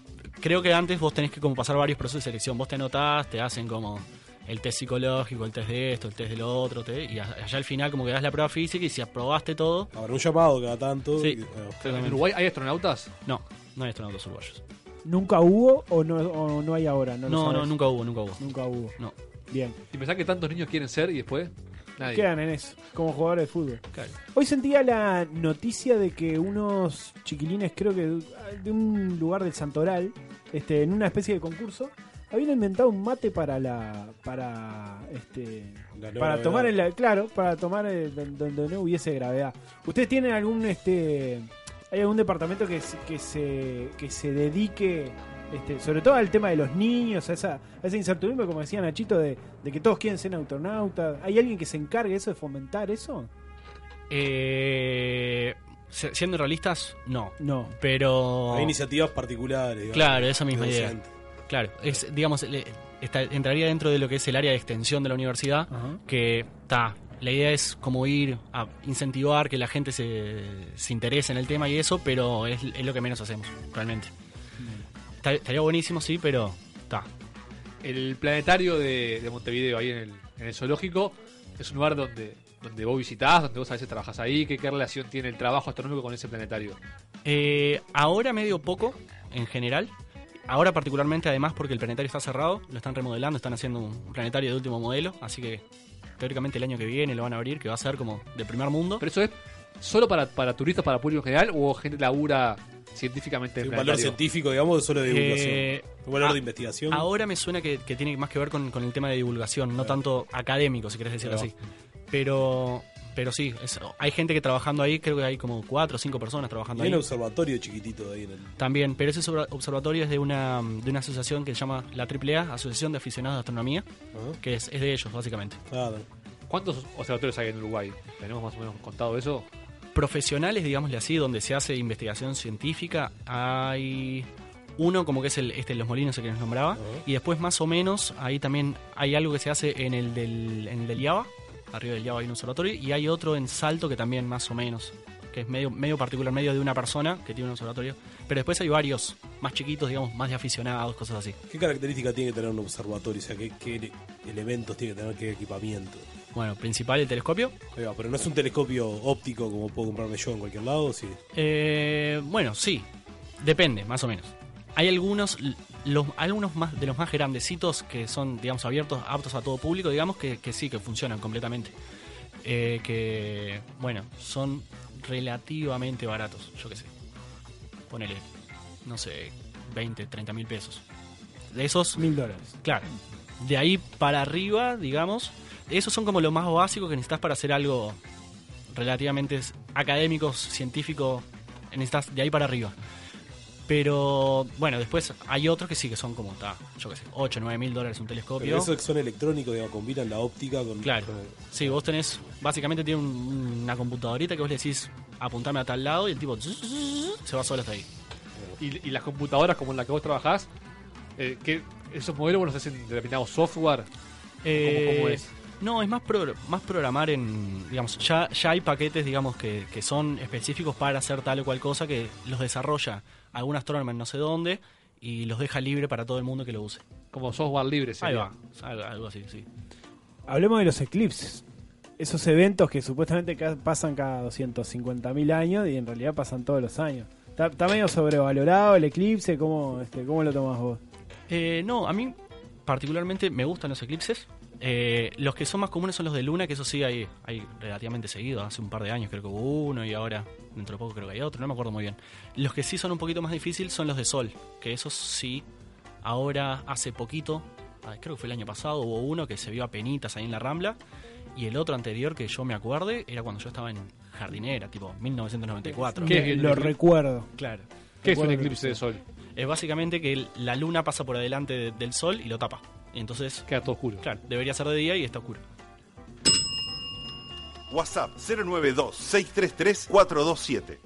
creo que antes vos tenés que como pasar varios procesos de selección. Vos te anotás, te hacen como el test psicológico, el test de esto, el test del otro, te- y a- allá al final como que das la prueba física y si aprobaste todo...
Habrá un llamado cada tanto.
Sí.
y- bueno.
Exactamente.
¿En Uruguay hay astronautas?
No, no hay astronautas uruguayos.
¿Nunca hubo o no, o no hay ahora? No, lo
No,
sabes.
no, nunca hubo, nunca hubo.
Nunca hubo.
No.
Bien.
¿Y pensás que tantos niños quieren ser y después? Nadie.
Quedan en eso, como jugadores de fútbol.
Claro.
Hoy sentía la noticia de que unos chiquilines, creo que de un lugar del Santoral, este, en una especie de concurso, habían inventado un mate para la para este
no
para
gravedad.
tomar el claro para tomar el- don- donde no hubiese gravedad ustedes tienen algún este hay algún departamento que, se- que se que se dedique este, sobre todo al tema de los niños, a esa, a esa incertidumbre, como decía Nachito, de, de que todos quieren ser astronautas. ¿Hay alguien que se encargue de eso, de fomentar eso?
Eh, se- siendo realistas, no.
No.
Pero.
Hay iniciativas particulares. digamos,
Claro, esa misma
de
idea.
docentes.
Claro, es, digamos, le- está- entraría dentro de lo que es el área de extensión de la universidad, que está. La idea es como ir a incentivar que la gente se, se interese en el tema y eso, pero es, es lo que menos hacemos, realmente. Está- estaría buenísimo, sí, pero está.
El planetario de, de Montevideo, ahí en el, en el zoológico, es un lugar donde, donde vos visitás, donde vos a veces trabajás ahí. ¿Qué, qué relación tiene el trabajo astronómico con ese planetario?
Eh, ahora medio poco, en general. Ahora particularmente, además, porque el planetario está cerrado, lo están remodelando, están haciendo un planetario de último modelo, así que teóricamente el año que viene lo van a abrir, que va a ser como de primer mundo.
¿Pero eso es solo para, para turistas, para público en general, o gente labura científicamente en
Un
el
valor
planetario?
científico, digamos, solo de divulgación.
Eh,
un valor
ah,
de investigación.
Ahora me suena que, que tiene más que ver con, con el tema de divulgación, no tanto académico, si querés decirlo
Claro.
así. Pero pero sí, es- hay gente que trabajando ahí, creo que hay como cuatro o cinco personas
Y
trabajando
hay
ahí.
un observatorio chiquitito ahí en el.
También, pero ese sobra- observatorio es de una, de una asociación que se llama la AAA, Asociación de Aficionados de Astronomía,
Ajá.
que es, es de ellos, básicamente.
¿Cuántos observatorios hay en Uruguay? ¿Tenemos más o menos contado eso?
Profesionales, digámosle así, donde se hace investigación científica, hay uno como que es el este de los molinos, el que nos nombraba, y después más o menos ahí también hay algo que se hace en el del, en el del Java, arriba del Java hay un observatorio, y hay otro en Salto que también más o menos, que es medio, medio particular, medio de una persona que tiene un observatorio, pero después hay varios, más chiquitos, digamos, más de aficionados, cosas así.
¿Qué característica tiene que tener un observatorio? O sea, ¿qué, qué ele- elementos tiene que tener? ¿Qué equipamiento?
Bueno, principal el telescopio.
Ahí va, pero no es un telescopio óptico como puedo comprarme yo en cualquier lado, sí.
Eh, bueno, sí. Depende, más o menos. Hay algunos, l- los, algunos más, de los más grandecitos que son, digamos, abiertos, aptos a todo público, digamos, que, que sí, que funcionan completamente. Eh, que, bueno, son relativamente baratos, yo qué sé. Ponele, no sé, 20, 30 mil pesos. De esos...
Mil dólares.
Claro. De ahí para arriba, digamos, esos son como lo más básico que necesitas para hacer algo relativamente s- académico, científico, necesitas de ahí para arriba. Pero bueno, después hay otros que sí que son como, ta, yo qué sé, 8, 9 mil dólares un telescopio.
Pero esos que son electrónicos, digamos, combinan la óptica con.
Claro.
con-
Sí, vos tenés, básicamente tiene un- una computadorita que vos le decís, apuntame a tal lado y el tipo se va solo hasta ahí.
Y, y las computadoras como en la que vos trabajás, eh, ¿qué- ¿esos modelos vos los hacen determinado software? ¿Cómo-
Eh,
¿Cómo es?
No, es más, progr- más programar en, digamos, ya, ya hay paquetes, digamos, que, que son específicos para hacer tal o cual cosa que los desarrolla algún astrónomo en no sé dónde y los deja libre para todo el mundo que lo use.
Como software libre,
Ahí
sería.
va, algo, algo así, sí.
Hablemos de los eclipses. Esos eventos que supuestamente ca- pasan cada 250.000 años y en realidad pasan todos los años. Está, está medio sobrevalorado el eclipse, ¿cómo, este, cómo lo tomás vos?
Eh, no, a mí particularmente me gustan los eclipses. Eh, los que son más comunes son los de luna, que eso sí hay, hay relativamente seguido. Hace un par de años creo que hubo uno y ahora dentro de poco creo que hay otro, no me acuerdo muy bien. Los que sí son un poquito más difíciles son los de sol, que esos sí. Ahora hace poquito, ah, creo que fue el año pasado, hubo uno que se vio a penitas ahí en la Rambla. Y el otro anterior que yo me acuerde era cuando yo estaba en jardinera, tipo 1994.
¿Qué es? Lo recuerdo.
Claro.
¿Qué es un eclipse de sol?
Es básicamente que el- la luna pasa por adelante de- del sol y lo tapa. Y entonces.
Queda todo oscuro.
Claro, debería ser de día y está oscuro.
WhatsApp 092-633-427.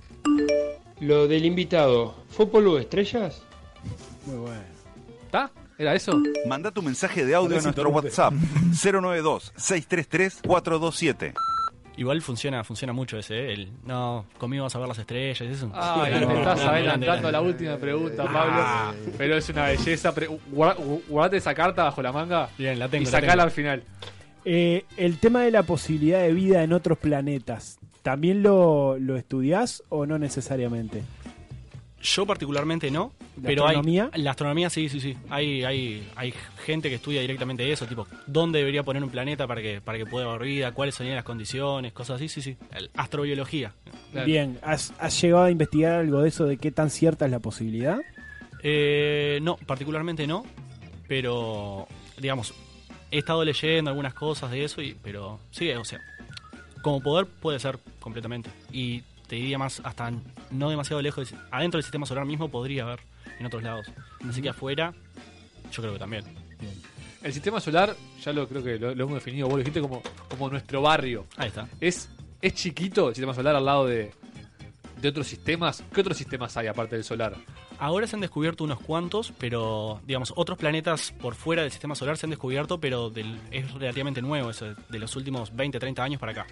Lo del invitado, ¿fue polvo de estrellas?
Muy bueno.
¿Está? ¿Era eso?
Manda tu mensaje de audio
Ahora
a
se
nuestro
interrumpe.
WhatsApp 092-633-427.
Igual funciona, funciona mucho ese, ¿eh? el no, conmigo vas a ver las estrellas, eso.
Ay,
No,
me estás
no,
adelantando
grande,
a la
grande.
última pregunta,
Ah.
Pablo. Pero es una belleza. Pre- guarda- gu- Guardate esa carta bajo la manga
Bien, la tengo,
y
la
sacala
tengo.
al final.
Eh, el tema de la posibilidad de vida en otros planetas, ¿también lo, lo estudiás o no necesariamente?
Yo particularmente no,
¿La
pero
astronomía?
hay la astronomía sí, sí, sí. Hay hay hay gente que estudia directamente eso, tipo, ¿dónde debería poner un planeta para que para que pueda haber vida? ¿Cuáles serían las condiciones? Cosas así, sí, sí. El- astrobiología.
Bien, ¿has, has llegado a investigar algo de eso de qué tan cierta es la posibilidad?
Eh, no, particularmente no. Pero, digamos, he estado leyendo algunas cosas de eso, y, pero sí, o sea, como poder puede ser completamente. Y te diría más, hasta no demasiado lejos, del- adentro del sistema solar mismo podría haber en otros lados. Así que afuera, yo creo que también.
El sistema solar, ya lo creo que lo, lo hemos definido, vos lo dijiste como, como nuestro barrio.
Ahí está.
Es, es chiquito el sistema solar al lado de, de otros sistemas. ¿Qué otros sistemas hay aparte del solar?
Ahora se han descubierto unos cuantos, pero digamos, otros planetas por fuera del sistema solar se han descubierto, pero del- es relativamente nuevo, eso, de los últimos 20, 30 años para acá.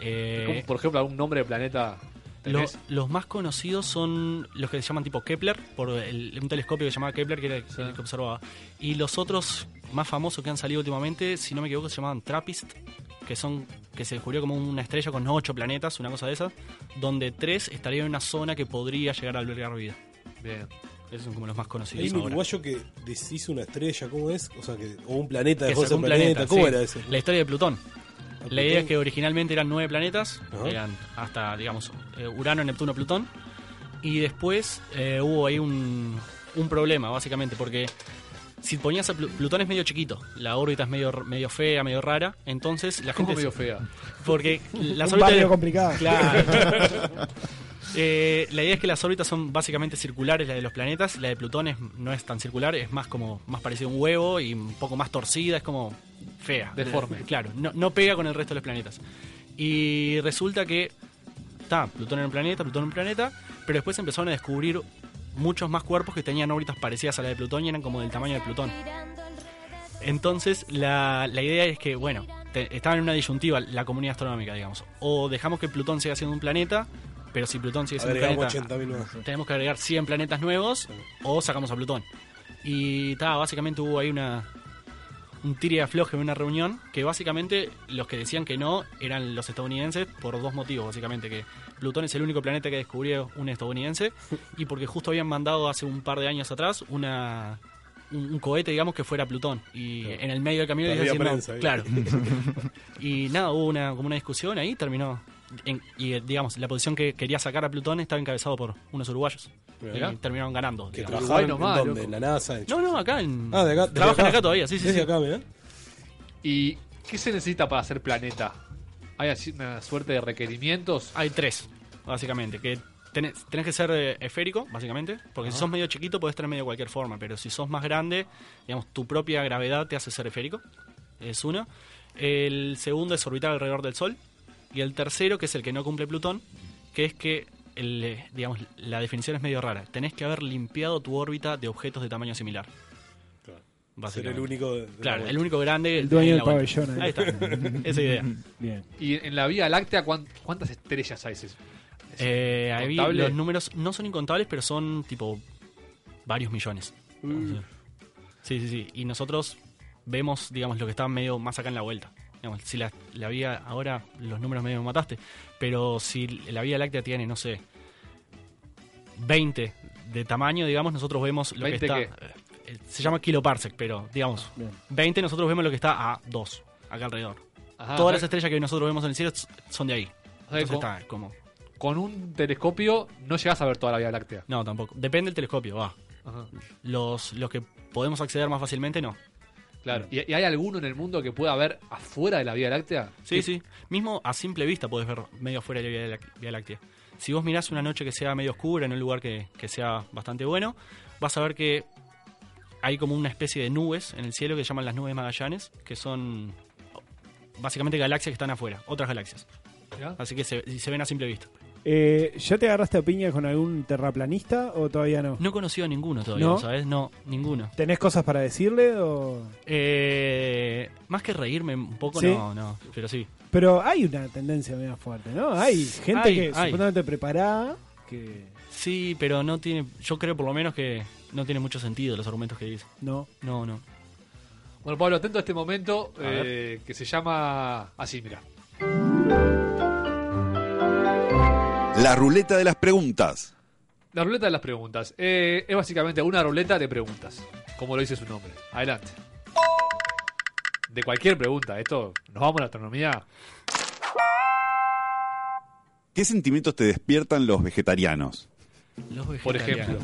Eh,
Como, por ejemplo, algún nombre de planeta.
Lo-
tenés?
los más conocidos son los que se llaman tipo Kepler, por el- un telescopio que se llamaba Kepler, que era el, el que observaba. Y los otros más famosos que han salido últimamente, si no me equivoco, se llamaban Trappist, que son que se descubrió como una estrella con ocho planetas, una cosa de esas, donde tres estarían en una zona que podría llegar a albergar vida.
Bien.
Esos son como los más
Hay
conocidos
un
ahora.
uruguayo que deshizo una estrella, ¿cómo es? O sea, que, o un planeta
Que
dejó de ser
sacó un
planeta.
planeta,
¿Cómo
sí.
era ese?
La historia de Plutón. La idea
Plutón.
es que originalmente eran nueve planetas,
Ajá.
eran hasta, digamos, eh, Urano, Neptuno, Plutón. Y después eh, hubo ahí un, un problema, básicamente, porque si ponías a Plu- Plutón es medio chiquito, la órbita es medio, medio fea, medio rara, entonces la
¿Cómo
gente...
medio fea?
Porque las
Un
órbitas...
barrio complicado.
Claro. Eh, la idea es que las órbitas son básicamente circulares, la de los planetas. La de Plutón es- no es tan circular, es más como más parecido a un huevo y un poco más torcida, es como fea.
Deforme.
Eh, Claro, no, no pega con el resto de los planetas. Y resulta que está, Plutón era un planeta, Plutón era un planeta, pero después empezaron a descubrir muchos más cuerpos que tenían órbitas parecidas a la de Plutón y eran como del tamaño de Plutón. Entonces, la, la idea es que, bueno, te- estaba en una disyuntiva la comunidad astronómica, digamos. O dejamos que Plutón siga siendo un planeta, pero si Plutón sigue siendo un
Agregamos
planeta,
80.000 nuevos.
tenemos que agregar 100 planetas nuevos o sacamos a Plutón. Y ta, básicamente hubo ahí una un tire y afloje en una reunión que básicamente los que decían que no eran los estadounidenses por dos motivos, básicamente que Plutón es el único planeta que descubrió un estadounidense y porque justo habían mandado hace un par de años atrás una un, un cohete, digamos, que fuera Plutón y en el medio del camino
Perdía
dijeron, "No,
prensa, ¿eh?"
claro. y nada, hubo una como una discusión ahí, terminó en- y eh, digamos, la posición que quería sacar a Plutón estaba encabezado por unos uruguayos.
Mirá.
Y terminaron ganando.
Que
digamos.
trabajaban en, dónde, en la NASA. en-
No, no, acá en.
Ah, de acá- desde
Trabajan
acá.
acá todavía, sí, sí.
Desde
sí.
acá, mirá.
¿Y qué se necesita para hacer planeta? ¿Hay así una suerte de requerimientos?
Hay tres, básicamente. Que tenés, tenés que ser eh, esférico, básicamente. Porque si
Ajá.
sos medio chiquito, podés tener medio cualquier forma. Pero si sos más grande, digamos, tu propia gravedad te hace ser esférico. Es uno. El segundo es orbitar alrededor del Sol. Y el tercero, que es el que no cumple Plutón, que es que. el, eh, digamos, la definición es medio rara. Tenés que haber limpiado tu órbita de objetos de tamaño similar.
Ser
básicamente.
el único. de- de
Claro,
la
el
vuelta.
único grande.
El dueño
ahí en
del
la vuelta.
pabellón ahí.
Ahí está. Esa idea.
Bien.
¿Y en la Vía Láctea cuán- cuántas estrellas hay? ¿Es- es
Eh, ahí vi
contable?
los números no son incontables, pero son tipo varios millones.
Mm.
Sí, sí, sí. Y nosotros vemos, digamos, lo que está medio más acá en la vuelta. Digamos, si la, la vía, ahora los números medio me mataste, pero si la vía láctea tiene, no sé, 20 de tamaño, digamos, nosotros vemos lo que
20
está.
qué? Ah,
eh, Se llama kiloparsec, pero digamos, 20 nosotros vemos lo que está a 2, acá alrededor.
Ajá,
Todas
o sea-
las estrellas que nosotros vemos en el cielo s- son de ahí.
O sea,
Entonces
con-
está como.
Con un telescopio no llegas a ver toda la Vía Láctea.
No, tampoco. Depende del telescopio, va. Los, los que podemos acceder más fácilmente, no.
Claro. ¿Y, y hay alguno en el mundo que pueda ver afuera de la Vía Láctea?
Sí, sí. Mismo a simple vista podés ver medio fuera de la Vía Láct- Vía Láctea. Si vos mirás una noche que sea medio oscura, en un lugar que, que sea bastante bueno, vas a ver que hay como una especie de nubes en el cielo que se llaman las nubes Magallanes, que son básicamente galaxias que están afuera, otras galaxias.
Mirá.
Así que se, se ven a simple vista.
Eh, ¿Ya te agarraste a piña con algún terraplanista o todavía no?
No he conocido a ninguno todavía,
¿No?
¿sabes? No, ninguno.
¿Tenés cosas para decirle o...?
Eh, más que reírme un poco,
¿Sí?
no, no, pero sí.
Pero hay una tendencia media fuerte, ¿no? Hay gente
Hay,
que
hay.
supuestamente preparada que
Sí, pero no tiene. Yo creo por lo menos que no tiene mucho sentido los argumentos que dice.
no.
No, no.
Bueno, Pablo, atento a este momento
A ver.
eh, que se llama así, mira.
La ruleta de las preguntas.
La ruleta de las preguntas. Eh, es básicamente una ruleta de preguntas, como lo dice su nombre. Adelante. De cualquier pregunta, esto, nos vamos a la astronomía.
¿Qué sentimientos te despiertan los vegetarianos?
Por ejemplo.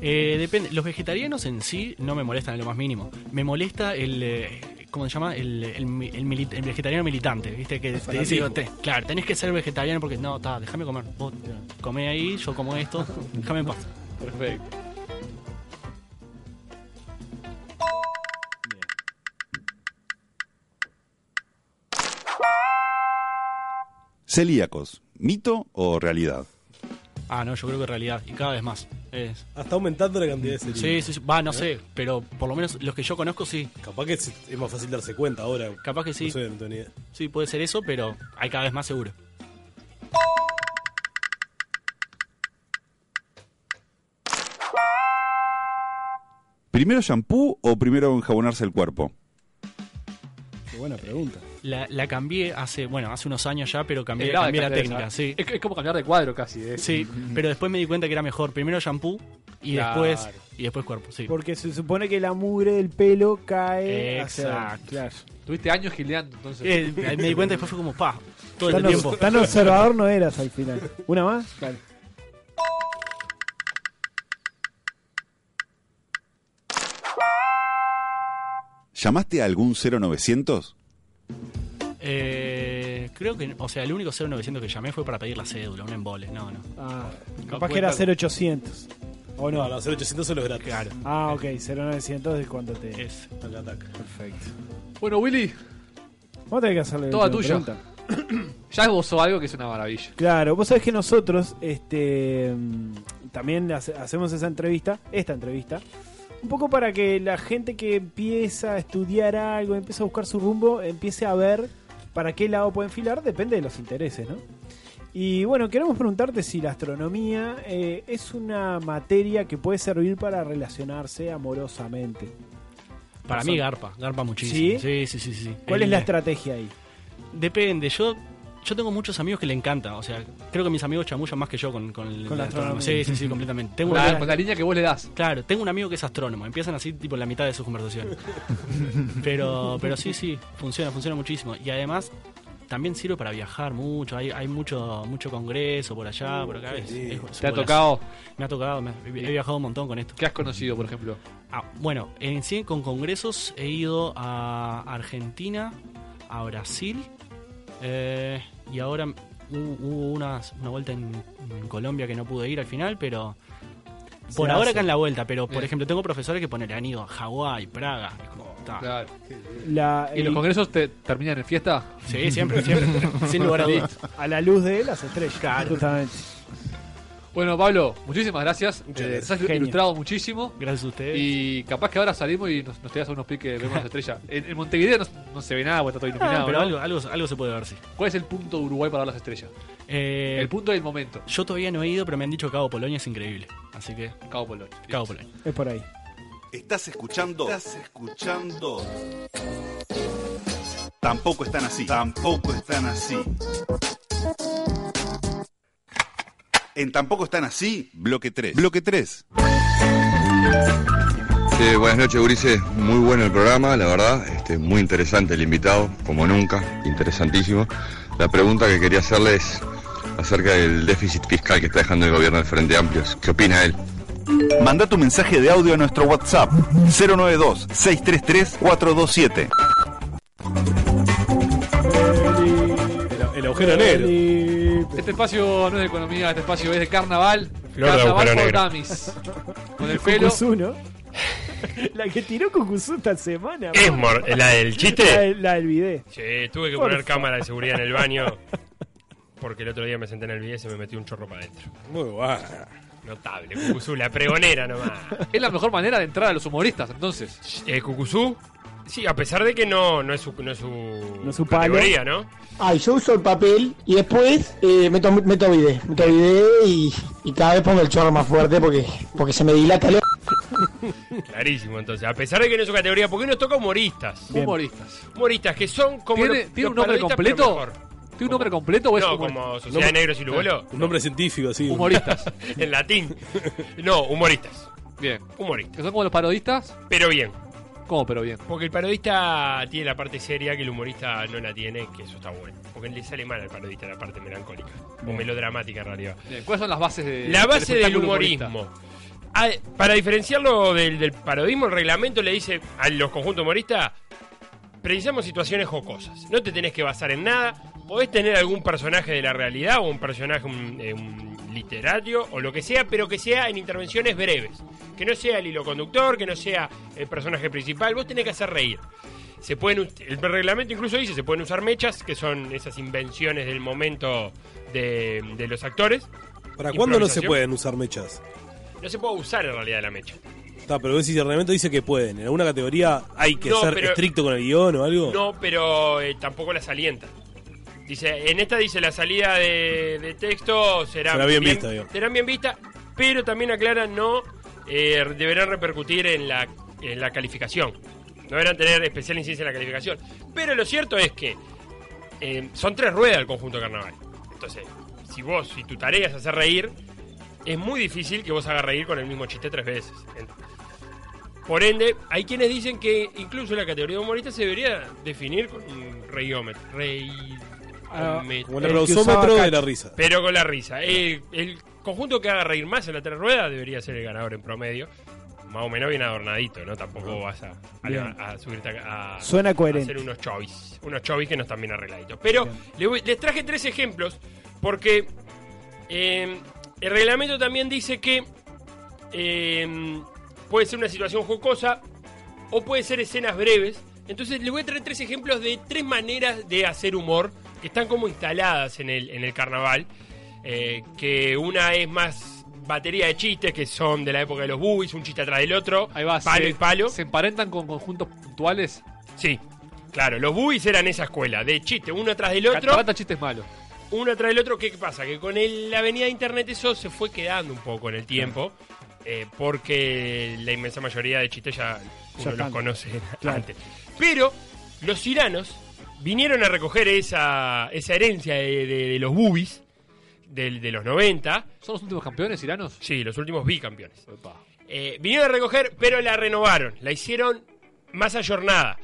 Eh, depende. Los vegetarianos en sí no me molestan en lo más mínimo. Me molesta el. eh, ¿Cómo se llama? El, el mi- el mili- el vegetariano militante, ¿viste? Que te dice,
fanatismo.
"Te- claro, tenés que ser vegetariano porque no, está, déjame comer. Vos comé ahí, yo como esto, déjame en paz.
Perfecto.
Celíacos, ¿mito o realidad?
Ah, no, yo creo que en realidad, y cada vez más. Es.
Está aumentando la cantidad de celíacos.
Sí, sí, sí. va, no sé, pero por lo menos los que yo conozco sí.
Capaz que es es más fácil darse cuenta ahora.
Capaz que sí.
No sé, no tengo ni idea.
Sí, puede ser eso, pero hay cada vez más seguro.
¿Primero shampoo o primero enjabonarse el cuerpo?
Qué buena pregunta.
La, la cambié hace, bueno, hace unos años ya, pero cambié,
Es grave
cambié la
cambiar
técnica,
esa.
sí.
Es, es como cambiar de cuadro casi. ¿eh?
Sí, pero después me di cuenta que era mejor primero shampoo y
Claro.
después y después cuerpo, sí.
Porque se supone que la mugre del pelo cae.
Exacto.
hacia- claro.
Tuviste años gileando, entonces.
Eh, me di cuenta y después fue como, pa, todo el
Tan
tiempo.
obs- Tan observador no eras al final. ¿Una más? Vale.
¿Llamaste a algún 0900?
Eh, creo que, o sea, el único 0900 que llamé fue para pedir la cédula, un embole, no, no.
Ah,
No
capaz que
cuenta
era
con-
0800. ¿O no?
No, no, 0800 son los gratis. Claro.
Ah, ok, 0900 es cuando te.
Es.
Perfecto.
Bueno, Willy,
Vos tenés que hacerle la
toda
última
tuya.
pregunta.
ya esbozó algo que es una maravilla.
Claro, vos sabés que nosotros este, mm, también hace- hacemos esa entrevista, esta entrevista, un poco para que la gente que empieza a estudiar algo, empieza a buscar su rumbo, empiece a ver para qué lado puede enfilar, depende de los intereses, ¿no? Y bueno, queremos preguntarte si la astronomía eh, es una materia que puede servir para relacionarse amorosamente.
Para mí garpa, garpa muchísimo. Sí, sí, sí, sí. Eh, sí.
¿Cuál es
El-
la estrategia ahí?
Depende, yo yo tengo muchos amigos que le encanta, o sea, creo que mis amigos chamullan más que yo con, con, el-
Con la astronomía.
Sí, sí, sí, completamente. Tengo
Con la-
una-
con la línea que vos le das.
Claro, tengo un amigo que es astrónomo, empiezan así tipo la mitad de sus conversaciones. pero pero sí, sí, funciona, funciona muchísimo y además también sirve para viajar mucho, hay, hay mucho mucho congreso por allá, por acá. es- es- es
¿Te ha
un golazo.
tocado?
Me ha tocado, me- he he viajado un montón con esto.
¿Qué has conocido, por ejemplo?
Ah, bueno, en sí con congresos he ido a Argentina, a Brasil eh, y ahora hu- hubo unas- una, vuelta en, en Colombia que no pude ir al final, pero
Se
por ahora
hace.
acá en la vuelta, pero por
Eh.
ejemplo tengo profesores que ponen, han ido a Hawái, Praga. y como, ta.
La- eh,
¿Y los
el-
congresos te terminan en fiesta?
Sí, siempre, siempre. Sin lugar a dudas.
A la luz de las estrellas, justamente.
Bueno, Pablo, muchísimas gracias. Eh, Nos has
Genio.
ilustrado muchísimo.
Gracias a ustedes.
Y capaz que ahora salimos y nos, nos te das unos piques, vemos las estrellas. En, en Montevideo no, no se ve nada, porque está todo iluminado.
pero
¿no?
algo, algo, algo se puede ver, sí.
¿Cuál es el punto de Uruguay para ver las estrellas?
Eh,
el punto del momento.
Yo todavía no he ido, pero me han dicho Cabo Polonia es increíble. Así que.
Cabo Polonia.
Cabo Polonia.
Es por ahí.
¿Estás escuchando? ¿Estás escuchando? Tampoco están así. Tampoco están así. En Tampoco están así, bloque 3. Bloque 3.
Eh, buenas noches, Gurises. Muy bueno el programa, la verdad. Este, muy interesante el invitado, como nunca. Interesantísimo. La pregunta que quería hacerle es acerca del déficit fiscal que está dejando el gobierno del Frente Amplio. ¿Qué opina él?
Manda tu mensaje de audio a nuestro WhatsApp 092 633 427.
El, el agujero negro.
Este espacio no es de economía, este espacio es de carnaval.
Flor de
carnaval
agujero
por
negro.
Damis. Con el pelo.
Cucuzú, ¿no? la que tiró Cucuzú esta semana.
Es
man.
mor- la del chiste.
La, del- la del video.
Sí, tuve que
Por
poner
favor.
cámara de seguridad en el baño porque el otro día me senté en el video y se me metió un chorro para adentro.
Muy guay.
Notable, Cucuzú, la pregonera nomás.
Es la mejor manera de entrar a los humoristas, entonces.
Eh, Cucuzú, sí, a pesar de que no, no es su, no es su, no
es su
palo.
categoría, ¿no?
Ay, yo uso el papel y después eh, meto, meto bidé. Meto bidé y, y cada vez pongo el chorro más fuerte porque, porque se me dilata el...
Clarísimo, entonces. A pesar de que no es su categoría, porque nos toca humoristas.
Bien. Humoristas.
Humoristas, que son como.
¿Tiene-
los-
tiene
los
un nombre
parodistas,
completo?
pero mejor.
¿Tiene un nombre completo o es
No,
humorista?
como Sociedad de Negros y Lugolo.
Un nombre científico, así.
Humoristas.
en latín. No, humoristas.
Bien.
Humoristas.
Que son como los parodistas.
Pero bien.
¿Cómo, pero bien?
Porque el parodista tiene la parte seria que el humorista no la tiene, que eso está bueno. Porque le sale mal al parodista la parte melancólica. O
Bien.
melodramática en realidad.
Bien, ¿Cuáles son las bases de,
La base del
espectáculo humorista?
humorismo. Ah, para diferenciarlo del, del parodismo, el reglamento le dice a los conjuntos humoristas: precisamos situaciones jocosas. No te tenés que basar en nada. Podés tener algún personaje de la realidad o un personaje un, eh, un literario o lo que sea, pero que sea en intervenciones breves. Que no sea el hilo conductor, que no sea el personaje principal. Vos tenés que hacer reír. Se pueden, us- el reglamento incluso dice, se pueden usar mechas, que son esas invenciones del momento de, de los actores.
¿Para cuándo no se
Improvisación.
pueden usar mechas?
No se puede usar en realidad la mecha.
Está, pero si el reglamento dice que pueden. ¿En alguna categoría hay que
No,
ser
pero-
estricto con el guión o algo?
No, pero eh, tampoco las alienta. Dice, en esta dice la salida de, de texto será,
Será bien vista, digamos.
serán bien vista, pero también aclara no eh, deberán repercutir en la, en la calificación. No deberán tener especial incidencia en la calificación. Pero lo cierto es que eh, son tres ruedas el conjunto carnaval. Entonces, si vos, si tu tarea es hacer reír, es muy difícil que vos hagas reír con el mismo chiste tres veces. En- Por ende, hay quienes dicen que incluso la categoría de humorista se debería definir con un reiómetro. Rei...
Ah,
met-
como el El que rausómetro usaba de Cacho. la risa.
Pero con la risa. Eh, el conjunto que haga reír más en la tres ruedas debería ser el ganador en promedio. Más o menos bien adornadito, ¿no? Tampoco vas a, a-
Bien.
a subirte a, a-
Suena
a
coherente.
hacer unos chovis. Unos chovis que no están bien arregladitos. Pero le voy- les traje tres ejemplos porque eh, el reglamento también dice que eh, puede ser una situación jocosa o puede ser escenas breves. Entonces les voy a traer tres ejemplos de tres maneras de hacer humor que están como instaladas en el, en el carnaval. Eh, que una es más batería de chistes que son de la época de los buis, un chiste atrás del otro, palo
se-
y palo. ¿Se emparentan con conjuntos puntuales? Sí, claro, los buis eran esa escuela, de chiste, uno atrás del otro.
Catarata chistes malos.
Uno atrás del otro, ¿qué pasa? Que con el- la avenida de internet eso se fue quedando un poco en el tiempo, eh, porque la inmensa mayoría de chistes ya uno los
están.
conoce
Claro.
antes. Pero los iranos vinieron a recoger esa, esa herencia de, de- de los boobies del- de los 90. ¿Son los últimos campeones iranos? Sí, los últimos bicampeones. Eh, vinieron a recoger, pero la renovaron, la hicieron más ayornada.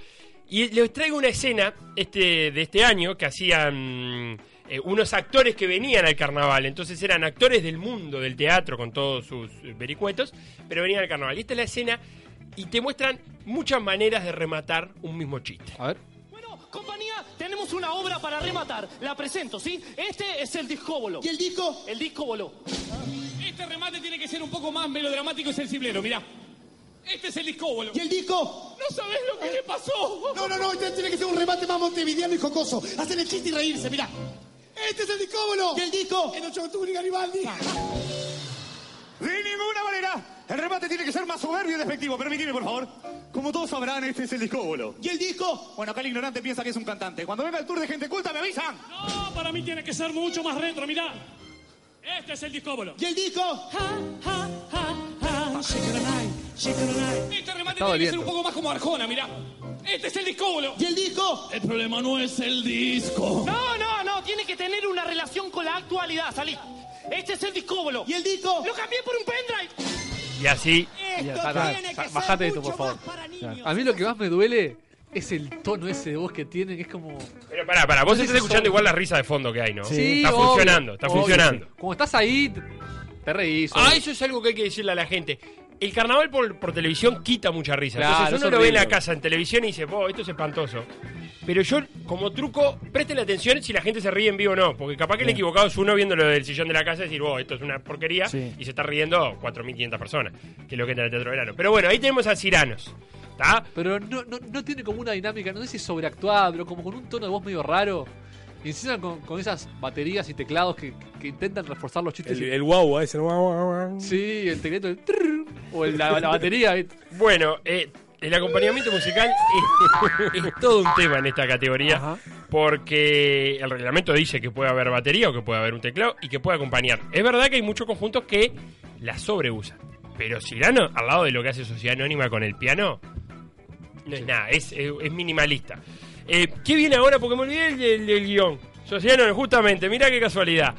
Y les traigo una escena este, de este año que hacían eh, unos actores que venían al carnaval. Entonces eran actores del mundo del teatro con todos sus eh, vericuetos, pero venían al carnaval. Y esta es la escena y te muestran muchas maneras de rematar un mismo chiste. A ver.
Compañía, tenemos una obra para rematar. La presento, ¿sí? Este es el discóbolo. ¿Y el disco? El disco voló.
Este remate tiene que ser un poco más melodramático y sensiblero, mirá. Este es el discóbolo. ¿Y el disco? No sabés lo que le pasó.
No, no, no, este tiene que ser un remate más montevideano y jocoso. Hacer el chiste y reírse, mirá. Este es el discóbolo. ¿Y el disco? El 8 de octubre, Garibaldi.
Ah. De ninguna manera. El remate tiene que ser más soberbio y despectivo. Permitime, por favor. Como todos sabrán, este es el discóbolo. ¿Y el disco? Bueno, acá el ignorante piensa que es un cantante. Cuando venga el tour de gente culta, me avisan.
No, para mí tiene que ser mucho más retro, mirá. Este es el discóbolo. ¿Y el disco? Ja, ja, ja, ja. Shake it tonight, shake it tonight. Está
Este remate tiene que
doliendo.
ser un poco más como Arjona, mirá. Este es el discóbolo.
¿Y el disco?
El problema no es el disco.
No, no, no, tiene que tener una relación con la actualidad, salí. Este es el discóbolo. ¿Y el disco? Lo cambié por un pendrive.
Y así.
Bajate de esto, por favor. A mí lo que más me duele es el tono ese de voz que tienen, que es como.
Pero pará, pará, vos
No sé
estás
si
escuchando
son-
igual la risa de fondo que hay, ¿no?
Sí,
está
obvio,
funcionando, está
obvio.
funcionando.
Como estás ahí, te- te reís.
Ah, eso es algo que hay que decirle a la gente. El carnaval por, por televisión quita mucha risa.
Claro,
Entonces
es
uno lo ve en la
horrible.
casa en televisión y dice, oh, esto es espantoso. Pero yo, como truco, presten atención si la gente se ríe en vivo o no. Porque capaz que el
Bien.
equivocado es uno viéndolo del sillón de la casa y decir, oh, esto es una porquería.
Sí.
Y se está riendo 4.500 personas, que es lo que entra en el teatro de verano. Pero bueno, ahí tenemos a Ciranos. ¿Está?
Pero no, no, no tiene como una dinámica, no sé si sobreactuada, pero como con un tono de voz medio raro. Y encima con, con esas baterías y teclados que, que intentan reforzar los chistes.
El, el guau, ¿eh? ese. guau, guau, guau.
Sí, el teclado el trrr, o el- la, la batería. ¿viste?
Bueno, eh, el acompañamiento musical es, es todo un tema en esta categoría porque el reglamento dice que puede haber batería o que puede haber un teclado y que puede acompañar. Es verdad que hay muchos conjuntos que la sobreusan, pero Cirano, al lado de lo que hace Sociedad Anónima con el piano, no es nada, es, es- es minimalista. Eh, ¿Qué viene ahora? Porque me olvidé del, del guión. Sociedad Anónima, justamente, mirá qué casualidad.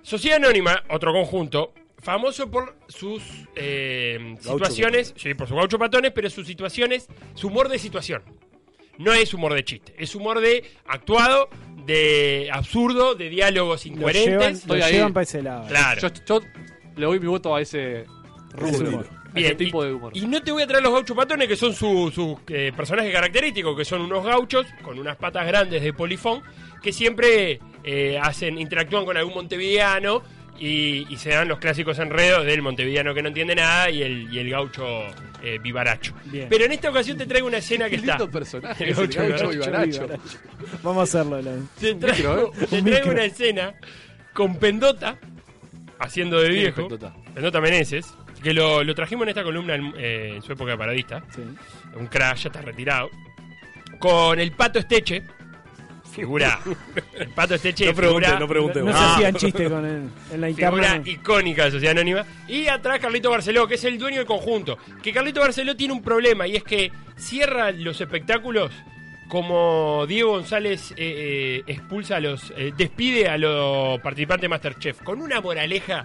Sociedad Anónima, otro conjunto, famoso por sus eh,
Gaucho
situaciones, sí, por sus gaucho patones, pero sus situaciones, su humor de situación. No es humor de chiste, es humor de actuado, de absurdo, de diálogos
Lo
incoherentes.
llevan, lo llevan para ese lado.
Claro.
Yo, yo le doy mi voto a ese
Rubro. Bien,
Ese tipo de humor.
Y no te voy a traer los gauchos patones, que son sus sus, eh, personajes característicos, que son unos gauchos con unas patas grandes de polifón, que siempre eh, hacen interactúan con algún montevideano y, y se dan los clásicos enredos del montevideano que no entiende nada y el, y el gaucho eh, vivaracho.
Bien.
Pero en esta ocasión te traigo una escena que está...
personaje,
El
ese
gaucho
gaucho
vivaracho.
vivaracho.
Vamos a hacerlo, Alan.
Te traigo,
¿eh?
te traigo
Un micro.
una escena con Pendota haciendo de
¿Quién es
viejo.
Pendota?
Pendota Meneses, que lo, lo trajimos en esta columna en, eh, en su época de paradista. Un crash, ya está retirado. Con el pato Esteche. Figura. El pato Esteche.
No pregunte,
figura- Ah.
Ah. no
No, no se hacían chistes con él. En la
Figura
interna.
icónica de Sociedad Anónima. Y atrás Carlito Barceló, que es el dueño del conjunto. Que Carlito Barceló tiene un problema y es que cierra los espectáculos como Diego González eh, eh, expulsa a los. eh, despide a los participantes de Masterchef. Con una moraleja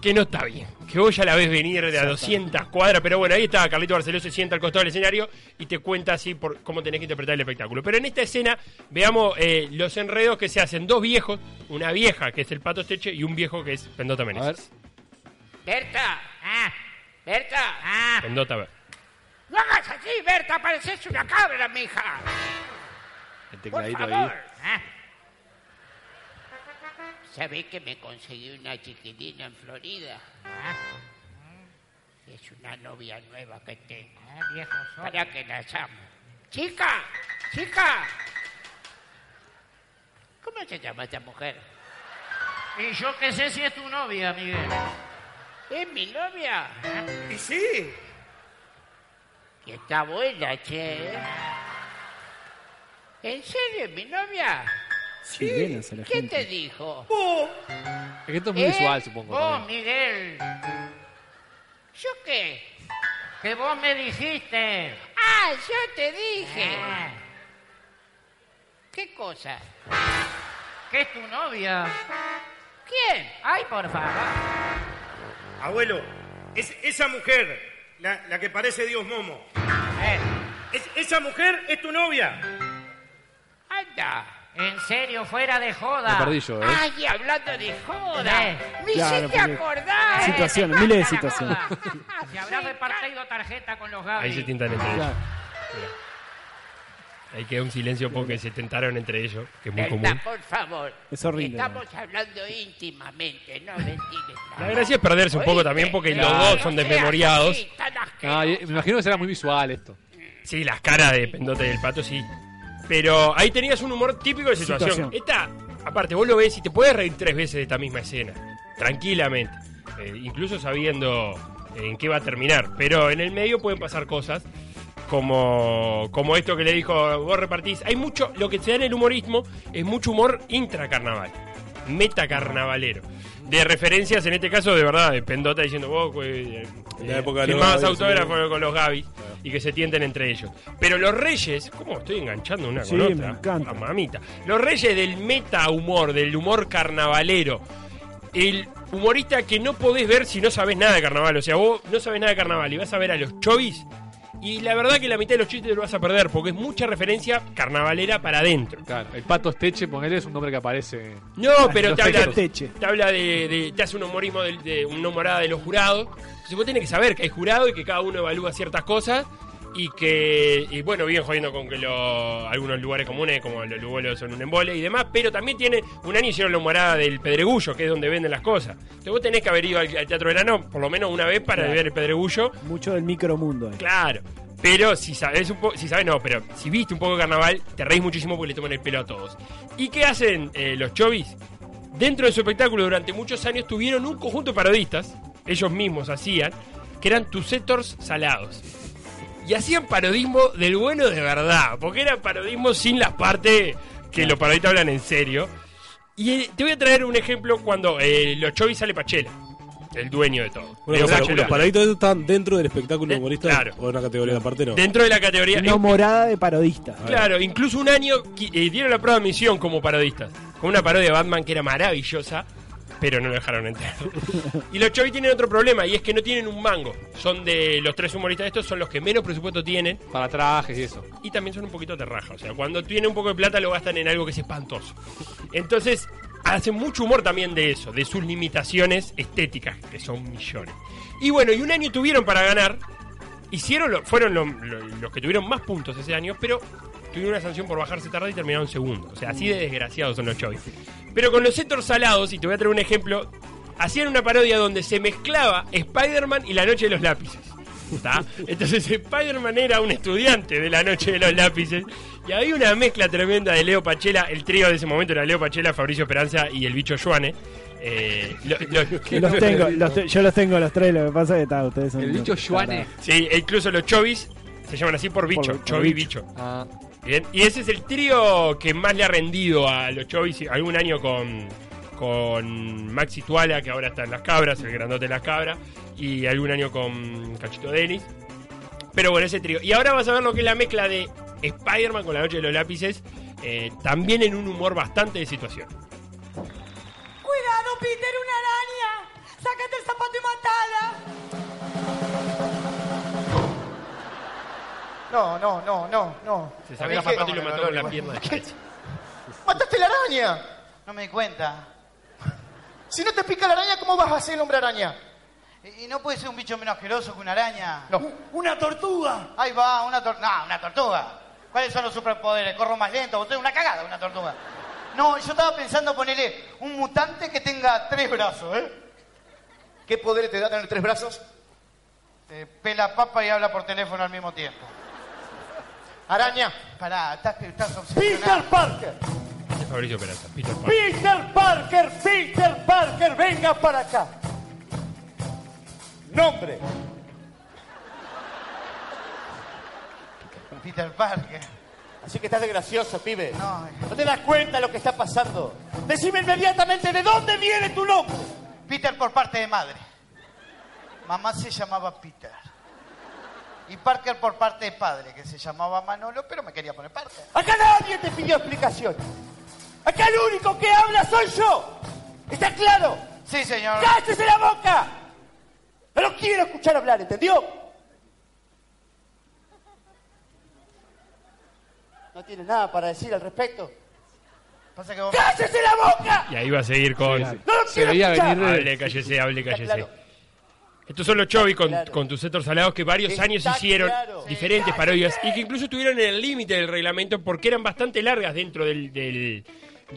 que no está bien. Que vos ya la ves venir de a 200 cuadras, pero bueno, ahí está, Carlito Barceló se sienta al costado del escenario y te cuenta así por cómo tenés que interpretar el espectáculo. Pero en esta escena veamos eh, los enredos que se hacen dos viejos, una vieja que es el Pato Esteche y un viejo que es Pendota Meneses.
Berta, ah, Berta, ah.
Pendota, a ver.
No hagas así, Berta, pareces una cabra, mija.
El
Por
tecladito
favor.
ahí.
ah. ¿Sabés que me conseguí una chiquitina en Florida? ah? Es una novia nueva que tengo. Para que las amo. Chica, chica. ¿Cómo se llama esta mujer?
Y yo qué sé si es tu novia, Miguel.
¿Es mi novia? ¿Y sí? Que está buena, che. ¿eh? ¿En serio es mi novia?
Sirenas a la
¿Quién
gente.
te dijo?
Es que esto es muy
¿Eh?
visual, supongo.
Vos,
también.
Miguel.
¿Yo qué? Que vos me dijiste. Eh.
Ah, yo te dije. ¿Qué cosa?
Que es tu novia.
¿Quién?
Ay, por favor.
Abuelo, es esa mujer, la, la que parece Dios Momo.
Eh.
Es- esa mujer es tu novia.
Anda.
En serio, fuera de joda.
Me perdí yo, ¿eh?
Ay, hablando de joda.
Eh.
Me
Claro,
hiciste
porque-
acordar.
Situaciones, miles de situaciones.
Se habrá repartido tarjeta con los Gaby.
Ahí se tintan entre ellos. Ahí queda un silencio porque se tentaron entre ellos, que es muy común.
Berta, por favor.
Es horrible,
Estamos hablando íntimamente, no mentiras.
La gracia es perderse un poco también porque los
Claro.
dos son desmemoriados.
Ah, y- me imagino que será muy visual esto.
Sí, las caras de Pendote y del Pato, sí. Pero ahí tenías un humor típico de situación.
Situación.
Esta, aparte, vos lo ves y te puedes reír tres veces de esta misma escena. Tranquilamente. Eh, incluso sabiendo eh, en qué va a terminar. Pero en el medio pueden pasar cosas como, como esto que le dijo, vos repartís. Hay mucho, lo que se da en el humorismo es mucho humor intracarnaval, metacarnavalero. De referencias, en este caso, de verdad, de Pendota diciendo, vos, eh,
En la época de los
firmabas
Gavis, Ah.
autógrafos
seguro.
con los Gavis y que se tienten entre ellos. Pero los reyes, ¿cómo estoy enganchando una
Sí,
con
me
otra? Ah, mamita. Los reyes del meta humor, del humor carnavalero, el humorista que no podés ver si no sabés nada de carnaval. O sea, vos no sabés nada de carnaval y vas a ver a los chovis. Y la verdad que la mitad de los chistes lo vas a perder porque es mucha referencia carnavalera para adentro.
El pato Esteche, ponele, es un nombre que aparece.
No, pero
Los
te habla,
textos.
te habla de, de- te hace un humorismo del- de, una humorada de los jurados. Entonces vos tenés que saber que hay jurado y que cada uno evalúa ciertas cosas y que, y bueno, bien jodiendo con que lo- algunos lugares comunes como los lugolos son un embole y demás, pero también tiene, un año hicieron la humorada del Pedregullo, que es donde venden las cosas. Entonces vos tenés que haber ido al, al Teatro Verano por lo menos una vez para
Claro.
ver el Pedregullo
Mucho del micromundo ahí.
Claro. Pero si sabes un poco, si sabes no, pero si viste un poco de carnaval, te reís muchísimo porque le toman el pelo a todos. ¿Y qué hacen eh, los chovis? Dentro de su espectáculo durante muchos años tuvieron un conjunto de parodistas, ellos mismos hacían, que eran tusetors salados. Y hacían parodismo del bueno de verdad, porque era parodismo sin la parte que los parodistas hablan en serio. Y eh, te voy a traer un ejemplo cuando eh, los chovis sale Pachela, el dueño de todo. Leo
Bueno, pero
Pachela.
los paraditos esos están dentro del espectáculo humorista o una categoría aparte, ¿no?
Eh, Dentro de la categoría.
Una morada de parodistas.
Claro, incluso un año qui- eh, dieron la prueba de misión como parodistas. Con una parodia de Batman que era maravillosa, pero no lo dejaron entrar. y los Chavis tienen otro problema, y es que no tienen un mango. Son de los tres humoristas de estos, son los que menos presupuesto tienen.
Para trajes y eso.
Y también son un poquito terraja. O sea, cuando tienen un poco de plata lo gastan en algo que es espantoso. Entonces, hace mucho humor también de eso, de sus limitaciones estéticas, que son millones. Y bueno, y un año tuvieron para ganar. Hicieron lo- fueron lo- lo- los que tuvieron más puntos ese año, pero tuvieron una sanción por bajarse tarde y terminaron segundo. O sea, así de desgraciados son los Choy. Pero con los centros salados, y te voy a traer un ejemplo, hacían una parodia donde se mezclaba Spider-Man y la noche de los lápices. ¿Está? Entonces Spider-Man era un estudiante de la noche de los lápices. Y había una mezcla tremenda de Leo Pachela, el trío de ese momento era Leo Pachela, Fabricio Esperanza y el bicho Joane. Eh, lo- lo-
Los tengo, los te- yo los tengo los tres, lo que pasa es que está, ustedes son.
el bicho Joane. Sí, e incluso los chovis se llaman así por bicho.
por
chovi
bicho.
bicho. Bien, y ese es el trío que más le ha rendido a los chovis algún año con, con Maxi Tuala, que ahora está en las cabras, el grandote de las cabras, y algún año con Cachito Denis. Pero bueno, ese trío. Y ahora vas a ver lo que es la mezcla de Spider-Man con la noche de los lápices, eh, también en un humor bastante de situación.
Cuidado, Peter, una araña. Sácate el zapato y matala.
No, no, no, no, no.
Se sacó el zapato y lo mató con la pierna de cabeza.
¡Mataste la araña! No me di cuenta. Si no te pica la araña, ¿cómo vas a ser el hombre araña? Y no puede ser un bicho menos asqueroso que una araña. No. ¡Una tortuga! Ahí va, una tortuga. No, una tortuga. ¿Cuáles son los superpoderes? Corro más lento, vos tenés una cagada, una tortuga. No, yo estaba pensando ponerle un mutante que tenga tres brazos, ¿eh? ¿Qué poderes te da tener tres brazos? Eh, pela papa y habla por teléfono al mismo tiempo. Araña. Pará, estás, estás obsesionado.
Peter Parker,
Fabricio Esperanza, Peter Pan.
Peter Parker, Peter Parker, venga para acá. Nombre.
Peter Parker. eh.
Así que estás de gracioso, pibe. No, te das cuenta de lo que está pasando. Decime inmediatamente de dónde viene tu nombre.
Peter por parte de madre. Mamá se llamaba Peter. Y Parker por parte de padre, que se llamaba Manolo, pero me quería poner Parker.
Acá nadie te pidió explicación. Acá el único que habla soy yo. ¿Está claro?
Sí, señor.
¡Cállese la boca! No lo quiero escuchar hablar, ¿entendió? ¿No tiene nada para decir al respecto?
Pasa que vos...
¡Cállese la boca!
Y ahí va a seguir con.
Se veía escuchar. venir de-
Hable, cállese, hable,
Está
cállese.
claro.
Estos son los Chovi con,
claro.
con tus centros salados que varios
Está
años hicieron
claro.
diferentes parodias y que incluso estuvieron en el límite del reglamento porque eran bastante largas dentro del, del,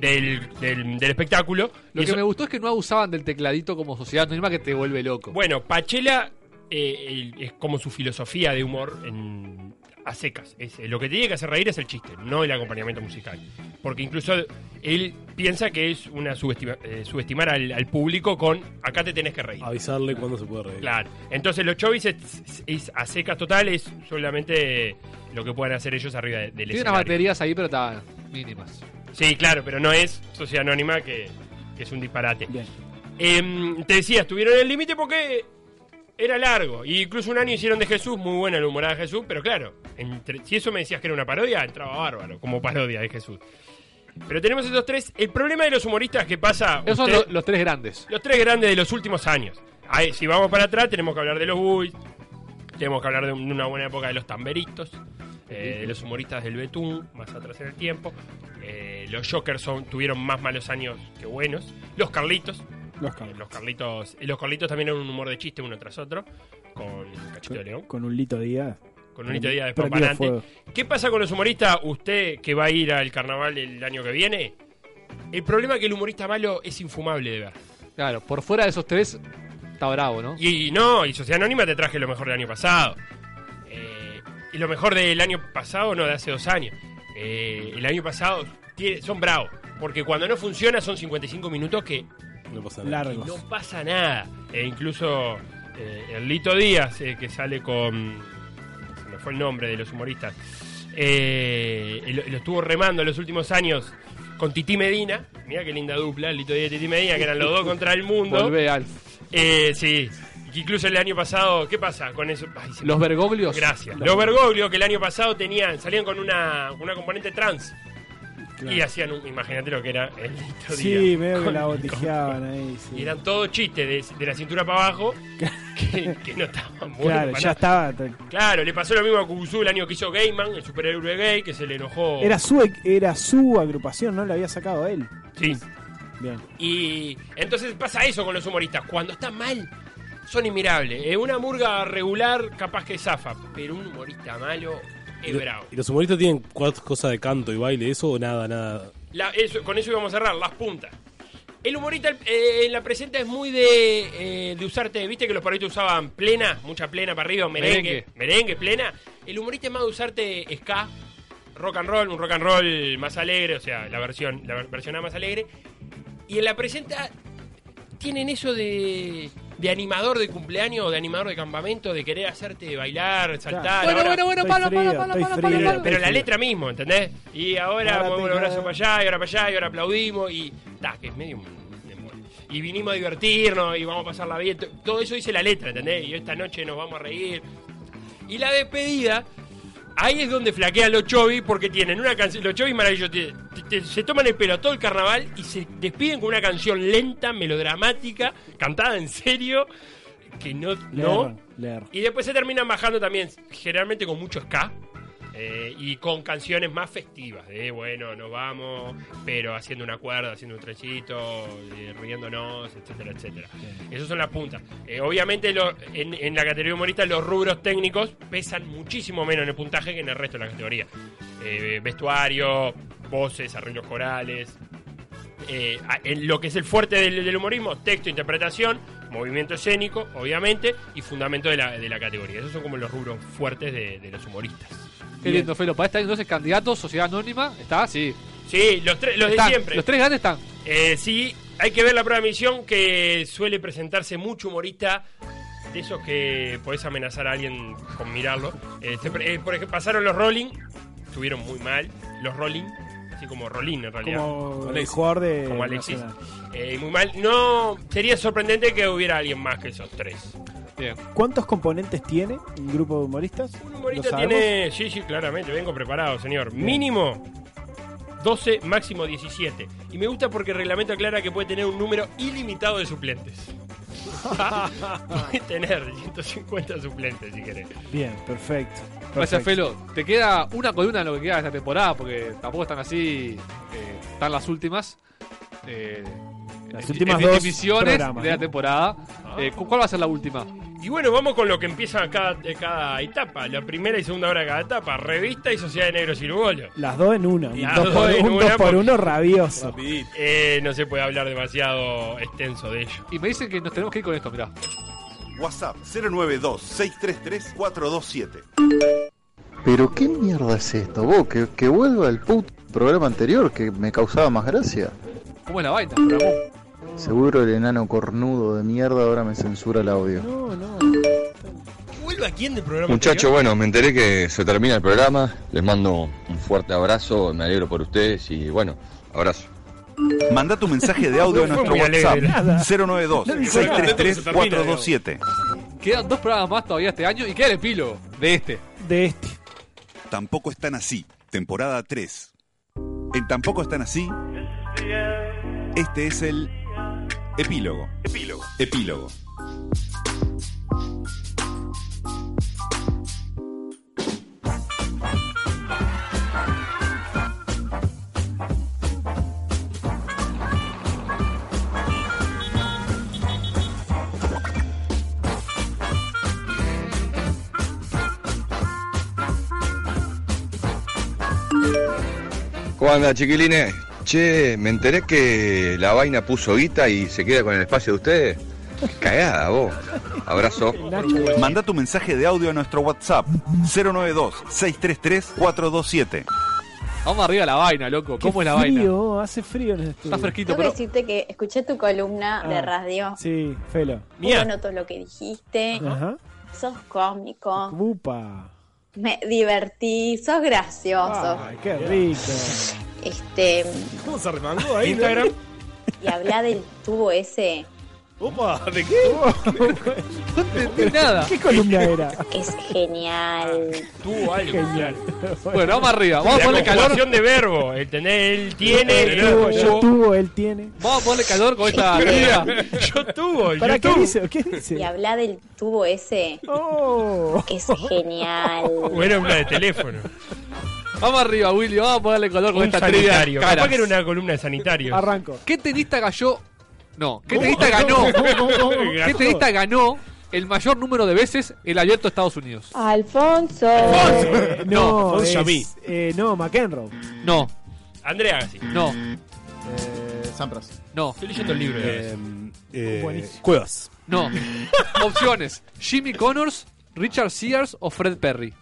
del, del- del espectáculo.
Lo
Y
que
eso-
me gustó es que no abusaban del tecladito como sociedad anónima que te vuelve loco.
Bueno, Pachela eh, el- es como su filosofía de humor en- a secas. Es, eh, lo que te tiene que hacer reír es el chiste, no el acompañamiento musical. Porque incluso él piensa que es una subestima- eh, subestimar al, al público con acá te tenés que reír.
Avisarle cuándo se puede reír.
Claro. Entonces los chovis es, es a secas total, es solamente lo que puedan hacer ellos arriba de- del
Tiene unas
escenario.
baterías ahí, pero estaban mínimas.
Sí, claro, pero no es Sociedad Anónima, que, que es un disparate. Em, te decía, estuvieron en el límite porque era largo. Y incluso un año hicieron de Jesús, muy buena la humorada de Jesús, pero claro, entre- si eso me decías que era una parodia, entraba bárbaro, como parodia de Jesús. Pero tenemos esos tres. El problema de los humoristas que pasa.
Esos son
usted-
lo- los tres grandes.
los tres grandes de los últimos años. Ahí, si vamos para atrás, tenemos que hablar de los Bulls, tenemos que hablar de un- una buena época de los tamberitos, eh, de los humoristas del Betún, más atrás en el tiempo. Eh, los Jokers son- tuvieron más malos años que buenos. Los Carlitos.
Los
eh, los Carlitos. eh, los Carlitos también eran un humor de chiste uno tras otro. Con Cachito de León.
Con un lito día.
Con un hito de día de
Prendido
Pamparante.
fuego.
¿Qué pasa con los humoristas? Usted que va a ir al carnaval el año que viene. El problema es que el humorista malo es infumable de ver.
Claro, por fuera de esos tres está bravo, ¿no?
Y, y no, y Sociedad Anónima te traje lo mejor del año pasado. Eh, y lo mejor del año pasado, no, de hace dos años. Eh, el año pasado tiene- son bravos. Porque cuando no funciona son 55 minutos que
No pasa nada.
que no pasa nada. E incluso eh, el Lito Díaz, eh, que sale con. Se me fue el nombre de los humoristas. eh, lo, lo estuvo remando en los últimos años con Titi Medina. Mira qué linda dupla, Lito Díaz y Titi Medina, que eran los dos contra el mundo.
Volvé, Alf.
Eh, sí. Y que Incluso el año pasado, ¿qué pasa con eso? Ay, se me-
Los Bergoglios.
Gracias. Los Bergoglio que el año pasado tenían, salían con una, con una componente trans.
Claro.
Y hacían un, imagínate lo que era el Lito
Sí,
Díaz.
veo que
Con-
la
con-
botijeaban ahí. sí.
y eran todo chistes de, de la cintura para abajo que, que no estaban buenos.
Claro,
para
ya
nada.
estaba.
Claro, le pasó lo mismo a Kubusu el año que hizo Gayman, el
e,
superhéroe gay, que se le enojó.
Era su, era su agrupación, ¿no? La había sacado él.
Sí.
Bien.
Y entonces pasa eso con los humoristas. Cuando está mal, son inmirables. Eh, una murga regular capaz que zafa, pero un humorista malo
Y
es
lo-
bravo.
¿Y los humoristas tienen cuatro cosas de canto y baile, eso o nada, nada?
La- eso- con eso íbamos a cerrar, las puntas. El humorista eh, en la presenta es muy de, eh, de usarte, viste que los parodistas usaban plena, mucha plena para arriba, merengue, merengue, plena. El humorista es más de usarte ska, rock and roll, un rock and roll más alegre, o sea, la versión, la ver- versión A más alegre. Y en la presenta tienen eso de, de animador de cumpleaños, de animador de campamento, de querer hacerte bailar, saltar.
Bueno,
ahora-
bueno, bueno, palo,
Estoy
palo,
frío,
palo,
estoy
palo,
frío,
palo, palo.
estoy
pero la
frío.
letra mismo, ¿entendés? Y ahora
Ahora
ponemos un
pegada.
abrazo para allá, y ahora para allá, y ahora aplaudimos, y. Ta, que es medio un demonio. Y vinimos a divertirnos, y vamos a pasarla bien. T- Todo eso dice la letra, ¿entendés? Y esta noche nos vamos a reír. Y la despedida, ahí es donde flaquean los chovis, porque tienen una canción. Los chovis maravillosos, te- te- te- se toman el pelo todo el carnaval y se despiden con una canción lenta, melodramática, cantada en serio, que no.
Le
no
erran, le erran.
y después se terminan bajando también, generalmente con mucho ska. eh, y con canciones más festivas, de bueno, nos vamos, pero haciendo una cuerda, haciendo un trechito, eh, riéndonos, etcétera, etcétera. Esas son las puntas. Eh, obviamente lo- en, en la categoría humorista los rubros técnicos pesan muchísimo menos en el puntaje que en el resto de la categoría. Eh, vestuario, voces, arreglos corales, eh, a- en lo que es el fuerte del, del humorismo, texto, interpretación, movimiento escénico, obviamente, y fundamento de la, de la categoría. Esos son como los rubros fuertes de, de los humoristas.
Qué lindo, Felo. Para este año, entonces, candidatos, Sociedad Anónima, está, sí.
Sí, los, tres- los de
Están,
siempre.
Los tres grandes están.
Eh, sí, hay que ver la prueba de misión que suele presentarse mucho humorista. De esos que podés amenazar a alguien con mirarlo. Este, pre- eh, por ejemplo, pasaron los Rolling, estuvieron muy mal. Los Rolling, así como Rolling en realidad.
Como el
Alexis.
jugador de
Como Alexis.
Nacional.
Eh, muy mal. No, sería sorprendente que hubiera alguien más que esos tres. Bien.
¿Cuántos componentes tiene un grupo de humoristas? Un
Ahorita tiene. Sí, sí, claramente, vengo preparado, señor. Mínimo 12, máximo 17. Y me gusta porque el reglamento aclara que puede tener un número ilimitado de suplentes. puede tener 150 suplentes si querés.
Bien, perfecto.
Gracias,
perfecto.
Felo. Te queda una columna de lo que queda de esta temporada, porque tampoco están así. eh, están las últimas. eh,
Las
en-
últimas
en
dos
divisiones
programas,
de la
¿no?
temporada. Eh, ¿cu- ¿Cuál va a ser la última?
Ah. Y bueno, vamos con lo que empieza cada, eh, cada etapa. La primera y segunda hora de cada etapa. Revista y Sociedad de Negros Uruguayos.
Las dos en una. Un
Las
2
dos
por,
en
un
una
dos por
porque-
uno rabioso.
Eh, no se puede hablar demasiado extenso de ello.
Y me dicen que nos tenemos que ir con esto, mirá.
WhatsApp 092-633-427.
Pero qué mierda es esto, vos, que, que vuelva el put programa anterior que me causaba más gracia.
¿Cómo es la vaina?
Seguro el enano cornudo de mierda ahora me censura el audio.
¿Vuelve a quién del programa?
Muchachos, bueno, me enteré que se termina el programa. Les mando un fuerte abrazo, me alegro por ustedes y bueno, abrazo.
Manda tu mensaje de audio a
No fue
nuestro
muy alegre,
WhatsApp
nada.
092-633-427.
Quedan dos programas más todavía este año y queda el epílogo de este.
De este.
Tampoco están así, temporada 3. En Tampoco están así, este es el epílogo. Epílogo. Epílogo.
¿Cómo anda, chiquilines? Che, me enteré que la vaina puso guita y se queda con el espacio de ustedes. Qué cagada, vos. Abrazo.
Manda tu mensaje de audio a nuestro WhatsApp 092-633-427.
Vamos arriba a la vaina, loco.
Qué
¿Cómo es la vaina?
Frío, oh, hace frío en el estudio.
fresquito,
Tengo que decirte que escuché tu columna de
Ah,
radio.
Sí, Felo.
Muy bueno todo lo que dijiste.
Ajá.
Sos cómico.
Upa.
Me divertí. Sos gracioso.
Ay, qué rico.
Este.
¿Cómo se remangó
ahí? Instagram. Y habla del tubo ese.
Opa, ¿de qué?
No entendí nada.
¿Qué columna era?
Es genial.
Tuvo algo.
Genial.
Bueno, vamos arriba. Vamos a
la
ponerle calor.
conjugación de verbo. ¿Entendés? Él tiene.
Yo tuvo, yo tuvo, él tiene.
Vamos a ponerle calor con esta
Sí.
vida.
Yo tuvo,
¿Para qué dice? ¿Qué
Y
dice?
habla del tubo ese.
Oh.
Es genial.
Bueno, una de teléfono.
Vamos arriba, Willy, vamos a ponerle color con
Un
esta trivia.
sanitario.
Caras.
Capaz que era una columna de sanitario.
Arranco.
¿Qué tenista cayó? No, ¿qué
¿Cómo?
tenista ganó?
¿Cómo?
¿Qué tenista ganó el mayor número de veces el abierto de Estados Unidos?
Alfonso.
Eh, no,
Alfonso
es-
Yamí.
eh, no, McEnroe.
No.
Andrea Gassi.
No.
Sampras.
No.
Estoy leyendo el libro.
Eh, eh,
Buenísimo.
Cuevas.
No. Opciones: Jimmy Connors, Richard Sears o Fred Perry.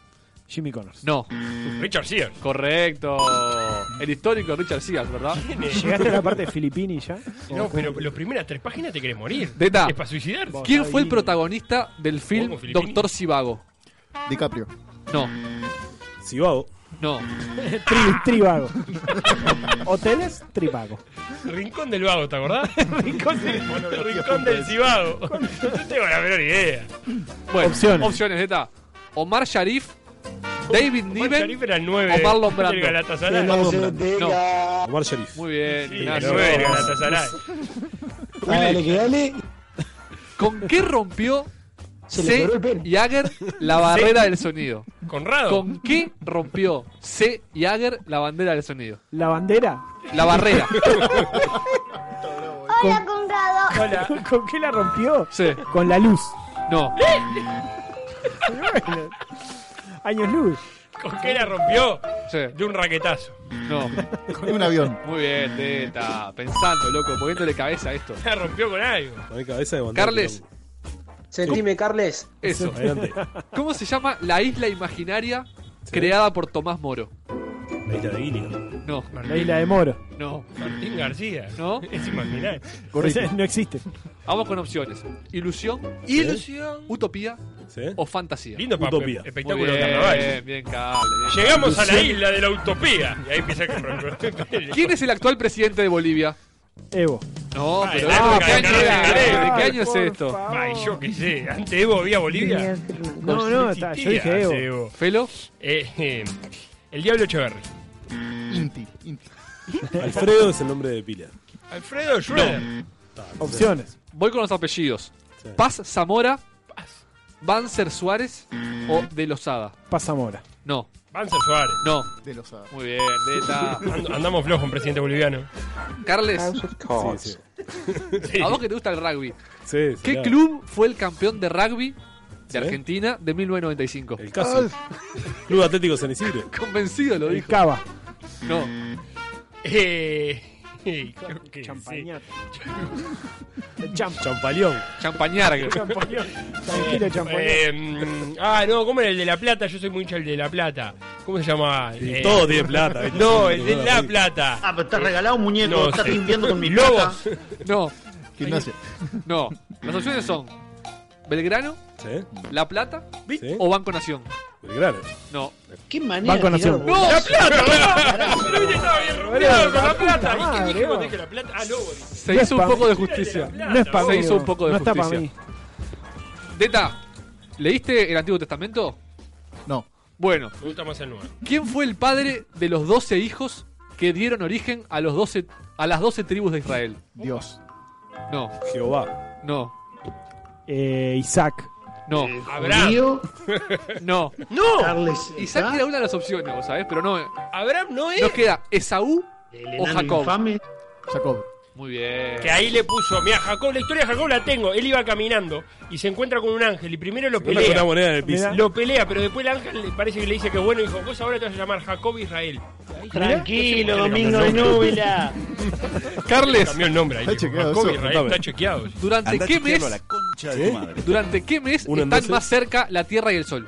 Jimmy Connors.
No.
Mm. Richard Sears.
Correcto. El histórico Richard Sears, ¿verdad?
¿Llegaste a la parte de Filipini ya?
No, pero las primeras tres páginas te querés morir.
Deta.
Es para suicidarte.
¿Quién fue el protagonista del film
Vamos, Filippini.
Doctor Sivago?
DiCaprio.
No.
Sivago.
No.
Tri- trivago. Hoteles, trivago.
Rincón del Vago, ¿te acordás? Rincón del, Rincón del Cibago. No tengo la menor idea.
Bueno,
Opciones.
opciones. Zeta. Omar Sharif, David Niven
Sharif era el nueve
o Marlon
del
Brando.
eh, Galatasaray. Marlon Brando.
No.
Omar Sharif.
Muy bien.
Sí,
Ignacio.
el nueve del Galatasaray.
Willy, ¿Con qué rompió
Se le
C.
quebró el
Jagger la
Sí.
barrera del sonido?
Conrado.
¿Con qué rompió C. Jagger la bandera del sonido?
¿La bandera?
La barrera.
Hola,
Conrado.
Hola. ¿Con qué la rompió?
Sí.
Con la luz.
No.
Bueno, Años luz.
¿Con qué la rompió?
Sí.
De un raquetazo.
No.
Con un avión.
Muy bien, Teta. Pensando, loco, poniéndole cabeza a esto.
La rompió con algo.
Con cabeza de bandera.
Carles.
Sentime, Carles.
Eso.
Adelante.
¿Cómo se llama la isla imaginaria creada por Tomás Moro?
La isla de Guinea.
No.
La isla de Moro.
No.
Martín García.
No.
Es imaginario.
Ese No existe.
Vamos con opciones. Ilusión.
Sí.
Utopía. O fantasía.
Lindo pa-
Utopía.
espectáculo de
Muy bien,
carnaval.
Bien, Carles. bien.
Llegamos a la
Ilusión.
isla de la utopía. Y ahí empieza el
¿Quién es el actual presidente de Bolivia?
Evo.
No,
Ah, en
pero.
la época
¿qué
de
año
Carlos
era?
Menem.
¿De qué año es
Por
esto?
Ay, yo qué sé. Antes Evo había Bolivia.
No, no, está- yo
existía
dije Evo.
antes
¿Felo?
Eh, eh, el Diablo Echeverri.
Inti.
Alfredo es el nombre de pila.
Alfredo Schroeder.
Opciones.
Voy con los apellidos. Paz Zamora. Banzer Suárez o De Lozada.
Pasamora.
No.
Banzer Suárez.
No.
De Lozada.
Muy bien, Deta.
And- andamos flojos con presidente boliviano.
Carles.
Sí, sí.
A vos que te gusta el rugby.
Sí, sí,
¿Qué
claro.
club fue el campeón de rugby de Argentina de 1995?
El caso. Club Atlético San Isidro.
Convencido lo dijo.
Cava.
No.
Eh, eh, creo que
Champañar.
Champaleón.
Champañar.
Champañón.
sí.
Tranquilo, champañón.
Eh, mm, ah, no, ¿cómo era el de La Plata? Yo soy muy hincha del de La Plata. ¿Cómo se llamaba?
Sí,
Eh,
todo tiene plata, ¿viste?
No, el de La
Sí.
Plata.
Ah, pero te has regalado un muñeco,
No
estás
sé.
limpiando con mi plata.
Lobos.
No.
Gimnasia.
No. Las opciones son Belgrano,
Sí.
La Plata o Banco Nación.
Belgrano.
No.
¿Qué manera?
Banco
de tirar
Nación.
bolas?
¡La Plata!
Pero viste, estaba bien rodeado con La Plata. ¿Y qué
madre,
dijimos?
Evo.
Dije La Plata. Ah, Lobo. dije.
Se
No es
hizo un
pa'
poco
mí.
de justicia.
No es pa'
Se
mí,
hizo un
Evo.
poco de
No está pa'
justicia.
mí.
Deta, ¿leíste el Antiguo Testamento?
No.
Bueno,
Me gusta más el nuevo.
¿quién fue el padre de los 12 hijos que dieron origen a, los 12, a las 12 tribus de Israel?
Dios.
No.
Jehová.
No.
Eh, Isaac.
No.
Abraham.
No.
¡No!
Carles.
Isaac era una de las opciones, vos sabés, pero no. eh.
Abraham no es.
Nos queda Esaú o
enano
Jacob.
infame.
Jacob.
Muy bien.
Que ahí le puso, mira Jacob, la historia de Jacob la tengo. Él iba caminando y se encuentra con un ángel y primero lo
encuentra
pelea.
con una moneda en el piso. Mirá.
Lo pelea, pero después el ángel le parece que le dice que bueno, dijo, vos ahora te vas a llamar Jacob Israel. Ahí,
Tranquilo,
mirá.
Domingo de Núbila.
Carles.
Cambió el nombre ahí. dijo,
Está chequeado
Jacob
eso,
Israel,
contame.
está chequeado. sí.
¿Durante
Andá
qué mes?
chequearlo a la
concha
de tu madre.
¿Durante qué mes
Uno en
están
doce.
más cerca la Tierra y el Sol?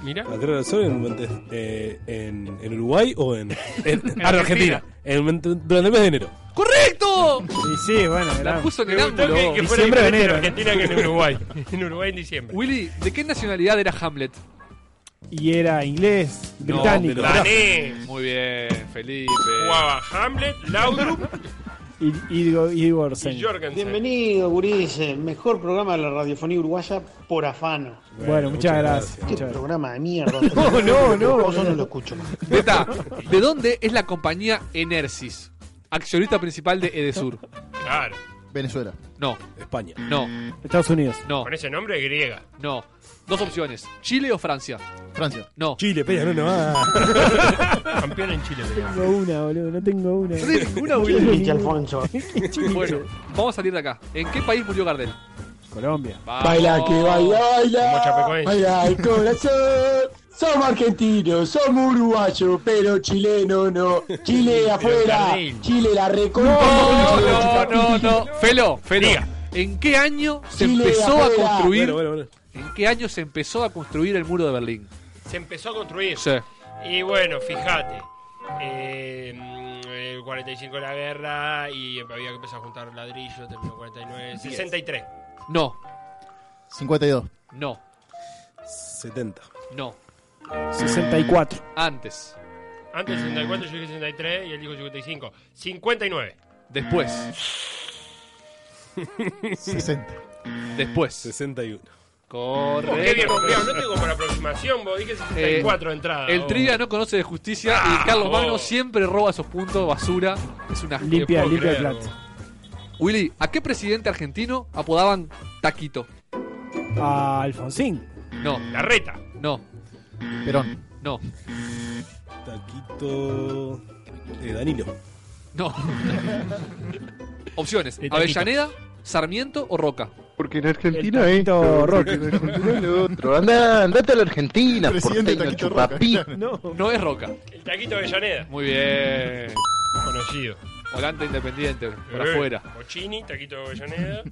Mira.
¿La Tierra del Sol en, Montes- eh, en, en Uruguay o en, en, en Argentina? En Mont- durante el mes de enero.
¡Correcto!
Y sí, bueno.
La
era-
puso en
Me
el
gustó
ángulo.
que, que fuera
Diciembre,
diferente en
enero.
Argentina que en Uruguay. en Uruguay en diciembre.
Willy, ¿de qué nacionalidad era Hamlet?
Y era inglés, británico.
Danés.
Muy bien, Felipe.
Jugaba Hamlet, Laudrup
Y, y Igor- Igor
y
Sen.
Jorgensen.
Bienvenido, Guriz, el mejor programa de la radiofonía uruguaya por afano.
Bueno, muchas gracias.
Qué
muchas
programa de mierda.
No, no, no.
Yo no lo escucho más.
Beta, ¿de dónde es la compañía Enersis? Accionista principal de Edesur.
Claro.
Venezuela.
No.
España.
No.
Estados Unidos.
No.
Con ese nombre griega.
No. Dos opciones. ¿Chile o Francia?
Francia.
No. ah.
Chile, Peña, no, no.
Campeón en Chile.
No tengo una, boludo, no tengo una.
Una
Chile,
Bueno, vamos a salir de acá. ¿En qué país murió Gardel?
Colombia.
Ah, Vamos.
Baila que baila, baila. Baila el corazón. Somos argentinos, somos uruguayos, pero chileno no. Chile afuera,
Gardel.
Chile la
No,
recontra.
no, no, no. Felo, Felo. ¿En qué año se
Chile,
empezó a
afuera.
construir?
Bueno,
¿En qué año se empezó a construir el muro de Berlín?
Se empezó a construir.
Sí.
Y bueno, fíjate. eh, mm, el 45 de la guerra y había que empezar a juntar ladrillos, terminó 49, 63.
No.
52.
No.
70.
No.
64.
Antes.
Antes del 64, yo dije 63 y él dijo 55. 59.
Después.
60.
Después.
61.
Correcto.
Qué bien, confiado, no tengo por aproximación, vos dije
Eh,
64 entradas.
El
vos.
trivia no conoce de justicia
Ah,
y Carlos
oh.
Magno siempre roba esos puntos basura. Es una
Limpia,
puedo
limpia el
creer.
plato.
Willy, ¿a qué presidente argentino apodaban Taquito?
A Alfonsín.
No.
La reta.
No.
Perón.
No.
Taquito. eh, Danilo.
No. Opciones.
De Taquito.
Avellaneda, Sarmiento o Roca.
Porque en Argentina es. Porque en Argentina es lo otro. Anda, andate a la Argentina,
Presidente
porteño
Taquito Roca,
chupapi.
No.
No es Roca.
El taquito de Avellaneda.
Muy bien.
Conocido.
Volante independiente, por
Eh,
afuera.
Bochini, taquito de Avellaneda.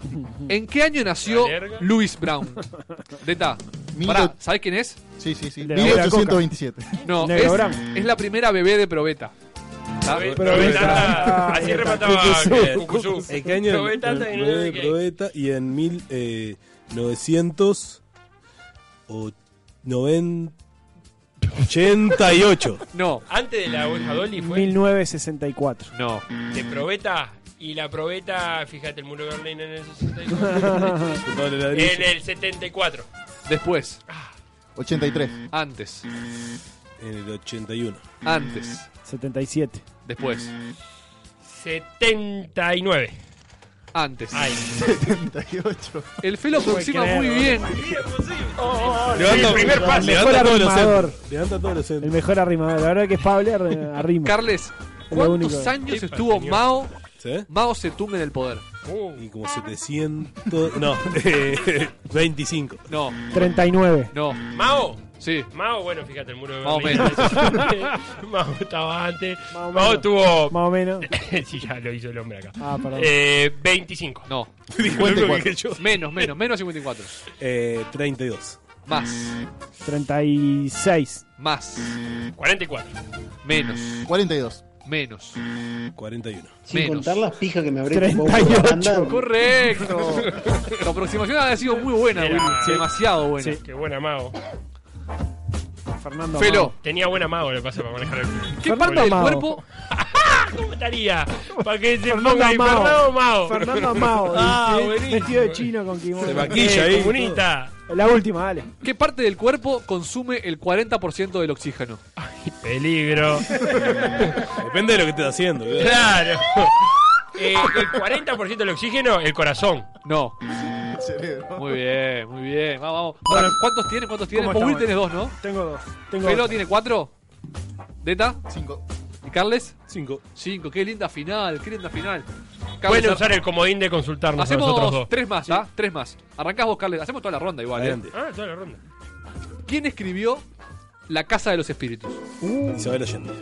¿En qué año nació
Valerga.
Louis Brown? Deta.
Mil-
Pará, ¿sabés quién es?
Sí, sí, sí.
de la Vera Coca.
1827.
No,
Negro
es,
Brown.
es la primera bebé de Probeta. ¿Sabes?
Probeta. Así remataba Cucuzú.
¿En qué año?
Probeta,
En
y
el
no sé
9
qué.
probeta y en 1900 o 90 88.
No.
Antes de la Ouija Dolly fue
1964.
No.
de probeta. Y la probeta, fíjate, el muro de Berlín en el 64.
Chupale ladrillo.
en el 74.
Después.
83.
Antes.
En el 81.
Antes.
77.
Después.
79.
Antes.
Ay.
78.
El Felo aproxima muy bien.
oh,
el primer pase.
mejor
todos los
arrimador.
centros. Levanta todos los
El mejor arrimador. La verdad que es Pablo arri- arrima.
Carles,
Lo único
¿cuántos
que-
años
Epa,
estuvo
señor.
Mao?
¿Sí?
Mao se tumbe en el poder.
Oh.
Y como 700. No, eh, 25.
No.
39.
No.
Mao.
Sí.
Mao, bueno, fíjate, el muro de
Más o
Berlín.
menos.
Mao estaba antes. Mao,
menos.
tuvo.
Más o menos.
sí, ya lo hizo el hombre acá.
Ah, perdón.
Eh, 25.
No. Menos, menos, menos 54.
Eh, 32.
Más.
36.
Más.
44.
Menos.
42.
Menos.
41.
Sin
Menos.
contar las pijas que me habré
38.
Correcto. La aproximación ha sido muy buena,
Era-
Willy.
sí.
Demasiado buena.
Qué buena Mao.
Fernando
Felo.
Tenía buena Mao, le pasa para manejar el.
¿Qué parte del cuerpo?
¿Cómo estaría? Para que se
Fernando
ponga ahí,
Amao.
Fernando Mao.
Fernando Amao.
Ah,
eh,
buenísimo.
Vestido de chino con kimono. Eh,
Se maquilla ahí.
Comunista.
La última, dale.
¿Qué parte del cuerpo consume el 40% del oxígeno?
Peligro.
Depende de lo que estés haciendo. ¿verdad?
Claro. Eh, el 40% del oxígeno, el corazón.
No. Muy bien, muy bien. Vamos, vamos. Ahora, ¿Cuántos tienes? ¿Cuántos tienes?
¿Cómo
Vos, Will,
estamos?
tenés dos, ¿no?
Tengo dos. Tengo
Pelo
dos.
tiene cuatro. ¿Deta?
Cinco.
¿Y Carles?
Cinco.
Cinco. Qué linda final, qué linda final. Carles,
Pueden usar el comodín de consultarnos a nosotros dos.
Hacemos tres más, ¿ah? Tres más. Arrancás vos, Carles. Hacemos toda la ronda igual, ¿eh?
Adelante.
Ah, toda la ronda.
¿Quién escribió La Casa de los Espíritus?
Uh.
Isabel Allende.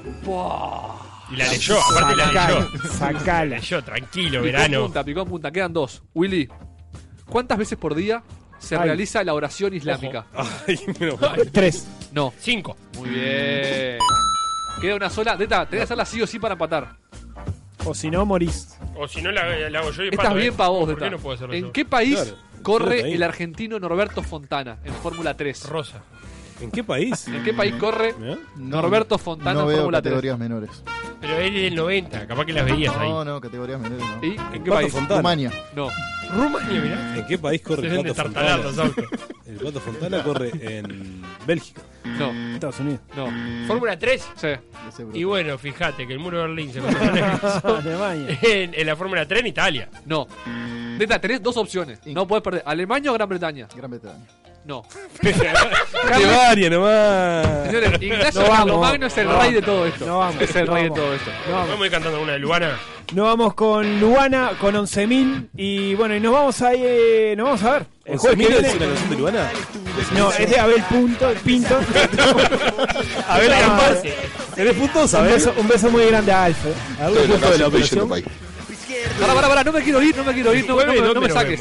Y la leyó, aparte la leyó.
Sacala.
Yo, tranquilo,
Picó en
verano.
punta, picó en punta. Quedan dos. Willy, ¿cuántas veces por día se
Ay.
realiza la oración islámica?
Ay, menos mal.
Tres.
No.
Cinco.
Muy bien. Queda una sola. Deta, tenés que hacerla sí o sí para empatar.
O si no, morís.
O si no, la, la hago yo y
Estás
pato,
bien
¿eh?
para vos,
¿Por
Deta.
qué no puedo hacerlo
¿En
yo?
qué país
Claro, pelota
corre
ahí.
el argentino Norberto Fontana en Fórmula 3?
Rosa.
¿En qué país?
¿En qué país corre
¿Eh?
Norberto Fontana
No
en
veo
Fórmula 3?
categorías menores.
Pero él es del 90, capaz que las veías ahí.
No, no, categorías menores no.
¿Y en qué
Pato
país?
Fontana.
Rumania.
No.
Rumania, mirá.
¿En qué país corre el
Deben de
Pato
tartalar los
Fontana?
autos.
El Pato Fontana corre en Bélgica.
No,
Estados Unidos.
no.
Fórmula 3.
Sí.
Y bueno, fíjate que el muro de Berlín se
Alemania.
en, en la Fórmula 3 en Italia.
No. Neta, tenés dos opciones. No puedes perder. ¿Alemania o Gran Bretaña?
Gran Bretaña.
No.
Qué varia nomás.
Señores, Ignacio Carlomagno es el rey de todo esto.
No vamos,
es el
no
rey
vamos.
de todo esto.
Vamos a ir cantando una de Luana.
Nos vamos con Luana, con 11.000. Y bueno, y nos vamos a, eh, nos vamos a ver. El jueves
11.000
que viene.
es una canción de Luana?
No, es de Abel Punto, Pinto.
Abel Campaz.
¿Eres puntos, Un beso, un beso muy grande a Alfe.
Estoy en la calle, estoy yendo Pará, pará, pará, no me quiero ir, no me quiero ir, no, no me- no me saques.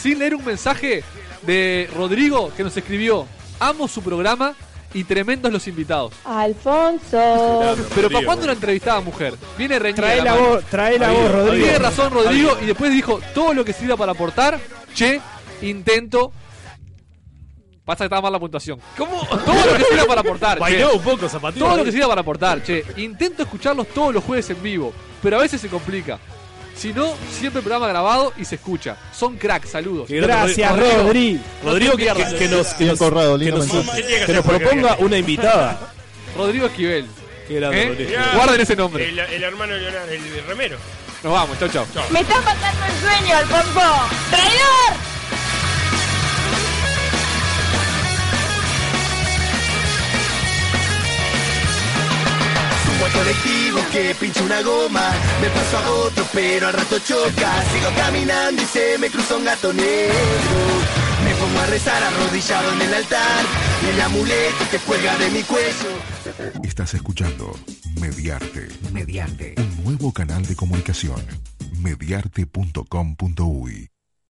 Sin leer un mensaje de Rodrigo que nos escribió: Amo su programa y tremendos los invitados.
Alfonso.
Pero ¿para cuándo la entrevistaba, mujer? Viene reñida.
Trae la
mano.
voz, trae la
Amigo,
voz, Rodrigo.
Tiene razón,
Amigo.
Rodrigo. Y después dijo: Todo lo que sirva para aportar, che, intento. Pasa que estaba mal la puntuación. ¿Cómo? Todo lo que sirva para aportar. che.
Bailó un poco, Zapatero.
Todo lo que sirva para aportar, che. Intento escucharlos todos los jueves en vivo, pero a veces se complica. Si no, siempre el programa grabado y se escucha. Son cracks, saludos.
Qué grande, Gracias, Rodrigo. Rodri. Rodrigo, que- que- que nos- que nos- Corrado, lindo que nos- mensaje. que nos proponga una invitada.
Rodrigo Esquivel.
grande,
¿Eh?
Rodrigo.
Guarden ese nombre.
El, el hermano de Leonardo, el remero.
Nos vamos, chao, chao.
Me está matando el sueño, Alfonso. ¡Traidor!
Subo al colectivo que pincho una goma, me paso a otro pero al rato choca, sigo caminando y se me cruza un gato negro. Me pongo a rezar arrodillado en el altar, y el amuleto que cuelga de mi cuello.
Estás escuchando Mediarte.
Mediarte.
Un nuevo canal de comunicación. Mediarte.com.uy